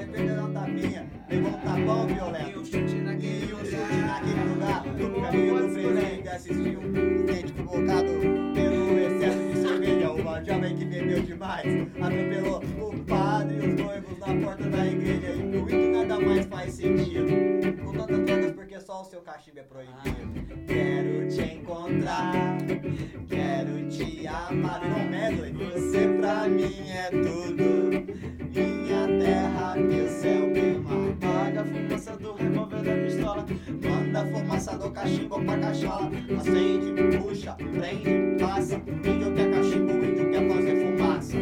Ele perdeu um tapinha, levou um tapão violento. Eu chute naquele E um chute naquele lugar, no caminho do presente, assistiu um dente provocado pelo excesso de cerveja. Uma jovem que bebeu demais atropelou o padre e os noivos na porta da igreja. E o índio nada mais faz sentido. Com tantas drogas, porque só o seu cachimbo é proibido. Quero te encontrar, quero te amar. Não, Medley, você pra mim é tudo. Minha terra, meu céu, meu mar. Apaga a fumaça do revólver da pistola. Manda a fumaça do cachimbo pra cachola Acende, puxa, prende, passa Índio quer cachimbo, índio quer fazer fumaça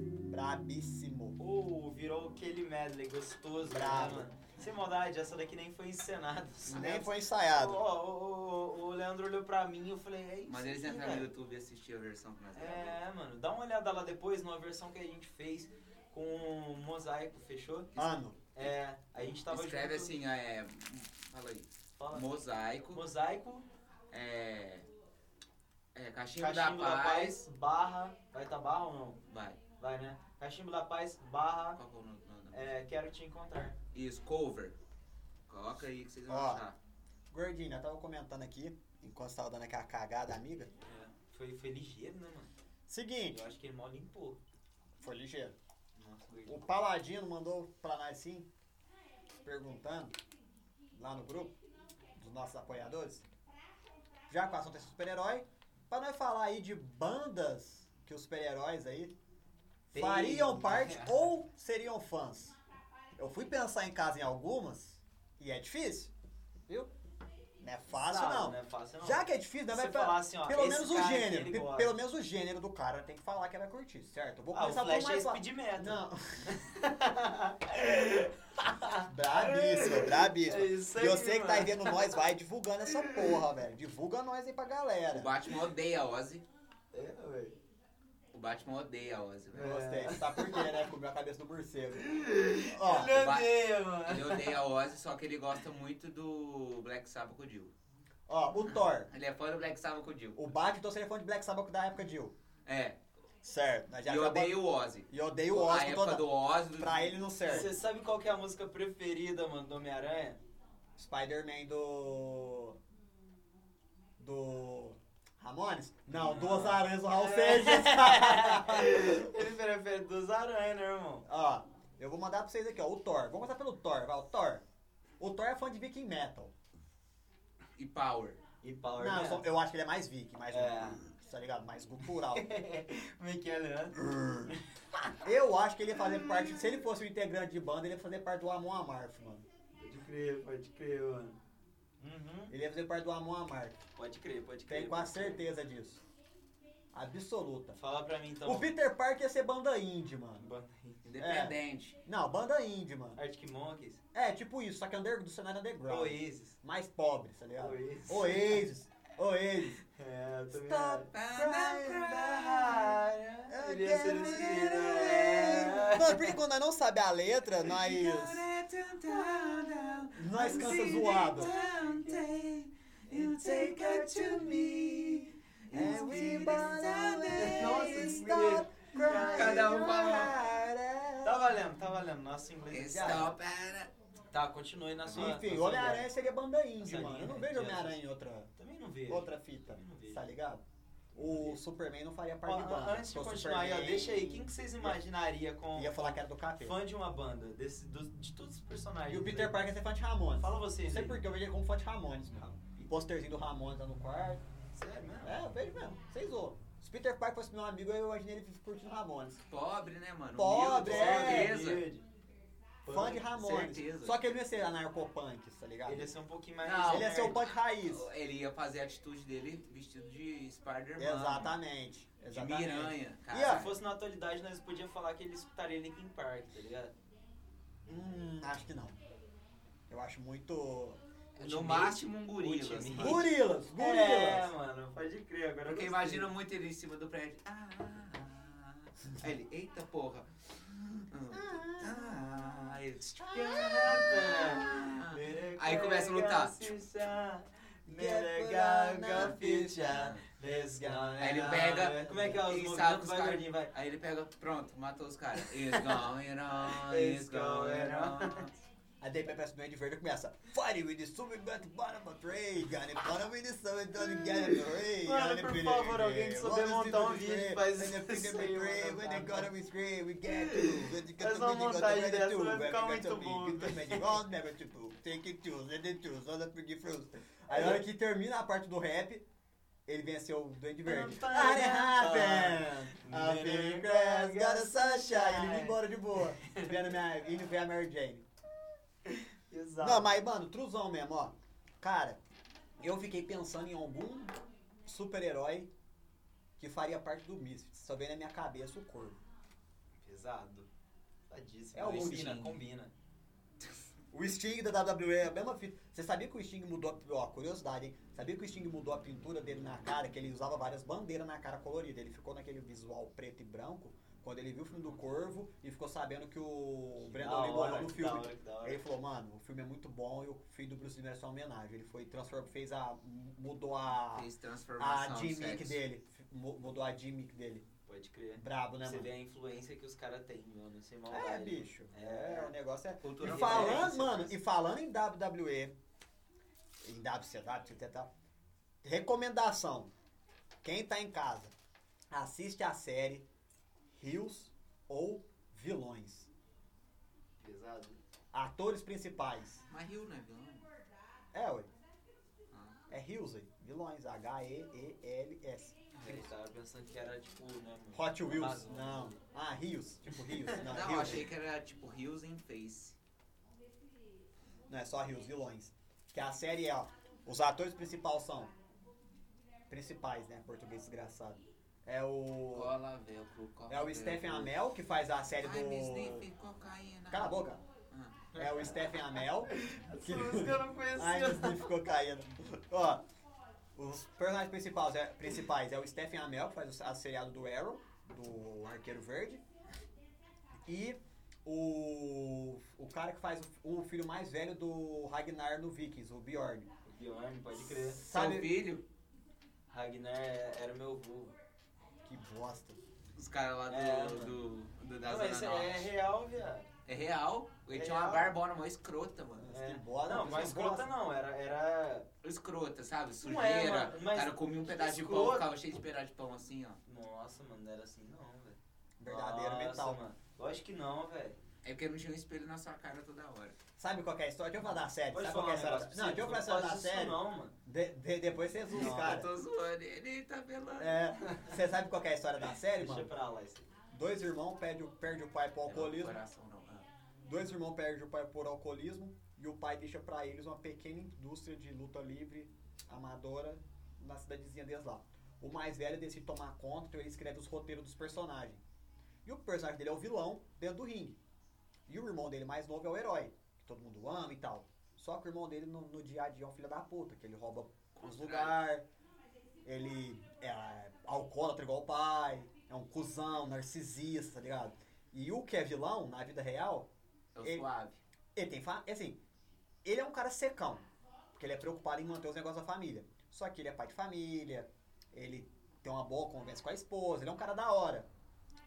Brabíssimo Oh, virou aquele medley gostoso, Bravo. né, mano? Sem maldade, essa daqui nem foi encenada. Nem foi Ó, ensaiado ó, ó, ó, o Leandro olhou pra mim e eu falei, é isso. Mas eles aqui, entraram no velho. YouTube e assistiram a versão que nós gravamos. É, mano, dá uma olhada lá depois numa versão que a gente fez com o mosaico, fechou? Ano É, a gente tava Escreve junto, assim, é. Fala aí. fala, Mosaico. mosaico, É. É, Cachimbo, cachimbo da Paz. barra, vai tá barra ou não? Vai. Vai, né? Cachimbo da paz, barra, Qual que é o nome? não, não. é, quero te encontrar. Isso, cover. Coloca aí que vocês vão Ó. achar. Gordinho, eu tava comentando aqui Enquanto você tava dando aquela cagada, amiga É, foi, foi ligeiro, né, mano? Seguinte Eu acho que ele mal limpou. Foi ligeiro Nossa, O Paladino mandou pra nós sim, perguntando lá no grupo dos nossos apoiadores. Já com o assunto é super-herói, pra nós falar aí de bandas que os super-heróis aí Tem. fariam *laughs* parte ou seriam fãs. Eu fui pensar em casa em algumas e é difícil, viu? Não é fácil não. Não é fácil, não. Já que é difícil, né? Você Vai falar assim, ó, pelo esse menos o cara aqui, gênero, ele pe- gosta. pelo menos o gênero do cara tem que falar que vai curtir, certo? Eu vou Ah, o começar Flash por mais é lá. speed metal. Não. *laughs* brabíssimo, É brabíssimo. isso E aí, você que tá aí mano. vendo nós, vai divulgando essa porra, velho. Divulga nós aí pra O galera. Batman odeia a Ozzy. É, velho. O Batman odeia a Ozzy, velho. Gostei. Você sabe por quê, né? Comeu a cabeça do *laughs* morcego. Ó, Tá Ele odeia, mano. Ele odeia a Ozzy, só que ele gosta muito do Black Sabbath com o Jill. ó, o Thor. Ele é fã do Black Sabbath com o Jill. O Batman, tô sendo fã de Black Sabbath da época de Jill. É. Certo. Nós já e acabamos- odeia o Ozzy. E odeio o Oscar A época toda. do Ozzy. Do... Pra ele não serve. Você sabe qual que é a música preferida, mano, do Homem-Aranha? Spider-Man do... Do... Ramones? Não, duas aranhas, o Raul É. Seixas. *laughs* Ele prefere dos aranhas, né, irmão? Ó, eu vou mandar pra vocês aqui, ó. O Thor. Vamos começar pelo Thor, vai. O Thor. O Thor é fã de Viking Metal. E Power. E Power Não, eu, só- *laughs* Metal. eu acho que ele é mais Viking, mais. É. Tá ligado? Mais cultural. Miquel é Leandro. eu acho que ele ia fazer parte. Se ele fosse um integrante de banda, ele ia fazer parte do Amon Amarth, mano. Pode crer, pode crer, mano. Uhum. Ele ia fazer parte do Amon Amarth. Pode crer, pode crer. Tenho quase certeza disso. Absoluta. Fala pra mim então. O Peter Parker ia ser banda indie, mano. Banda- Independente. Não, banda indie, mano. Arctic Monkeys. É, tipo isso, só que under, do cenário underground. Oasis. Mais pobre, tá ligado? Oasis. Oasis. Oasis. É, eu também Stop. acho. Eu Ele ia ser quero esse ir menino, além. é. Mano, porque quando nós não sabe a letra, nós. Nós canta zoado. *laughs* É É É, Nossa, stop crying. Cada um fala. Tá valendo, tá valendo. Nosso inglês. é Stop. Stop. and- Tá, continue na sua. Enfim, na sua Homem-Aranha seria banda indie, Essa mano. Eu linha, não né, vejo de Homem-Aranha em outra, Também não vejo. outra fita, Não vejo. tá ligado? Não O vejo. Superman não faria Ó, parte de banda. antes de porque o continuar aí, ó, Superman deixa aí. Quem que vocês imaginariam com Ia falar que era do capeta. fã de uma banda? Desse, dos- de todos os personagens. E o Peter aí? Parker ia ser fã de Ramones. Fala vocês. Não sei aí. porque eu vejo ele como fã de Ramones, mano. O posterzinho do Ramones lá no quarto. Sério mesmo? É, eu vejo mesmo. Vocês zoam. Se Peter Parker fosse meu amigo, eu imaginei ele curtindo Ramones. Pobre, né, mano? Pobre, Humilde, é. certeza. Verde. Fã de Ramones. certeza. Só que ele não ia ser anarcopunk, tá ligado? Ele ia ser um pouquinho mais. Não, Ele ia ser o punk raiz. Ele ia fazer a atitude dele vestido de Spider-Man. Exatamente. De Exatamente. Miranha, cara. E, ó, Se fosse na atualidade, nós podíamos falar que ele escutaria Linkin Park, tá ligado? Hum, acho que não. Eu acho muito. No máximo um gorila. Ultimate. mano. Gorilas! É, Gorilas! mano, pode crer. Agora eu Porque gostei. imagina muito ele em cima do prédio. Ah, ah, ah. Aí ele, eita porra. Ah, ah, ele, ah. Aí começa a lutar. É, Aí ele pega- Como é que é os ele movimentos? sabe os Vai, caras- gordinho, vai. Aí ele pega, pronto, matou os caras. It's going *laughs* on, It's it's going on. Aí daí parece do Andy Verde e começa. Fighting with the super got bottom of tray, got it bottom with the sun, don't get it tray. Mano, por favor, alguém que souber montar um vídeo faz isso aí, mano. When the bottom is great, we get to. When the Faz bottom uma is great, montagem we get dessa, to. vai When ficar the bottom is muito great, bom, velho. we get to. All never to do. Take it to, let it to, all the pretty fruits. Aí na hora que termina a parte do rap, ele venceu o Duende Verde. Ah, it happened! A big grass got a sunshine. Ele ia embora de boa. Vendo minha, indo ver a Mary Jane. Exato. Não, mas, mano, truzão mesmo, ó. Cara, eu fiquei pensando em algum super-herói que faria parte do Misfits. Só veio na minha cabeça o corvo. Pesado. Pesadíssimo. É o combina, Sting. combina. O Sting da WWE é a mesma fita. Você sabia que o Sting mudou a... Ó, curiosidade, hein? Sabia que o Sting mudou a pintura dele na cara? Que ele usava várias bandeiras na cara colorida. Ele ficou naquele visual preto e branco quando ele viu o filme do Corvo e ficou sabendo que o Que da Brandon é Lee hora, morreu no que da filme. hora, que da hora. Ele falou, mano, o filme é muito bom e o filho do Bruce Lee é só uma homenagem. Ele foi, transform, fez a. mudou a. Fez transformação a de gimmick sexo. dele. Mu- Mudou a gimmick dele. Pode crer. Brabo, é, né, Você mano? vê a influência que os caras têm, mano. Sem maldade. É, bicho. É, o negócio é. Cultura E falando, referência, mano, parceiro. e falando em WWE, em WCW, etc. Recomendação. Quem tá em casa, assiste a série Rios ou Vilões. Pesado. Atores principais. Mas Rio não é vilão? É, ué. É Rios, ué. Vilões. H-E-E-L-S. É, Eu tava pensando que era tipo, né, mano? Hot Wheels. Amazon. Não. Ah, Rios. Tipo Rios. Não, Não, eu Rios. achei que era tipo Rios em Face. Não é só Rios, vilões. Que a série é, ó. Os atores principais são. Principais, né? Português desgraçado. É o. Cola, velcro, cola, É o velcro. Stephen Amell que faz a série Ai, me do. sniff, cocaína. Cala a boca! Ah, É o Stephen Amell. Que... eu não conhecia. Ai, meu Deus, ficou caindo. Ó. Os personagens principais é, principais é o Stephen Amell, que faz o- a seriado do Arrow, do Arqueiro Verde. E o, o cara que faz o, o filho mais velho do Ragnar no Vikings, o Bjorn. O Bjorn, pode crer. Sabe- Seu filho? Ragnar é- era o meu avô. Que bosta. Os caras lá do, É, do, do, da Não, Zona esse Norte. é real, viado. É real. Ele É tinha uma real. barbona mó escrota, mano. Mas É. que bosta. Não, que mas escrota bosta. não, era. era... Escrota, sabe? Não é, Sujeira. mano, O mas cara comia um pedaço de pão, escroto. ficava cheio de pedaço de pão assim, ó. Nossa, mano, não era assim não, velho. Verdadeiro Nossa, metal. mano. Lógico que não, velho. É porque não tinha um espelho na sua cara toda hora. Sabe qual que é a história? Deixa eu falar da série. Pode Sabe qual falar um que é a história? negócio pra Não, você? deixa eu falar a Não história da faço isso série. não, mano. De- de- depois vocês zoam os Não, Eu caras. tô zoando, ele tá pelando. É, você sabe qual que é a história da série, Deixa mano? pra lá isso aí. Dois irmãos perdem o- perde o É, pai pro alcoolismo. coração não. Ah, Dois irmãos perdem o pai por alcoolismo. E o pai deixa pra eles uma pequena indústria de luta livre amadora na cidadezinha deles lá. o mais velho decide tomar conta, então ele escreve os roteiros dos personagens. E o personagem dele é o vilão dentro do ringue. E o irmão dele mais novo é o herói, que todo mundo ama e tal. Só que o irmão dele no, no dia a dia é um filho da puta, que ele rouba os lugares, ele é alcoólatra igual o pai, é um cuzão, narcisista, tá ligado? E o que é vilão na vida real É o Ele- suave. ele tem fa... é assim, ele é um cara secão, porque ele é preocupado em manter os negócios da família. Só que ele é pai de família, ele tem uma boa conversa com a esposa, ele é um cara da hora.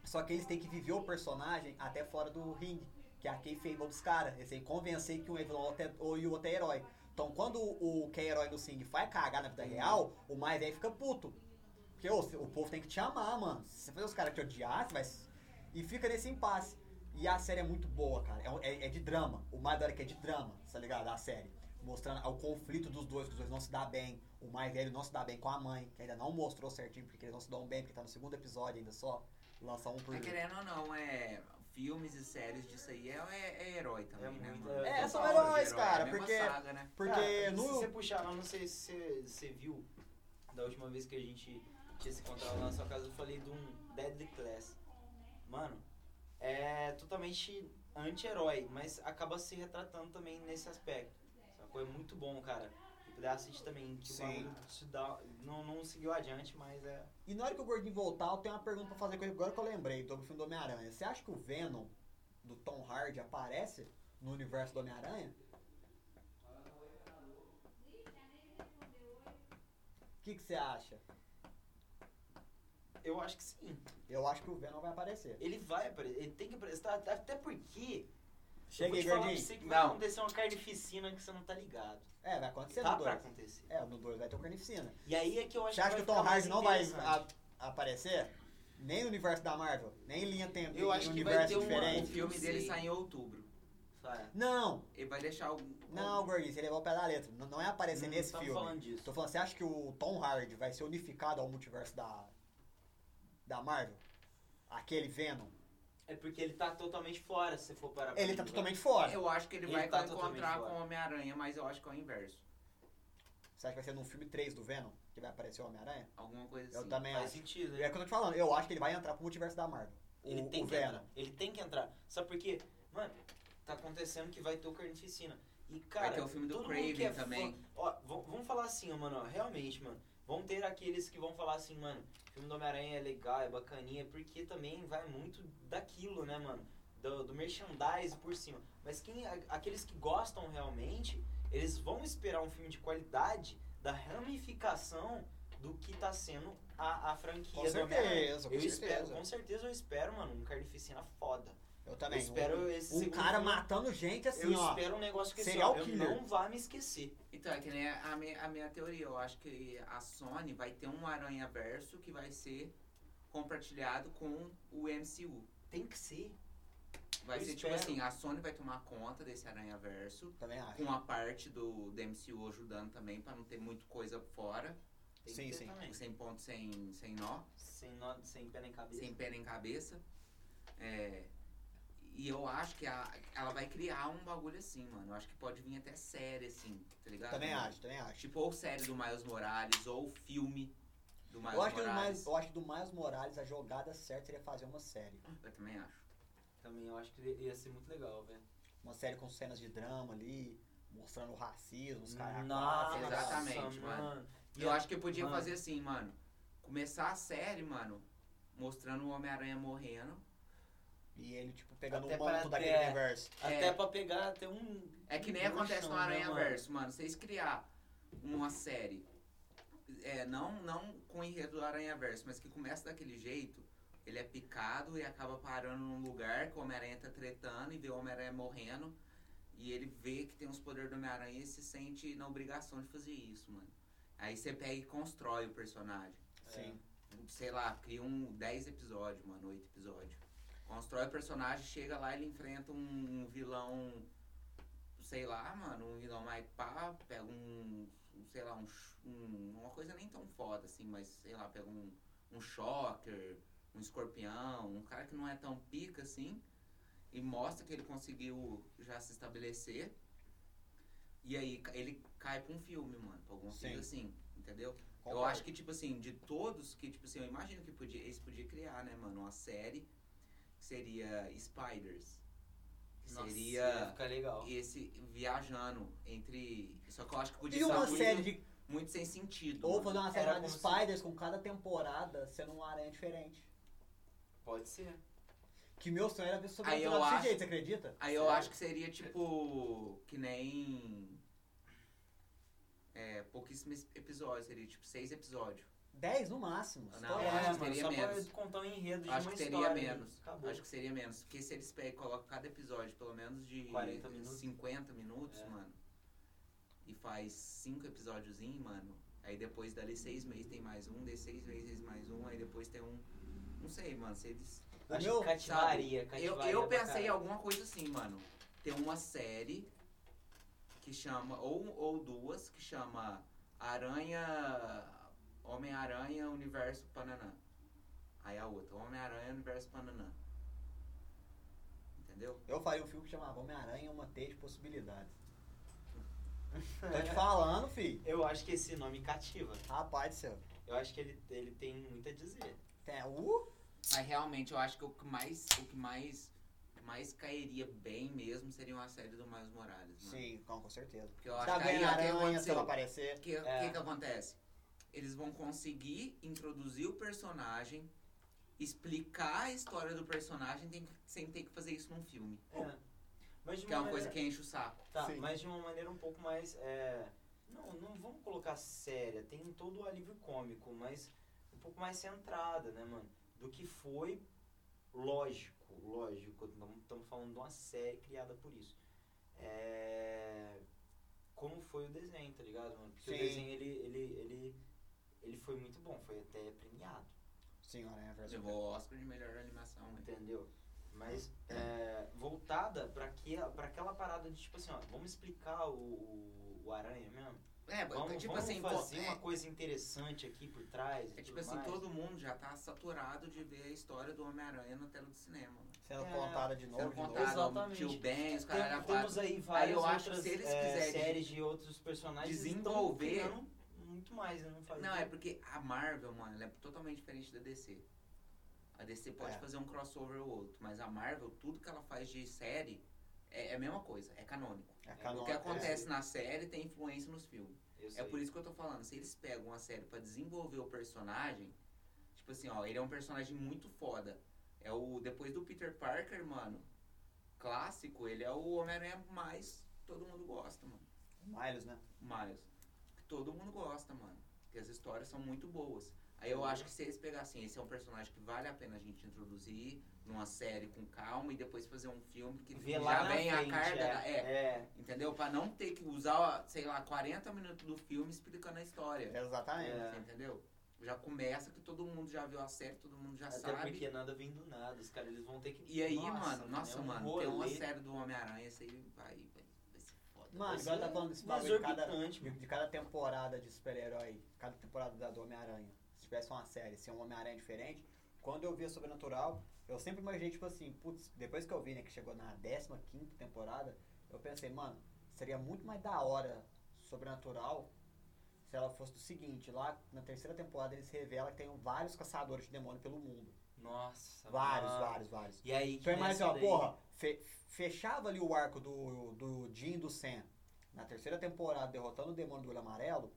Só que eles têm que viver o personagem até fora do ringue, que é a kayfabe dos caras. Eles têm que convencer que um é vilão outro é- ou, e o outro é herói. Então quando o que é herói no ringue faz cagar na vida real, o mais velho fica puto. Porque ô, o povo tem que te amar, mano. Se você fazer os caras te odiar, você vai... E fica nesse impasse. E a série é muito boa, cara. É, um- é- é de drama. O mais da hora é que é de drama, tá ligado? A série. Mostrando o conflito dos dois, que os dois não se dão bem. O mais velho não se dá bem com a mãe, que ainda não mostrou certinho porque eles não se dão bem, porque tá no segundo episódio ainda só. Lança um É por Mas querendo ou não, é. Filmes e séries disso aí é, é, é herói também, É né, muito- mano? É, são Total de heróis, herói, é a cara, mesma porque- saga, né? Porque é- Cara, no. se você puxar lá, Ah, não sei se você- você viu, da última vez que a gente tinha se encontrado lá na sua casa, eu falei de um Deadly Class. Mano, é totalmente anti-herói, mas acaba se retratando também nesse aspecto. Sacou? É muito bom, cara. E pra assistir também, que o Sim. bagulho te dá- não, não seguiu adiante, mas é... E na hora que o Gordinho voltar, eu tenho uma pergunta pra fazer com ele, agora que eu lembrei, sobre o filme do Homem-Aranha. Você acha que o Venom do Tom Hardy aparece no universo do Homem-Aranha? O que que você acha? Eu acho que sim. Eu acho que o Venom vai aparecer. Ele vai aparecer, ele tem que prestar, até porque... eu Chega vou aí, te falar pra Gordinho. você que vai Não. acontecer uma carnificina que você não tá ligado. É, vai acontecer Tá no pra 2. acontecer. É, no 2 vai ter o Carnificina. E aí é que eu acho Você acha que o vai Tom ficar mais Hardy não vai interessante. a- aparecer? Nem no universo da Marvel, nem linha tempo, Eu acho em que vai universo ter uma- O diferente. um filme Sim. dele sai em outubro. Vai. Não, Ele vai deixar o. não, Gordinho, você levou o pé da letra. Não, não é aparecer Não nesse tamo filme. Hum, tá falando disso. Tô falando, você acha que o Tom Hardy vai ser unificado ao multiverso da, da Marvel? Aquele Venom? É porque ele tá totalmente fora, se for parar pra Ele tá pensar. totalmente fora. Eu acho que ele, Ele vai tá totalmente encontrar fora. com o Homem-Aranha, mas eu acho que é o inverso. Você acha que vai ser no filme 3 do Venom? Que vai aparecer o Homem-Aranha? Alguma coisa assim. Eu também Faz acho. É sentido. o Ele, que eu tô te falando. Eu acho que ele vai entrar pro multiverso da Marvel. O, ele tem o que Venom. entrar. Ele tem que entrar. Sabe por quê? Mano, tá acontecendo que vai ter o Carnificina. E, cara, vai ter o filme do todo mundo que Craven é fã- também. Ó, v- vamos falar assim, ó, mano, ó, realmente, mano. Vão ter aqueles que vão falar assim, mano, filme do Homem-Aranha é legal, é bacaninha, porque também vai muito daquilo, né, mano? Do, do merchandise por cima. Mas quem, a- aqueles que gostam realmente, eles vão esperar um filme de qualidade da ramificação do que tá sendo a, a franquia Com do Homem-Aranha. certeza, com Eu espero, certeza. com certeza eu espero, mano, um carnificina foda. Eu Eu também. espero esse um segundo cara filme. matando gente assim, eu ó. espero um negócio que assim, serial ó, eu killer. não vá me esquecer. Então, é que nem a minha, a minha teoria. Eu acho que a Sony vai ter um Aranha Verso que vai ser compartilhado com o MCU. Tem que ser. Vai Eu ser espero. tipo assim, a Sony vai tomar conta desse Aranha Verso, Também acho. com a parte do, do MCU ajudando também, pra não ter muita coisa fora, Tem Sim, que ter sim. também. sem ponto, sem, sem nó. Sem, nó- sem pé nem cabeça. sem pé nem cabeça. É, e eu acho que a- ela vai criar um bagulho assim, mano. Eu acho que pode vir até série, assim, tá ligado? Também acho, também acho. Tipo, ou série do Miles Morales, ou filme do Miles Eu acho, que do Morales. mais, eu acho que do Miles Morales a jogada certa seria fazer uma série. Eu também acho. Também eu acho que ia ser muito legal, velho. Uma série com cenas de drama ali, mostrando o racismo, os caras. Nossa, exatamente, mano. E é- eu acho que podia Mano. fazer assim, mano. Começar a série, mano, mostrando o Homem-Aranha morrendo. E ele, tipo, pegando Até o manto para- daquele é. universo. Até É. pra pegar até um. É que nem Bruxão, acontece no né, Aranha mano? Verso, mano. Vocês criar uma série, é, não, não com o enredo do Aranha Verso, mas que começa daquele jeito, ele é picado e acaba parando num lugar que o Homem-Aranha tá tretando e vê o Homem-Aranha morrendo. E ele vê que tem os poderes do Homem-Aranha e se sente na obrigação de fazer isso, mano. Aí você pega e constrói o personagem. Sim. Sei lá, cria um 10 episódios, mano, 8 episódios. Constrói o personagem, chega lá, ele enfrenta um, um vilão sei lá, mano, um vilão mais pá, pega um, um, sei lá, um, ch- um- uma coisa nem tão foda assim, mas sei lá, pega um, um shocker, um escorpião, um cara que não é tão pica assim, e mostra que ele conseguiu já se estabelecer. E aí ca- ele cai pra um filme, mano, pra alguma Sim. coisa assim. entendeu? Eu Concordo. acho que, tipo assim, de todos que, tipo assim, eu imagino que podia, eles podiam criar, né, mano, uma série que seria Spiders. Que Nossa, ia seria ficar legal. esse viajando entre. Só que eu acho que podia E uma ser muito, série de. muito sem sentido. Ou mano. fazer uma Era série de como se- Spiders com cada temporada sendo uma aranha diferente. Pode ser. Que meu sonho era ver Aí eu sobrenatural desse acho- jeito, você acredita? Aí eu Sério? acho que seria tipo. Que nem. É, pouquíssimos episódios, seria tipo seis episódios. 10 no máximo. Não, Então, eu é, acho que mano, teria só menos. pra contar um enredo de Acho uma que teria história. né? menos. Acabou. Acho que seria menos. Porque se eles pegam e colocam cada episódio pelo menos de 40 minutos. 50 minutos, É. mano. E faz cinco episódiozinho, mano. Aí depois dali seis meses tem mais um, de seis meses mais um, aí depois tem um. Não sei, mano. Se eles o Acho meu- que cativaria, Eu, cativaria eu pra pensei em caralho. alguma coisa assim, mano. Tem uma série que chama, ou, ou duas, que chama Aranha. Homem-Aranha Universo Pananã. Aí a outra, Homem-Aranha Universo Pananã. Entendeu? Eu faria um filme que chamava Homem-Aranha Uma Teia de Possibilidades. Tô É. te falando, filho. Eu acho que esse nome cativa. Rapaz do céu. Eu acho que ele, ele tem muito a dizer. Tem uh, o. Mas realmente eu acho que o que mais. O que mais. Mais cairia bem mesmo seria uma série do Miles Morales, mano. Sim, não, com certeza. Porque eu acho Tá que aí vendo a até aranha se aconteceu. ela aparecer? O que, o É. que que acontece? Eles vão conseguir introduzir o personagem, explicar a história do personagem tem que- sem ter que fazer isso num filme. É. Mas de Que é uma maneira- coisa que enche o saco. Tá, Sim. mas de uma maneira um pouco mais. é, Não, não vamos colocar séria, tem todo o alívio cômico, mas um pouco mais centrada, né, mano? Do que foi lógico, lógico. Estamos falando de uma série criada por isso. É, Como foi o desenho, tá ligado, mano? Porque o Sim. desenho ele, ele, ele, ele foi muito bom, foi até premiado. Sim, Aranha versus Levou o Oscar de melhor animação. né? Entendeu? Mas é, voltada pra, que, pra aquela parada de tipo assim, ó, vamos explicar o, o, o aranha mesmo? É, Vamos, tipo vamos assim, pô, fazer é, uma coisa interessante aqui por trás. e é tipo tudo assim, mais. todo mundo já tá saturado de ver a história do Homem-Aranha na tela do cinema. mano. Sendo É, contada de Sendo novo, de novo. contado, o Exatamente. tio Ben, os Tem- caras temos aí várias eu acho que outras se eles é, quiserem séries de outros personagens eles estão desenvolver- criando muito mais, né? Não, faz Não, é porque a Marvel, mano, ela é totalmente diferente da DC. A DC pode É. fazer um crossover ou outro, mas a Marvel, tudo que ela faz de série é, é a mesma coisa, é canônico. É o canônico, que acontece na série tem influência nos filmes. Eu É sei. por isso que eu tô falando, se eles pegam uma série pra desenvolver o personagem, tipo assim, ó, ele é um personagem muito foda. É o depois do Peter Parker, mano, clássico, ele é o Homem-Aranha mais todo mundo gosta, mano. Miles, né? Miles, que todo mundo gosta, mano. Que as histórias são muito boas. Aí eu acho que se eles pegassem, esse é um personagem que vale a pena a gente introduzir numa série com calma e depois fazer um filme que Vê já lá na vem frente, a carga. da- É, É. entendeu? Pra não ter que usar, ó, sei lá, 40 minutos do filme explicando a história. Exatamente. É. Você entendeu? Já começa que todo mundo já viu a série, todo mundo já Até sabe. porque nada vem do nada, os caras eles vão ter que. E aí, Nossa, mano, nossa, é um mano, tem uma rolê série do Homem-Aranha, isso aí vai, vai, vai ser foda. Mano, Mas agora é tá falando desse bagulho de cada, exorbitante, de, mano. de cada temporada de super-herói, cada temporada da do Homem-Aranha. Se tivesse uma série, se é um Homem-Aranha diferente, quando eu via Sobrenatural, eu sempre imaginei, tipo assim, putz, depois que eu vi, né, que chegou na 15 quinta temporada, eu pensei, mano, seria muito mais da hora Sobrenatural se ela fosse do seguinte, lá na terceira temporada eles revelam que tem vários caçadores de demônio pelo mundo. Nossa, Vários, mano. vários, vários. E aí, que Então é mais nessa assim, ó, daí- porra, fe- fechava ali o arco do, do Jim e do Sam na terceira temporada, derrotando o demônio do olho amarelo.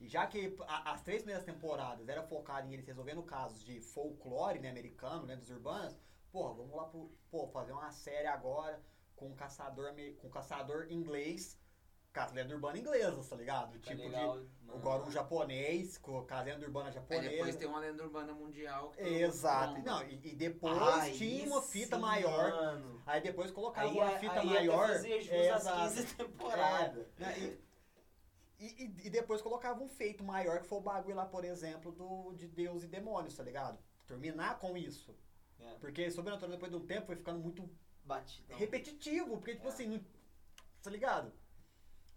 E já que a- as três primeiras temporadas era focado em eles resolvendo casos de folclore, né, americano, lendas urbanas, porra, vamos lá pro, pô, fazer uma série agora com um caçador, ame- com um caçador inglês, com as lendas urbanas inglesas, tá ligado? Tá tipo legal, de mano. agora um japonês, com a lenda urbana Aí japonesa. depois tem uma lenda urbana mundial. que todo mundo Exato. ama. Não, e, e depois Aí tinha uma fita sim, maior Mano. Aí depois colocava Aí, é- uma fita aí maior. Até fazia jus é, às exato. 15 temporadas. Né, e- E, e- e depois colocava um feito maior, que foi o bagulho lá, por exemplo, do, de Deus e Demônios, tá ligado? Terminar com isso. É. Porque Sobrenatural, depois de um tempo, foi ficando muito Batidão. repetitivo. Porque, tipo É. assim, não- tá ligado?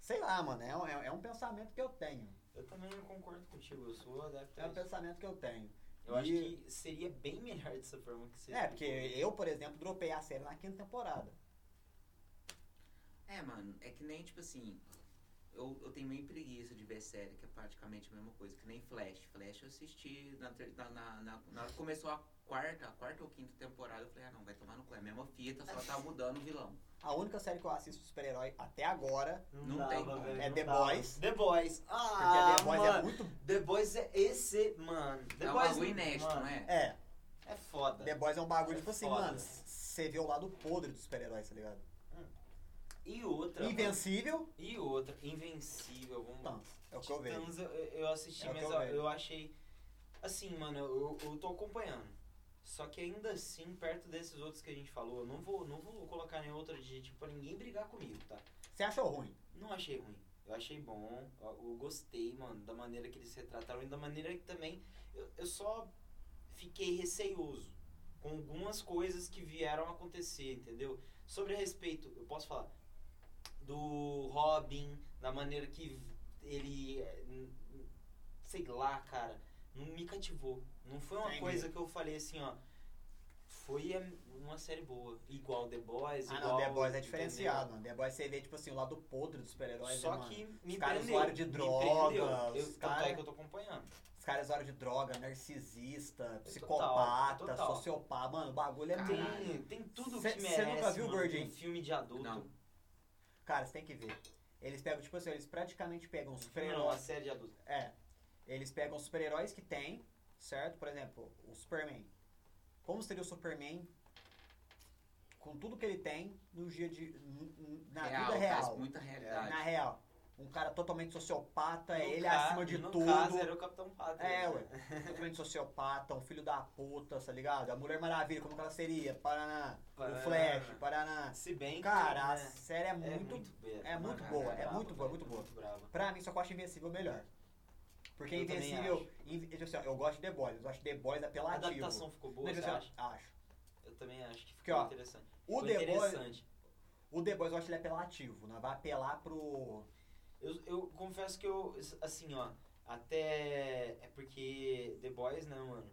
Sei lá, mano. É, um- é um pensamento que eu tenho. Eu também não concordo contigo, eu sou adepto. É a um isso. pensamento que eu tenho. Eu acho e- que seria bem melhor dessa forma que seria. É, porque eu, por exemplo, dropei a série na quinta temporada. É, mano, é que nem tipo assim. eu, eu tenho meio preguiça de ver série, que é praticamente a mesma coisa, que nem Flash. Flash eu assisti na, ter- na, na, na- na hora que começou a quarta, a quarta ou quinta temporada, eu falei, ah não, vai tomar no cu, é a mesma fita, só tá mudando o vilão. A única série que eu assisto de super-herói até agora, Não tem como. É não The dava. Boys. The Boys. porque Ah, The Boys mano. é muito. The Boys é esse, mano. The é um Boys, bagulho inédito, mano, não é? É, É foda. The Boys é um bagulho, É tipo assim, foda. mano, você vê o lado podre dos super-heróis, tá ligado? E outra. Então, mano. hum, Invencível, E outra. Invencível. Vamos lá. Então, é o que eu vejo. Titãs eu, eu assisti, É o que mas eu eu, vejo. eu achei. Assim, mano, eu, eu tô acompanhando. Só que ainda assim, perto desses outros que a gente falou, eu não vou, não vou colocar nenhum outro adjetivo pra ninguém brigar comigo, tá? Você achou ruim? Não achei ruim. Eu achei bom. Eu, eu gostei, mano, da maneira que eles retrataram e da maneira que também. Eu, eu só fiquei receioso com algumas coisas que vieram acontecer, entendeu? Sobre a respeito, eu posso falar do Robin, da maneira que ele. eh, n- n- Sei lá, cara. Não me cativou. Não foi uma Entendi. coisa que eu falei assim, ó. Foi eh, uma série boa. Igual The Boys. Ah, não, igual, The Boys é entendeu? diferenciado, mano. The Boys você vê, tipo assim, o lado podre dos super-heróis. Só né, mano? que me Os caras prendeu. usuários de me drogas, prendeu. os Eu, tanto cara- é que eu tô acompanhando. Os caras usuários de droga, narcisista, psicopata, total. sociopata. Mano, o bagulho é Caralho. muito. Tem, tem tudo Cê- que cê merece. nunca viu, mano, Gordinho? um filme de adulto. Não. Cara, você tem que ver. Eles pegam, tipo assim, eles praticamente pegam os Não, uma super-heróis. série de adulto. É. Eles pegam os super-heróis que tem, certo? Por exemplo, o Superman. Como seria o Superman com tudo que ele tem no dia de. n- n- na vida traz é real. muita realidade. Na real. Um cara totalmente sociopata, No Tá, ele ca- acima de no tudo. caso, era o Capitão Pátria. É, né? *laughs* ué. Totalmente sociopata, um filho da puta, tá ligado? A Mulher Maravilha, como que ela seria? Paraná. Paraná. O Flash, Paraná. Se bem Cara, a que... né, série é é muito. muito, be- é muito mano, boa, é brava, muito boa, velho, muito boa. brava. Pra mim, só que eu acho Invencível melhor. Porque Eu também Invencível. Inve- tipo assim, ó, eu gosto de The Boys, eu acho The Boys A apelativo. adaptação ficou Não, boa, tipo você assim, acha? ó, acho. Eu também acho que Porque, ficou ó, interessante. O Ficou The, Boys, interessante. o The Boys eu acho ele apelativo, né? Vai apelar pro. Eu, eu confesso que eu, assim, ó, até é porque The Boys, né, mano,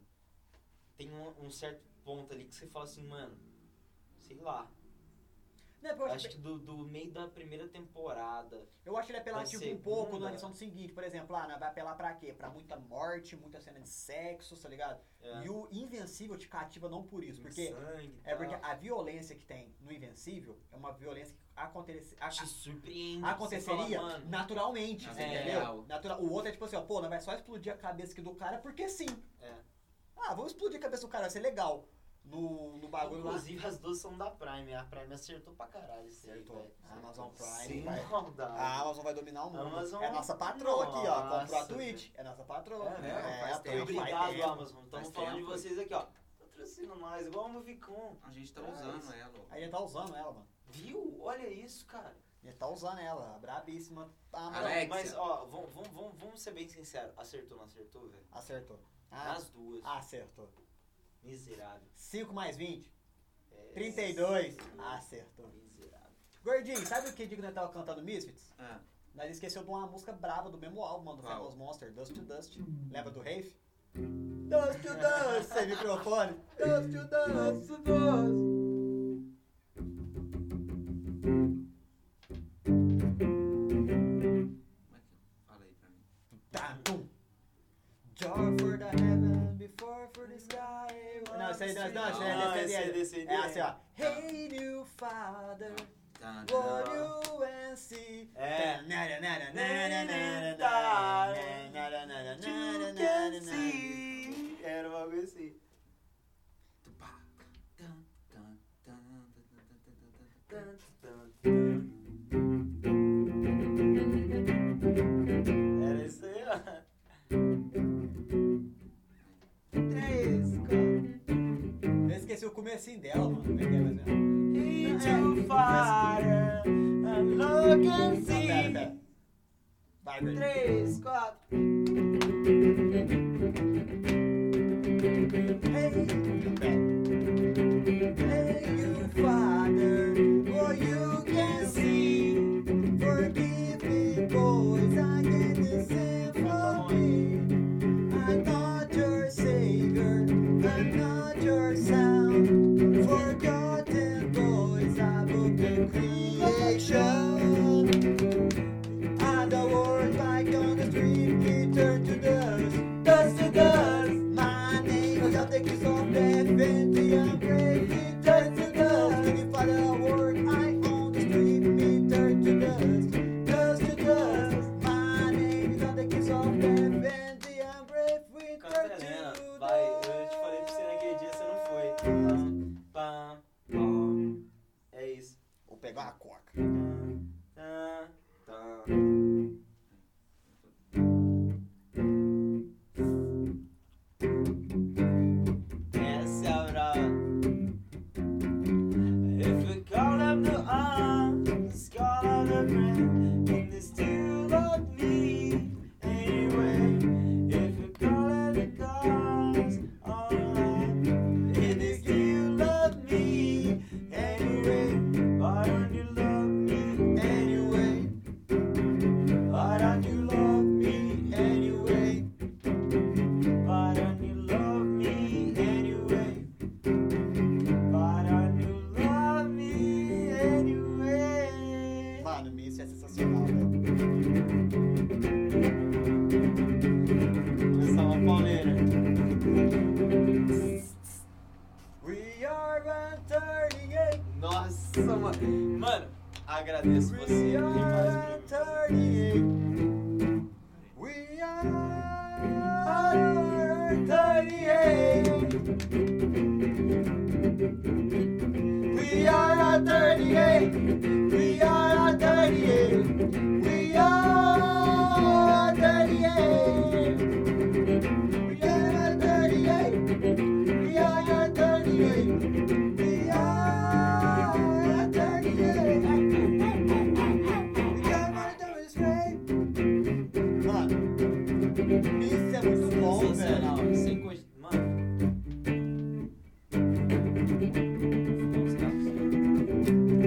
tem um, um certo ponto ali que você fala assim, mano, sei lá, Não, é porque eu acho, acho que do, do meio da primeira temporada, eu acho ele apelativo Vai ser hum. um pouco bunda. na lição do seguinte, por exemplo, ah, né? vai apelar pra quê? Pra muita morte, muita cena de sexo, tá ligado? é, E o Invencível te cativa não por isso, porque sangue e é porque tal, a violência que tem no Invencível é uma violência que acontece, a- te surpreende, você aconteceria fala, mano, naturalmente, Mas você é entendeu? real. Natural. O outro é tipo assim, ó, pô, não vai só explodir a cabeça aqui do cara porque sim. É. Ah, vamos explodir a cabeça do cara, vai ser legal. No, no bagulho lá. inclusive as duas são da Prime, a Prime acertou pra caralho isso aí, Acertou. velho. Amazon Prime, Sem vai. Ah, maldade. A Amazon vai dominar o mundo. Amazon- É nossa patroa aqui, ó. Comprou a Nossa, Twitch. É nossa patroa. É, né? a Faz Twitch tempo. faz Obrigado, tempo. Amazon, estamos Faz falando de tempo. vocês aqui, ó, patrocina nós, igual o Movicon. A gente tá É usando isso. ela, ó. A gente tá usando ela, mano. Viu? Olha isso, cara. A gente tá usando ela. A brabíssima. Ah, A Amazon Alex. Alexia. Mas, ó, vamos, vamos, vamos, vamos ser bem sinceros. Acertou, não acertou, velho? Acertou. Ah, Nas duas. acertou. Miserável. 5 mais 20? É, 32. miserável. Acertou. Miserável. Gordinho, sabe o que digo que nós tava cantando Misfits? Ah, Nós esqueceu de uma música brava do mesmo álbum, mano, do Qual? Famous Monster, Dust to Dust. Lembra do Rafe? Dust to Dust, sem microfone. Dust to é Dust, to Dust. como é que fala aí pra mim? Tantum. Joy for the heaven, before for the sky. Não, isso aí não, não, isso aí Ah, é esse é descendente. descendente. É assim, ó. Hey, you father, Tá, what you and see. É. You can see. Era um bagulho assim. Tupá. Tan, tan, tan, tan, tan, tan, tan, tan, tan. Tanto, tanto, tanto. Era isso aí, ó. Três, quatro. Eu esqueci o comecinho dela, mano. Como é que é mais ou menos? It's too far. I'm looking Não, pera, see. pera. Vai, Gordinho. 3, 4. Creation. And pam, pam, pam. É isso. Vou pegar uma coca. Tá, tá. Essa é a brava. If we call up the arms, call up the friend, and they still love me anyway. If we call up the cars, alright, and they still love me anyway. Why don't you love me anyway? Why don't you love me anyway? Why don't you love me anyway? Why don't you love me anyway? Mano, isso é sensacional, velho. São Pauleira. We are 138. Nossa, mano. Mano, agradeço We você are demais. Bruno. 38. We are 38. We are 38. We are 38. We are 38. We are 38. We are 38. We are 38. Mano, isso é muito bom, Sensacional. velho. Sem coisa. Mano. Vamos lá.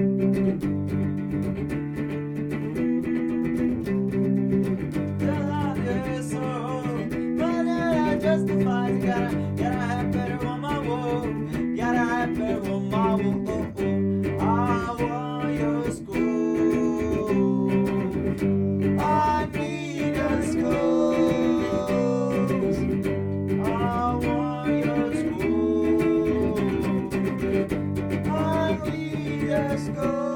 Let's go.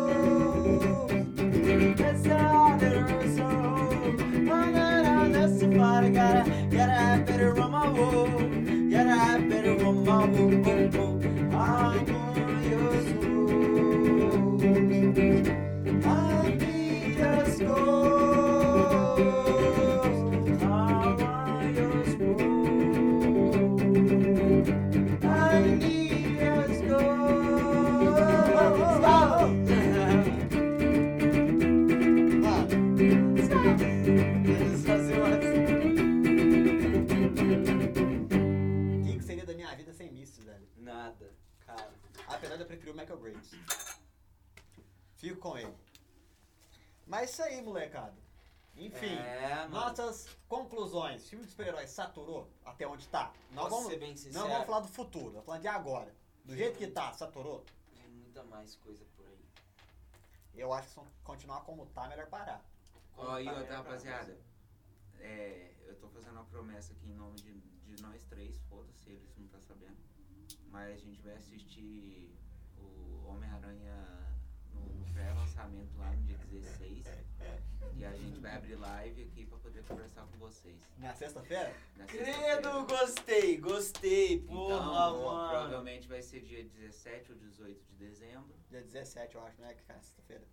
Mano, O que, que seria da minha vida sem Misses, velho? Nada, cara. Apesar de eu preferir o Michael Graves. Fico com ele. Mas isso aí, molecada. Enfim, É, mano. nossas conclusões. Filme de super-herói saturou até onde tá? Nós Posso vamos, ser bem sincero? não vamos falar do futuro, vamos falar de agora. Do jeito que tá, saturou? Tem muita mais coisa por aí. Eu acho que se continuar como tá, melhor parar. Ó, Tá, e é, outra, pra rapaziada. É, eu tô fazendo uma promessa aqui em nome de, de nós três, foda-se, eles não tá sabendo. Mas a gente vai assistir o Homem-Aranha no, no pré-lançamento lá no dia 16. E a gente vai abrir live aqui pra poder conversar com vocês. Na sexta-feira? na sexta-feira. Credo, gostei, gostei. Porra, Então, mano. provavelmente vai ser dia 17 ou 18 de dezembro. Dia 17, eu acho, não é que cara, sexta-feira?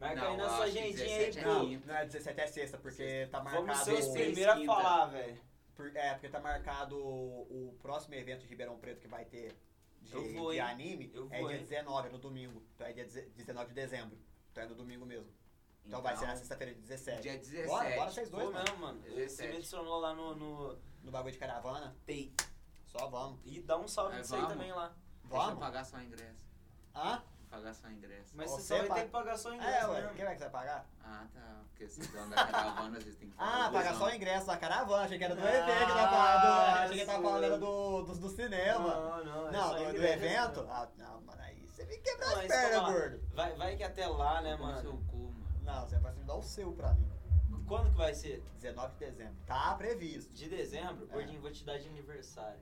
Marca Não, aí na eu sua acho que agendinha aí, 17 é pô. Não, não é 17, é sexta, porque tá marcado... Vamos ser os o- Seis, primeiros a quinta. falar, velho. Por- é, porque tá marcado o, o próximo evento de Ribeirão Preto que vai ter de, Eu vou, de hein? anime. Eu é vou, dia hein? 19, é no domingo. Então é dia deze- 19 de dezembro. Então é no domingo mesmo. Então, Então, vai ser na sexta-feira, dia 17. Dia 17. Bora, bora vocês dois, Pô, mano. mesmo, mano. Você 17. me adicionou lá no, no No bagulho de caravana. Tei. Só vamos. E dá um salve Aí, nisso aí vamos. também lá. Deixa eu Vamos? pagar só o ingresso. Hã? Vou Pagar só o ingresso. Mas Ó, você só vai sepa- ter que pagar só o ingresso, É, ué. né? Quem é que você vai pagar? Ah, tá. Porque se dão da caravana, vocês têm que Ah, pagar só o ingresso da caravana. Achei que era do evento. que tava Nossa. falando- Achei que tava falando era do, do, do cinema. Não, não. é Não, só do, do ingresso, evento? né? Ah, não, mano. Aí você me quebrou Não, as mas pernas, toma lá. gordo. Vai, vai que até lá, né, Toma no mano? seu cu, mano. Não, você vai me dar o seu pra mim. Quando que vai ser? 19 de dezembro. Tá previsto. De dezembro? É. Gordinho, vou te dar de aniversário.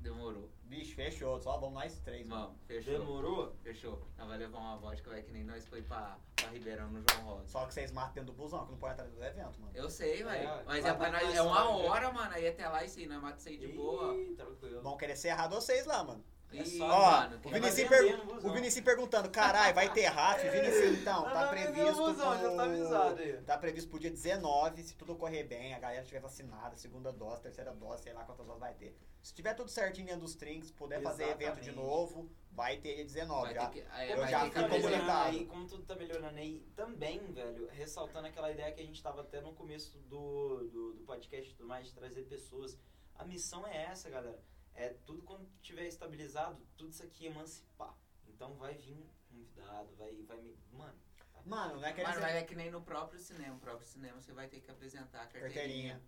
Demorou. Bicho, fechou. Só vamos nós três, mano. Vamos, fechou. Demorou? Fechou. Nós vai levar uma vodka, vai que nem nós foi pra, pra Ribeirão no João Rosa. Só que vocês matam dentro do busão, que não pode entrar dentro do evento, mano. Eu sei, velho. É, vai mas é pra botar nós. mais É uma vodka. hora, mano. Aí até lá e sim, nós mata isso aí de boa. Ih, tranquilo. Vão querer ser errado vocês lá, mano. É E- só, Ó, mano. o que- vai Vinicius, vender pergu- no busão. o Vinicius perguntando, carai, vai ter RAF? Vinicius, então, tá previsto já tá pro... avisado aí. Tá previsto pro dia 19, se tudo correr bem, a galera estiver vacinada, segunda dose, terceira dose, sei lá quantas doses vai ter. Se tiver tudo certinho dentro dos trinks, puder fazer evento de Exatamente. novo, vai ter dia 19 Vai já. ter que, é, Eu vai já ter que fui tá comunicado. apresentar. melhorando aí, como tudo tá melhorando aí, também, velho, ressaltando aquela ideia que a gente tava até no começo do, do, do podcast e tudo mais, de trazer pessoas. A missão é essa, galera. É tudo quando tiver estabilizado, tudo isso aqui emancipar. Então vai vir convidado, vai, vai me. Mano, tá Mano, não é que Mano, mas dizer... é que nem no próprio cinema. O próprio cinema você vai ter que apresentar a carteirinha. Carteirinha.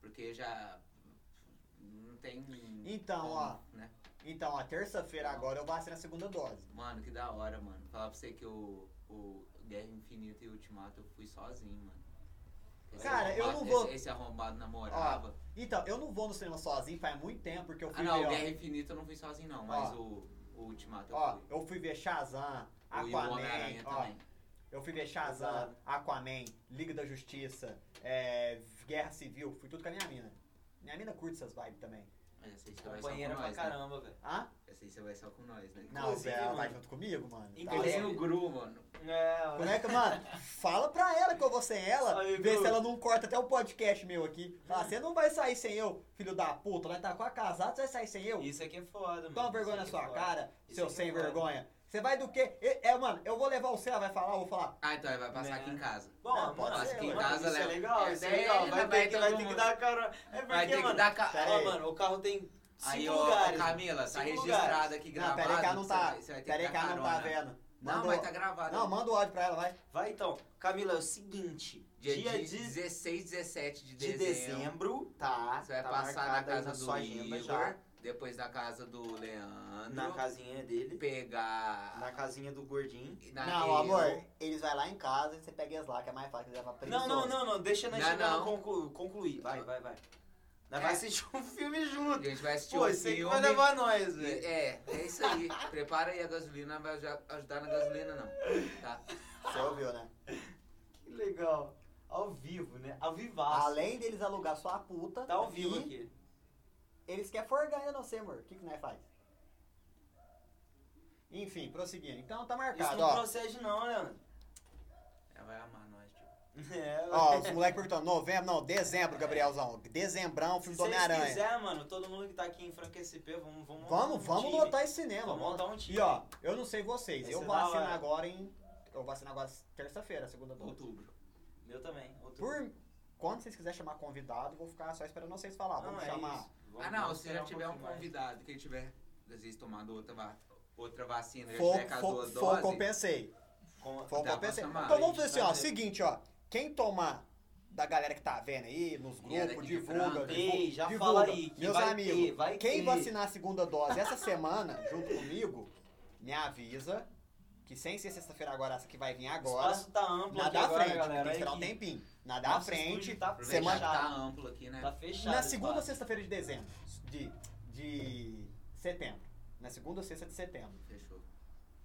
Porque já não tem. Então, ó, né? então, ó, terça-feira agora eu vacino a segunda dose. Mano, que da hora, mano. Falar pra você que o, o Guerra Infinita e Ultimato eu fui sozinho, mano. Cara, eu não arrombado- vou- Esse, esse arrombado namorava. Então, eu não vou no cinema sozinho faz muito tempo, porque eu ah, fui não, ver, o ó, Guerra Infinita eu não fui sozinho, não. Mas Ó. o, o Ultimato eu ó, fui. eu fui ver Shazam, E o Homem-Aranha Aquaman, ó, também. Eu fui ver Shazam, Exato. Aquaman, Liga da Justiça, é, Guerra Civil, fui tudo com a minha mina. Minha mina curte essas vibes também. Mas essa aí você vai só com companheira é pra nós, né? caramba, velho. Hã? Essa aí você vai só com nós, né? Não, Inclusive, Zé, ela vai mano. junto comigo, mano. Tá? Inclusive, Tem o Gru, mano. É, ó. Como é que, mano, fala pra ela que eu vou sem ela, Aí, vê Bruno. se ela não corta até o podcast meu aqui. Ah, você não vai sair sem eu, filho da puta, vai tá com a casada, você vai sair sem eu? Isso aqui é foda, mano. Toma Isso vergonha na aqui é sua foda. cara, Isso seu aqui é sem foda. vergonha. Você vai do quê? É, é, mano, eu vou levar você, ela vai falar, eu vou falar, Ah, então ele vai passar Né? aqui em casa. Bom, Não, pode mano, ser, aqui em ué. casa, Isso é leva. legal, isso isso é é legal. ele, Vai, vai ter, que, todo vai ter que mundo. dar cara. É porque, Vai ter mano, que dar ca... Ó, Peraí. mano, o carro tem cinco Aí, ó, ó, lugares. Camila, tá Cinco registrado lugares. aqui não, gravado. peraí que ela não você tá, vai- você vai ter peraí dar que ela não tá carona. vendo. Não, Manda mas o- tá gravado. Não, manda o áudio pra ela, vai. Vai então. Camila, é o seguinte. Dia, Dia, de- de, 16, 17 de de dezembro. dezembro, tá? Você vai tá passar na marcado aí casa sua do agenda Igor, já. depois na casa do Leandro. Na casinha dele. Pegar... Na casinha do gordinho. na- não, eu- amor, eles vão lá em casa e você pega eles lá, que é mais fácil, que eles levam Não, não, não, não. Deixa nós Não, chegar no não. conclu- concluir. Vai, vai, vai. Nós É. vai assistir um filme junto. A gente vai assistir Pô, um isso aí que filme. vai levar nós, e- velho. É, é isso aí. Prepara aí a gasolina, não vai aj- ajudar na gasolina não. Tá? Você ouviu, né? Que legal. Ao vivo, né? Ao vivaço. Além deles alugar sua puta, Tá ao vivo e aqui. eles querem forgar ainda não sei, amor. O que, que nós faz? Enfim, prosseguindo. Então tá Isso marcado, não ó. procede não, Leandro. Ela vai amar nós, tipo, tio. *laughs* É, Ó, ué. os moleques perguntando, novembro, não, dezembro, Gabrielzão. Dezembrão, filme Se do vocês Homem-Aranha. quiser, mano, todo mundo que tá aqui em Franca SP, vamos vamos montar Vamos, um vamos time. lotar esse cinema. Vamos montar um time. E ó, eu não sei vocês, Vai eu ser vou da assinar hora. agora em... Eu vou assinar agora terça-feira, segunda dose. Outubro. Meu também. outro. Por... Quando vocês quiserem chamar convidado, eu vou ficar só esperando vocês falar. Vamos é chamar... isso. Vamos- Ah não, vamos se já esperar tiver um pouquinho mais. convidado, quem tiver, às vezes, tomado outra, va- outra vacina, já Foi tiver com as foi- duas foi o que eu doses, pensei. Com- Foi o que Dá eu pra pensei. chamar. Então vamos fazer assim, ó. Fazer. Seguinte, ó. Quem tomar da galera que tá vendo aí, nos E é daqui grupos, de divulga, Franca. divulga. Ei, já divulga. fala aí. Que Meus vai amigos, ter, vai quem ter. vacinar a segunda dose essa semana, junto comigo, me avisa. Que sem ser sexta-feira agora, essa que vai vir O agora. espaço tá amplo Na aqui da agora, frente, galera. tem que esperar um Olha aqui. tempinho. Na da Nosso frente. estúdio tá semana- aproveitar fechado. tá amplo aqui, né? Tá fechado. Na o segunda ou espaço. sexta-feira de dezembro. De, de setembro. Na segunda ou sexta de setembro. Fechou.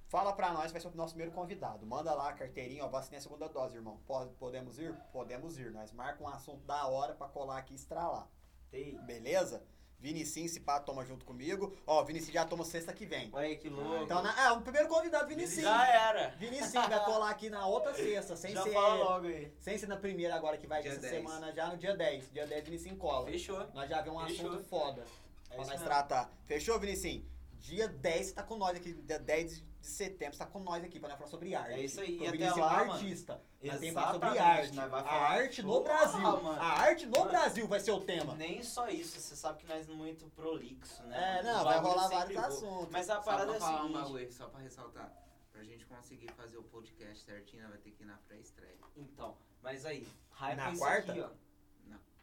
Fala pra nós, vai ser o nosso primeiro convidado. Manda lá a carteirinha, ó, vacinei a segunda dose, irmão. Po- Podemos ir? Podemos ir. Nós marca um assunto da hora pra colar aqui e estralar. Tem. Beleza? Vinicim, se pá, toma junto comigo. Ó, Vinicim já toma sexta que vem. Olha que louco. Então, na- ah, o primeiro convidado, Vinicim. Já era. Vinicim vai colar aqui na outra sexta, sem já ser... fala logo aí. Sem ser na primeira agora, que vai vir Dia essa 10. semana já, no dia 10. Dia 10, Vinicim cola. Fechou. Nós já vemos um Fechou. assunto foda É pra isso nós mesmo. tratar. Fechou, Vinicim? Dia 10 você tá com nós aqui, dia 10 de setembro você tá com nós aqui pra nós falar sobre arte. É isso aí, Porque e o até Vinicim é um lá, mano, artista. Nós temos que falar Exatamente, um sobre arte. nós vai A falar. arte no Porra, Brasil. Ah, mano. A arte no Mano. Brasil vai ser o tema. Nem só isso, você sabe que nós é muito prolixo, né? É, mano? não, Os vai bagulhos rolar sempre vários voam. assuntos. Mas a Só parada pra é falar um a seguinte. bagulho, só pra ressaltar. Pra gente conseguir fazer o podcast certinho, vai ter que ir na pré-estreia. Então, mas aí, hype Na isso quarta? aqui, ó.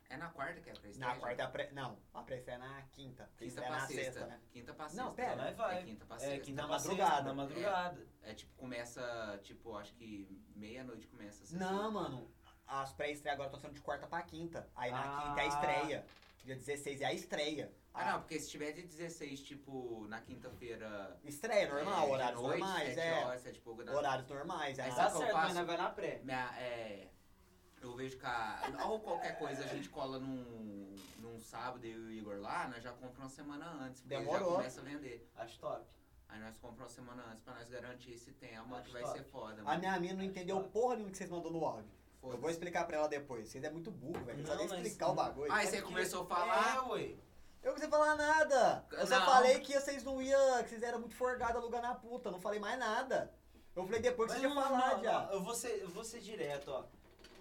É na quarta que é a na pré-estreia? quarta é a pré... Não, a pré é na quinta. Quinta é pra na sexta. sexta, né? Quinta pra sexta. Não, pera, nós vai. É quinta pra É, sexta. Na quinta pra madrugada. sexta, Na madrugada. É tipo, começa, tipo, acho que meia-noite começa. a sessão. Não, mano. As pré-estreias agora estão sendo de quarta pra quinta. Aí na Ah. quinta é a estreia. Dia 16 é a estreia. Ah, não, porque se tiver de 16, tipo, na quinta-feira... é, Estreia É É, normal, de horários noite, normais, sete é. né? horas, sete e pouco da Horários normais, é Mas na Tá sabe o que eu certo, mas faço? nós vai na pré. Minha, Né, é, Eu vejo que a. Ou qualquer coisa a gente cola num, num sábado, eu e o Igor lá, nós já compramos uma semana antes, porque já Demorou. começa a vender. Acho top. Aí nós compramos uma semana antes pra nós garantir esse tema, Acho que vai top. ser foda, A mano. minha mina não entendeu porra nenhuma que vocês mandou no áudio. Eu vou Foda-se. explicar pra ela depois. Vocês é muito burro, velho. Não Não, precisa nem mas- explicar o bagulho. Aí você É que- começou a falar, É, ué. Eu não quis falar nada. Eu só Não. falei que vocês não iam, que vocês eram muito forgados alugando a puta. Não falei mais nada. Eu falei depois que Mas vocês iam falar já. eu, vou ser, eu vou ser direto, ó.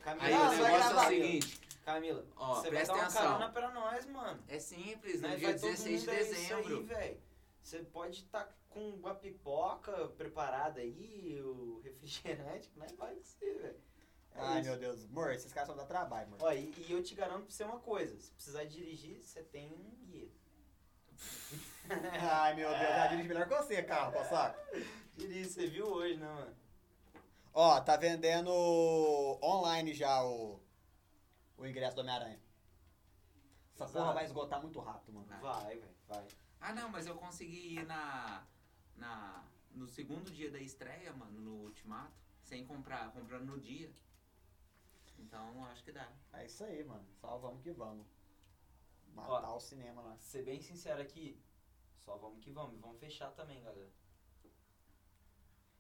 Camila, aí Ah, o você vai negócio é gravar. o seguinte, Camila, Ó, você vai presta dar uma atenção. carona pra nós, mano. é simples, no Nós dia vai todo 16 de mundo, é isso aí, dezembro. velho. Você pode estar com uma pipoca preparada aí, o refrigerante, mas pode ser, velho. É Ai, isso. meu Deus. Amor, esses caras só dá trabalho, amor. Ó, e, e eu te garanto pra você uma coisa: se precisar dirigir, você tem um guia. Ai, meu Deus. Ela dirige melhor que você, carro, pra saco. Dirige, você viu hoje, né, mano? Ó, tá vendendo online já o, o ingresso do Homem-Aranha. Essa Exato. porra vai esgotar muito rápido, mano. Vai, velho, vai. Ah não, mas eu consegui ir na, na, no segundo dia da estreia, mano, no Ultimato, sem comprar, comprando no dia. Então acho que dá. É isso aí, mano. Só vamos que vamos. Matar o cinema, né? Ser bem sincero aqui, só vamos que vamos. e Vamos fechar também, galera.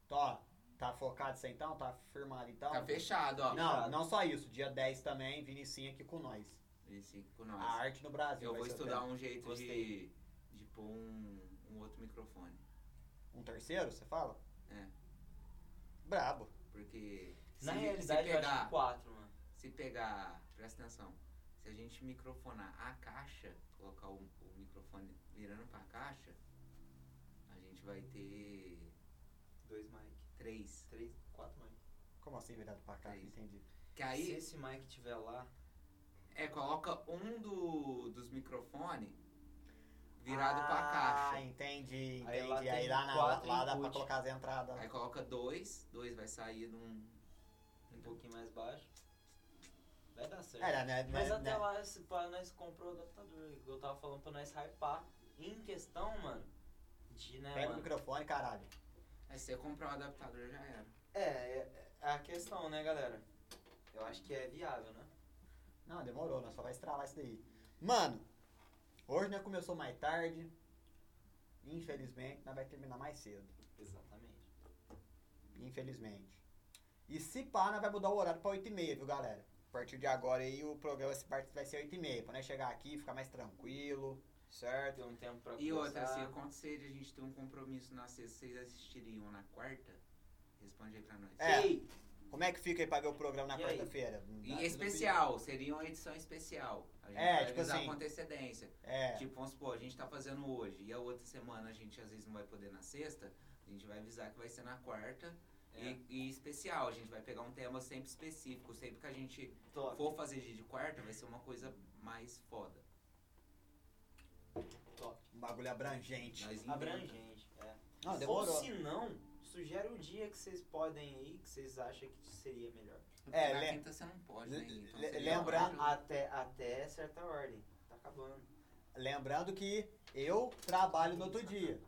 Então, ó, tá focado isso aí então? Tá firmado então? Tá fechado, ó. Não, não só isso. Dia 10 também, Vinicinha aqui com nós. Esse com nós. A arte no Brasil. eu vai vou ser o estudar um jeito de, Gostei. de pôr um, um outro microfone. tema. Um terceiro, você fala? É. Brabo. Porque se, Na se realidade, eu acho pegar, que quatro, mano. se pegar, presta atenção, se a gente microfonar a caixa, colocar o, o microfone virando pra caixa, a gente vai ter Dois mic. três. Três, quatro mic. Como assim, virado pra cá? É isso. Entendi. Que Se aí, esse mic tiver lá, é, coloca um do, dos microfones virado ah, pra então. caixa. entendi, entendi. Aí Aí lá lá, tem na, quatro lá dá pra input. colocar as entradas. Aí coloca dois, dois vai sair num... um pouquinho mais baixo, vai dar certo. É, né? né, Mas né, até lá, esse pá, nós comprou o adaptador. que Eu tava falando pra nós hypar em questão, mano, de, né, Pega o mano? microfone, caralho. Aí você comprar o adaptador já era. É, é, é a questão, né, galera? Eu acho que é viável, né? Não, demorou, nós só vai estralar isso daí. Mano, hoje nós começou mais tarde. Infelizmente, nós vai terminar mais cedo. Exatamente. Infelizmente. E se pá, nós vai mudar o horário pra 8h30, viu, galera? A partir de agora aí o programa esse parte vai ser 8h30, pra nós chegar aqui, ficar mais tranquilo, certo? Tem um tempo pra E outra, se conversar. assim, acontecer de a gente ter um compromisso na sexta, vocês assistiriam na quarta? Responde aí pra nós. É. Ei, Como é que fica aí pra ver o programa na E aí? quarta-feira? E especial, seria uma edição especial. A gente É, vai tipo avisar assim. com antecedência. É, Tipo, vamos supor, a gente tá fazendo hoje e a outra semana a gente às vezes não vai poder na sexta, a gente vai avisar que vai ser na quarta. É. E, e especial, a gente vai pegar um tema sempre específico. Sempre que a gente top, for fazer dia de quarta, vai ser uma coisa mais foda. top. um bagulho abrangente. Nós inventa. Abrangente, é. Não, Ou demorou. se não, sugere o dia que vocês podem aí, que vocês acham que seria melhor. Porque É, na le- quinta você não pode, né? le- Então le- seria na lembrar- quarta. Até, até certa ordem. Tá acabando. Lembrando que eu trabalho no outro dia.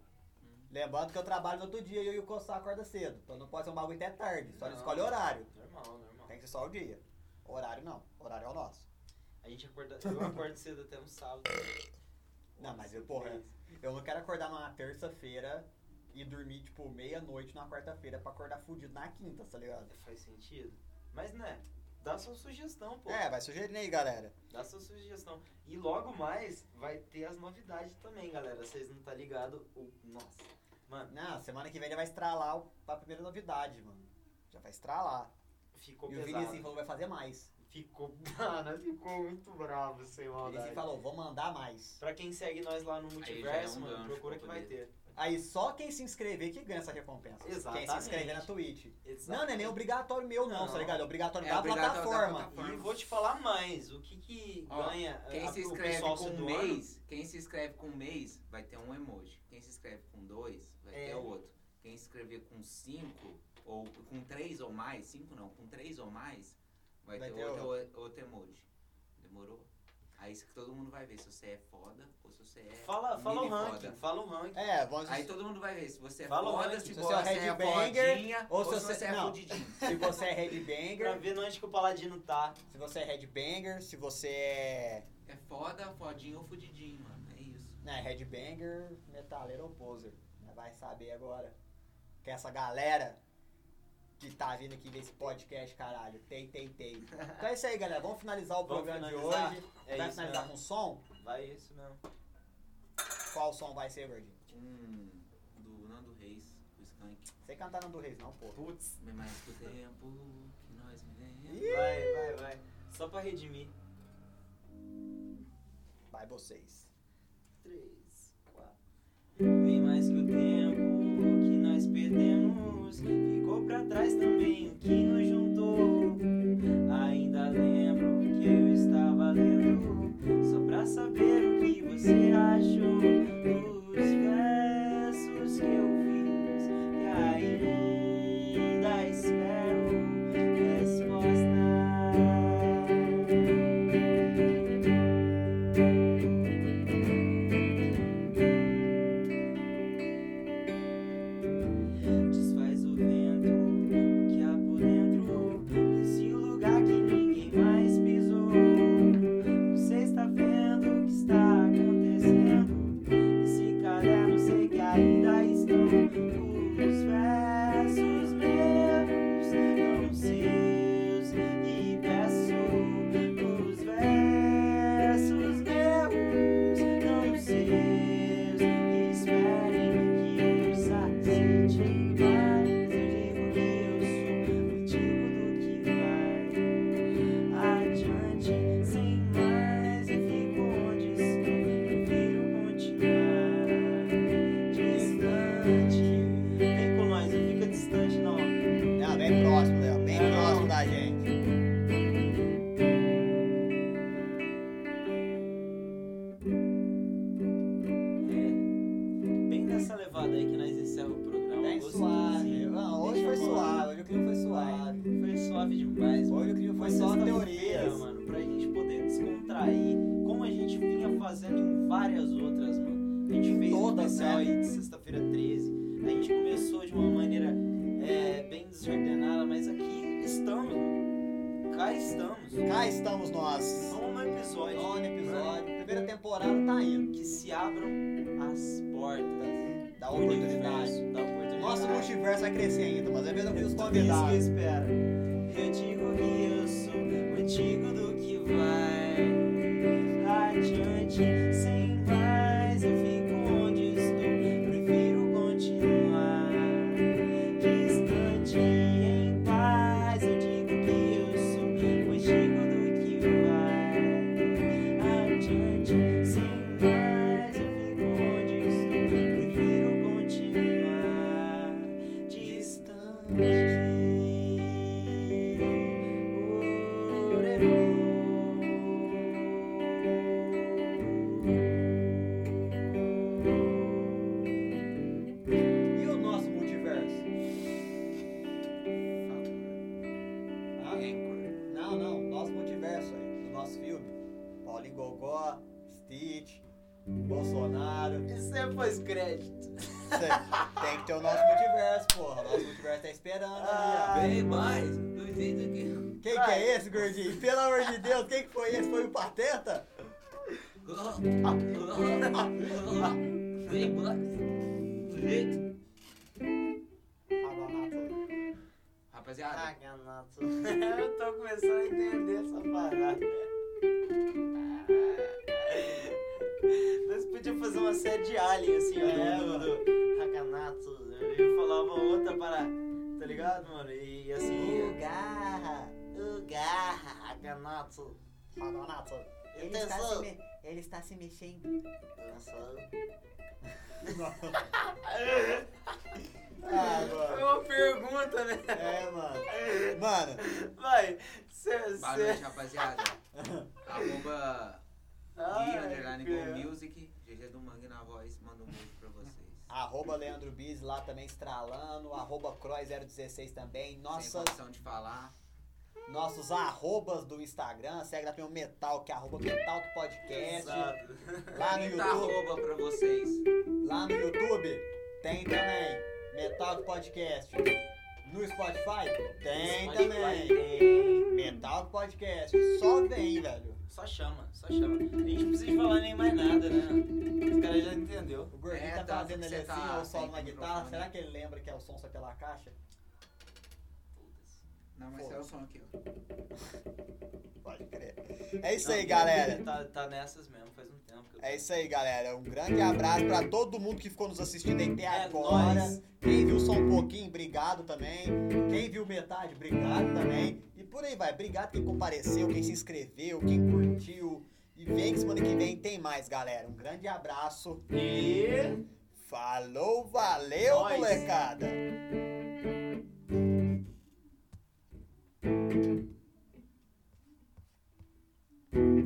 Lembrando que eu trabalho no outro dia e eu e o Coçar acorda cedo. Então não pode ser um bagulho até tarde, só não Não. escolhe horário. Normal, normal. Tem que ser só o dia. Horário não, horário é o nosso. A gente acorda. *laughs* Eu acordo cedo até um sábado. Não, mas eu, porra, Eu não quero acordar numa terça-feira e dormir, tipo, meia-noite na quarta-feira pra acordar fudido na quinta, tá ligado? Faz sentido. Mas né, dá sua sugestão, pô. É, vai sugerindo aí, galera. Dá sua sugestão. E logo mais vai ter as novidades também, galera. Vocês não tá ligado? O... Nossa. Mano, Não, semana que vem já vai estralar o- pra primeira novidade, mano. Já vai estralar. ficou e o pesado. Vinicius falou vai fazer mais. Ficou. *laughs* Mano, ficou muito bravo sem O maldade. Vinicius falou, vou mandar mais. Pra quem segue nós lá no já é multiverso, um mano, gancho procura pra que vai poder. ter. Aí só quem se inscrever que ganha essa recompensa. Quem se Exatamente. inscrever na Twitch. Exato. Não, não é nem obrigatório meu, não, Não. tá ligado? É obrigatório É da obrigatório da plataforma. plataforma. E vou te falar mais, o que que Ó, ganha Quem a- se É, o inscreve pessoal com se um doando? mês, quem se inscreve com um mês vai ter um emoji. Quem se inscreve com dois vai É. ter outro. Quem se inscrever com cinco ou com três ou mais, cinco não, com três ou mais vai, Vai ter, ter outro, outro emoji. Demorou? Aí isso que todo mundo vai ver se você é foda ou se você é. Fala, fala o mini ranking, foda. fala o ranking. É, vamos. Aí todo mundo vai ver se você é Fala o foda, ranking, se se você você é é headbanger, fodinha ou se você é não. fudidinho. Se você é *laughs* Pra headbanger, ver onde que o Paladino tá. se você é headbanger, se você é. É foda, fodinho ou fudidinho, mano. É isso. Né, headbanger, metaleiro ou poser. Né, Vai saber agora. Que essa galera que tá vindo aqui desse podcast, caralho. Tem, tem, tem. Então é isso aí, galera. Vamos finalizar o Vamos programa finalizar? de hoje. É vai isso finalizar mesmo. com som? Vai isso mesmo. Qual som vai ser, Gordinho? Um do Nando Reis, o Skank. Você cantar não do Reis, não, pô. Putz. Me mais que o tempo que nós vivemos. Vai, vai, vai. Só pra redimir. Vai vocês. três, quatro. Vem mais que o tempo que nós perdemos. Ficou pra trás também o que nos juntou. Ainda lembro que eu estava lendo. Só pra saber o que você achou dos versos que eu fiz. E ainda espero resposta. Desfaz o vento o que há por dentro desse lugar que ninguém mais pisou. Você está vendo o que está acontecendo? Esse caderno sei que ainda estão os versos meus, não seus. E peço os versos meus, não seus. Esperem que eu satisfeite mais. Eu digo que eu sou motivo do que vai adiante sem mais. E fico onde estou, prefiro continuar distante. Vem com nós, não fica distante não. Não, bem próximo, Léo. Bem É, não. próximo da gente. É, bem nessa levada aí que nós encerramos o programa. Bem suave. gostosinho. Não, hoje foi Deixa eu falar. suave. Hoje o clima foi suave. Foi suave demais, mano. Hoje o clima foi só sexta-feira, teorias. mano, pra gente poder descontrair, como a gente vinha fazendo em várias outras, mano. A gente fez um Todas, especial né? aí de sexta-feira 13. A gente começou de uma maneira é, bem desordenada, mas aqui estamos, mano. Cá estamos. Cá estamos nós. Nono episódio. Nono episódio. Primeira temporada tá indo. Que se abram as portas Dá do oportunidade. universo, da oportunidade. Nosso multiverso vai crescer ainda, mas é mesmo que os Tudo isso que convidados. espera. Eu digo que eu sou o antigo do que vai adiante sem mais. Eu fico onde estou, prefiro continuar distante em paz. Eu digo que eu sou o antigo do que vai adiante sem mais. Eu fico onde estou, prefiro continuar distante. E o nosso multiverso? Anchor. Não, não. Nosso multiverso aí. Do nosso filme. Paulinho Gogó, Stitch, Bolsonaro. Isso é pós-crédito. Cê- Tem que ter o nosso multiverso, porra. Nosso multiverso tá esperando Ah, ali, ó. Bem mais do jeito que. Quem que é esse, gordinho? Pelo amor de Deus, quem que foi esse? Foi o Pateta? Bem mais do jeito. Agora Rapaziada, *laughs* Eu tô começando a entender essa parada. Nós podíamos fazer uma série de alien, assim, ó. É, do, do, do Hakanato. Eu falava outra parada, tá ligado, mano? E, e assim... Garra, O garra, Hakanato. Madonato. Ele está se me- ele está se mexendo. Ah, mano. uma pergunta, né? É, mano. Mano, Vai, cê... boa cê- noite, rapaziada. Arroba Ai, Gui, underline cara. Go Music. GG do Mangue na voz, manda um beijo pra vocês. arroba Leandro Bis lá também estralando, arroba Croy016 também. Nossa, Sem condição de falar. Nossos arrobas do Instagram, segue lá tem o Metal, que é arroba Metal que Podcast. Exato. Lá no YouTube, Muita arroba pra vocês. lá no YouTube tem também Metal que Podcast. No Spotify tem Spotify também tem. Metal que Podcast. Só vem, velho. Só chama, só chama. A gente não precisa de falar nem mais nada, né? Os caras já entendeu. O gordinho É, tá tá, fazendo você ele assim, tá ou solo sem na guitarra. microfone. Será que ele lembra que é o som só pela caixa? Não, mas é o som aqui, ó. Pode crer. É isso aí, Não, galera. Tá, tá nessas mesmo, faz um tempo que eu É isso aí, galera. Um grande abraço pra todo mundo que ficou nos assistindo até É agora. nóis. Quem viu só um pouquinho, obrigado também. Quem viu metade, obrigado também. E por aí vai. Obrigado quem compareceu, quem se inscreveu, quem curtiu. E vem que semana que vem tem mais, galera. Um grande abraço. E... É Falou, valeu, Nóis. molecada. Valeu!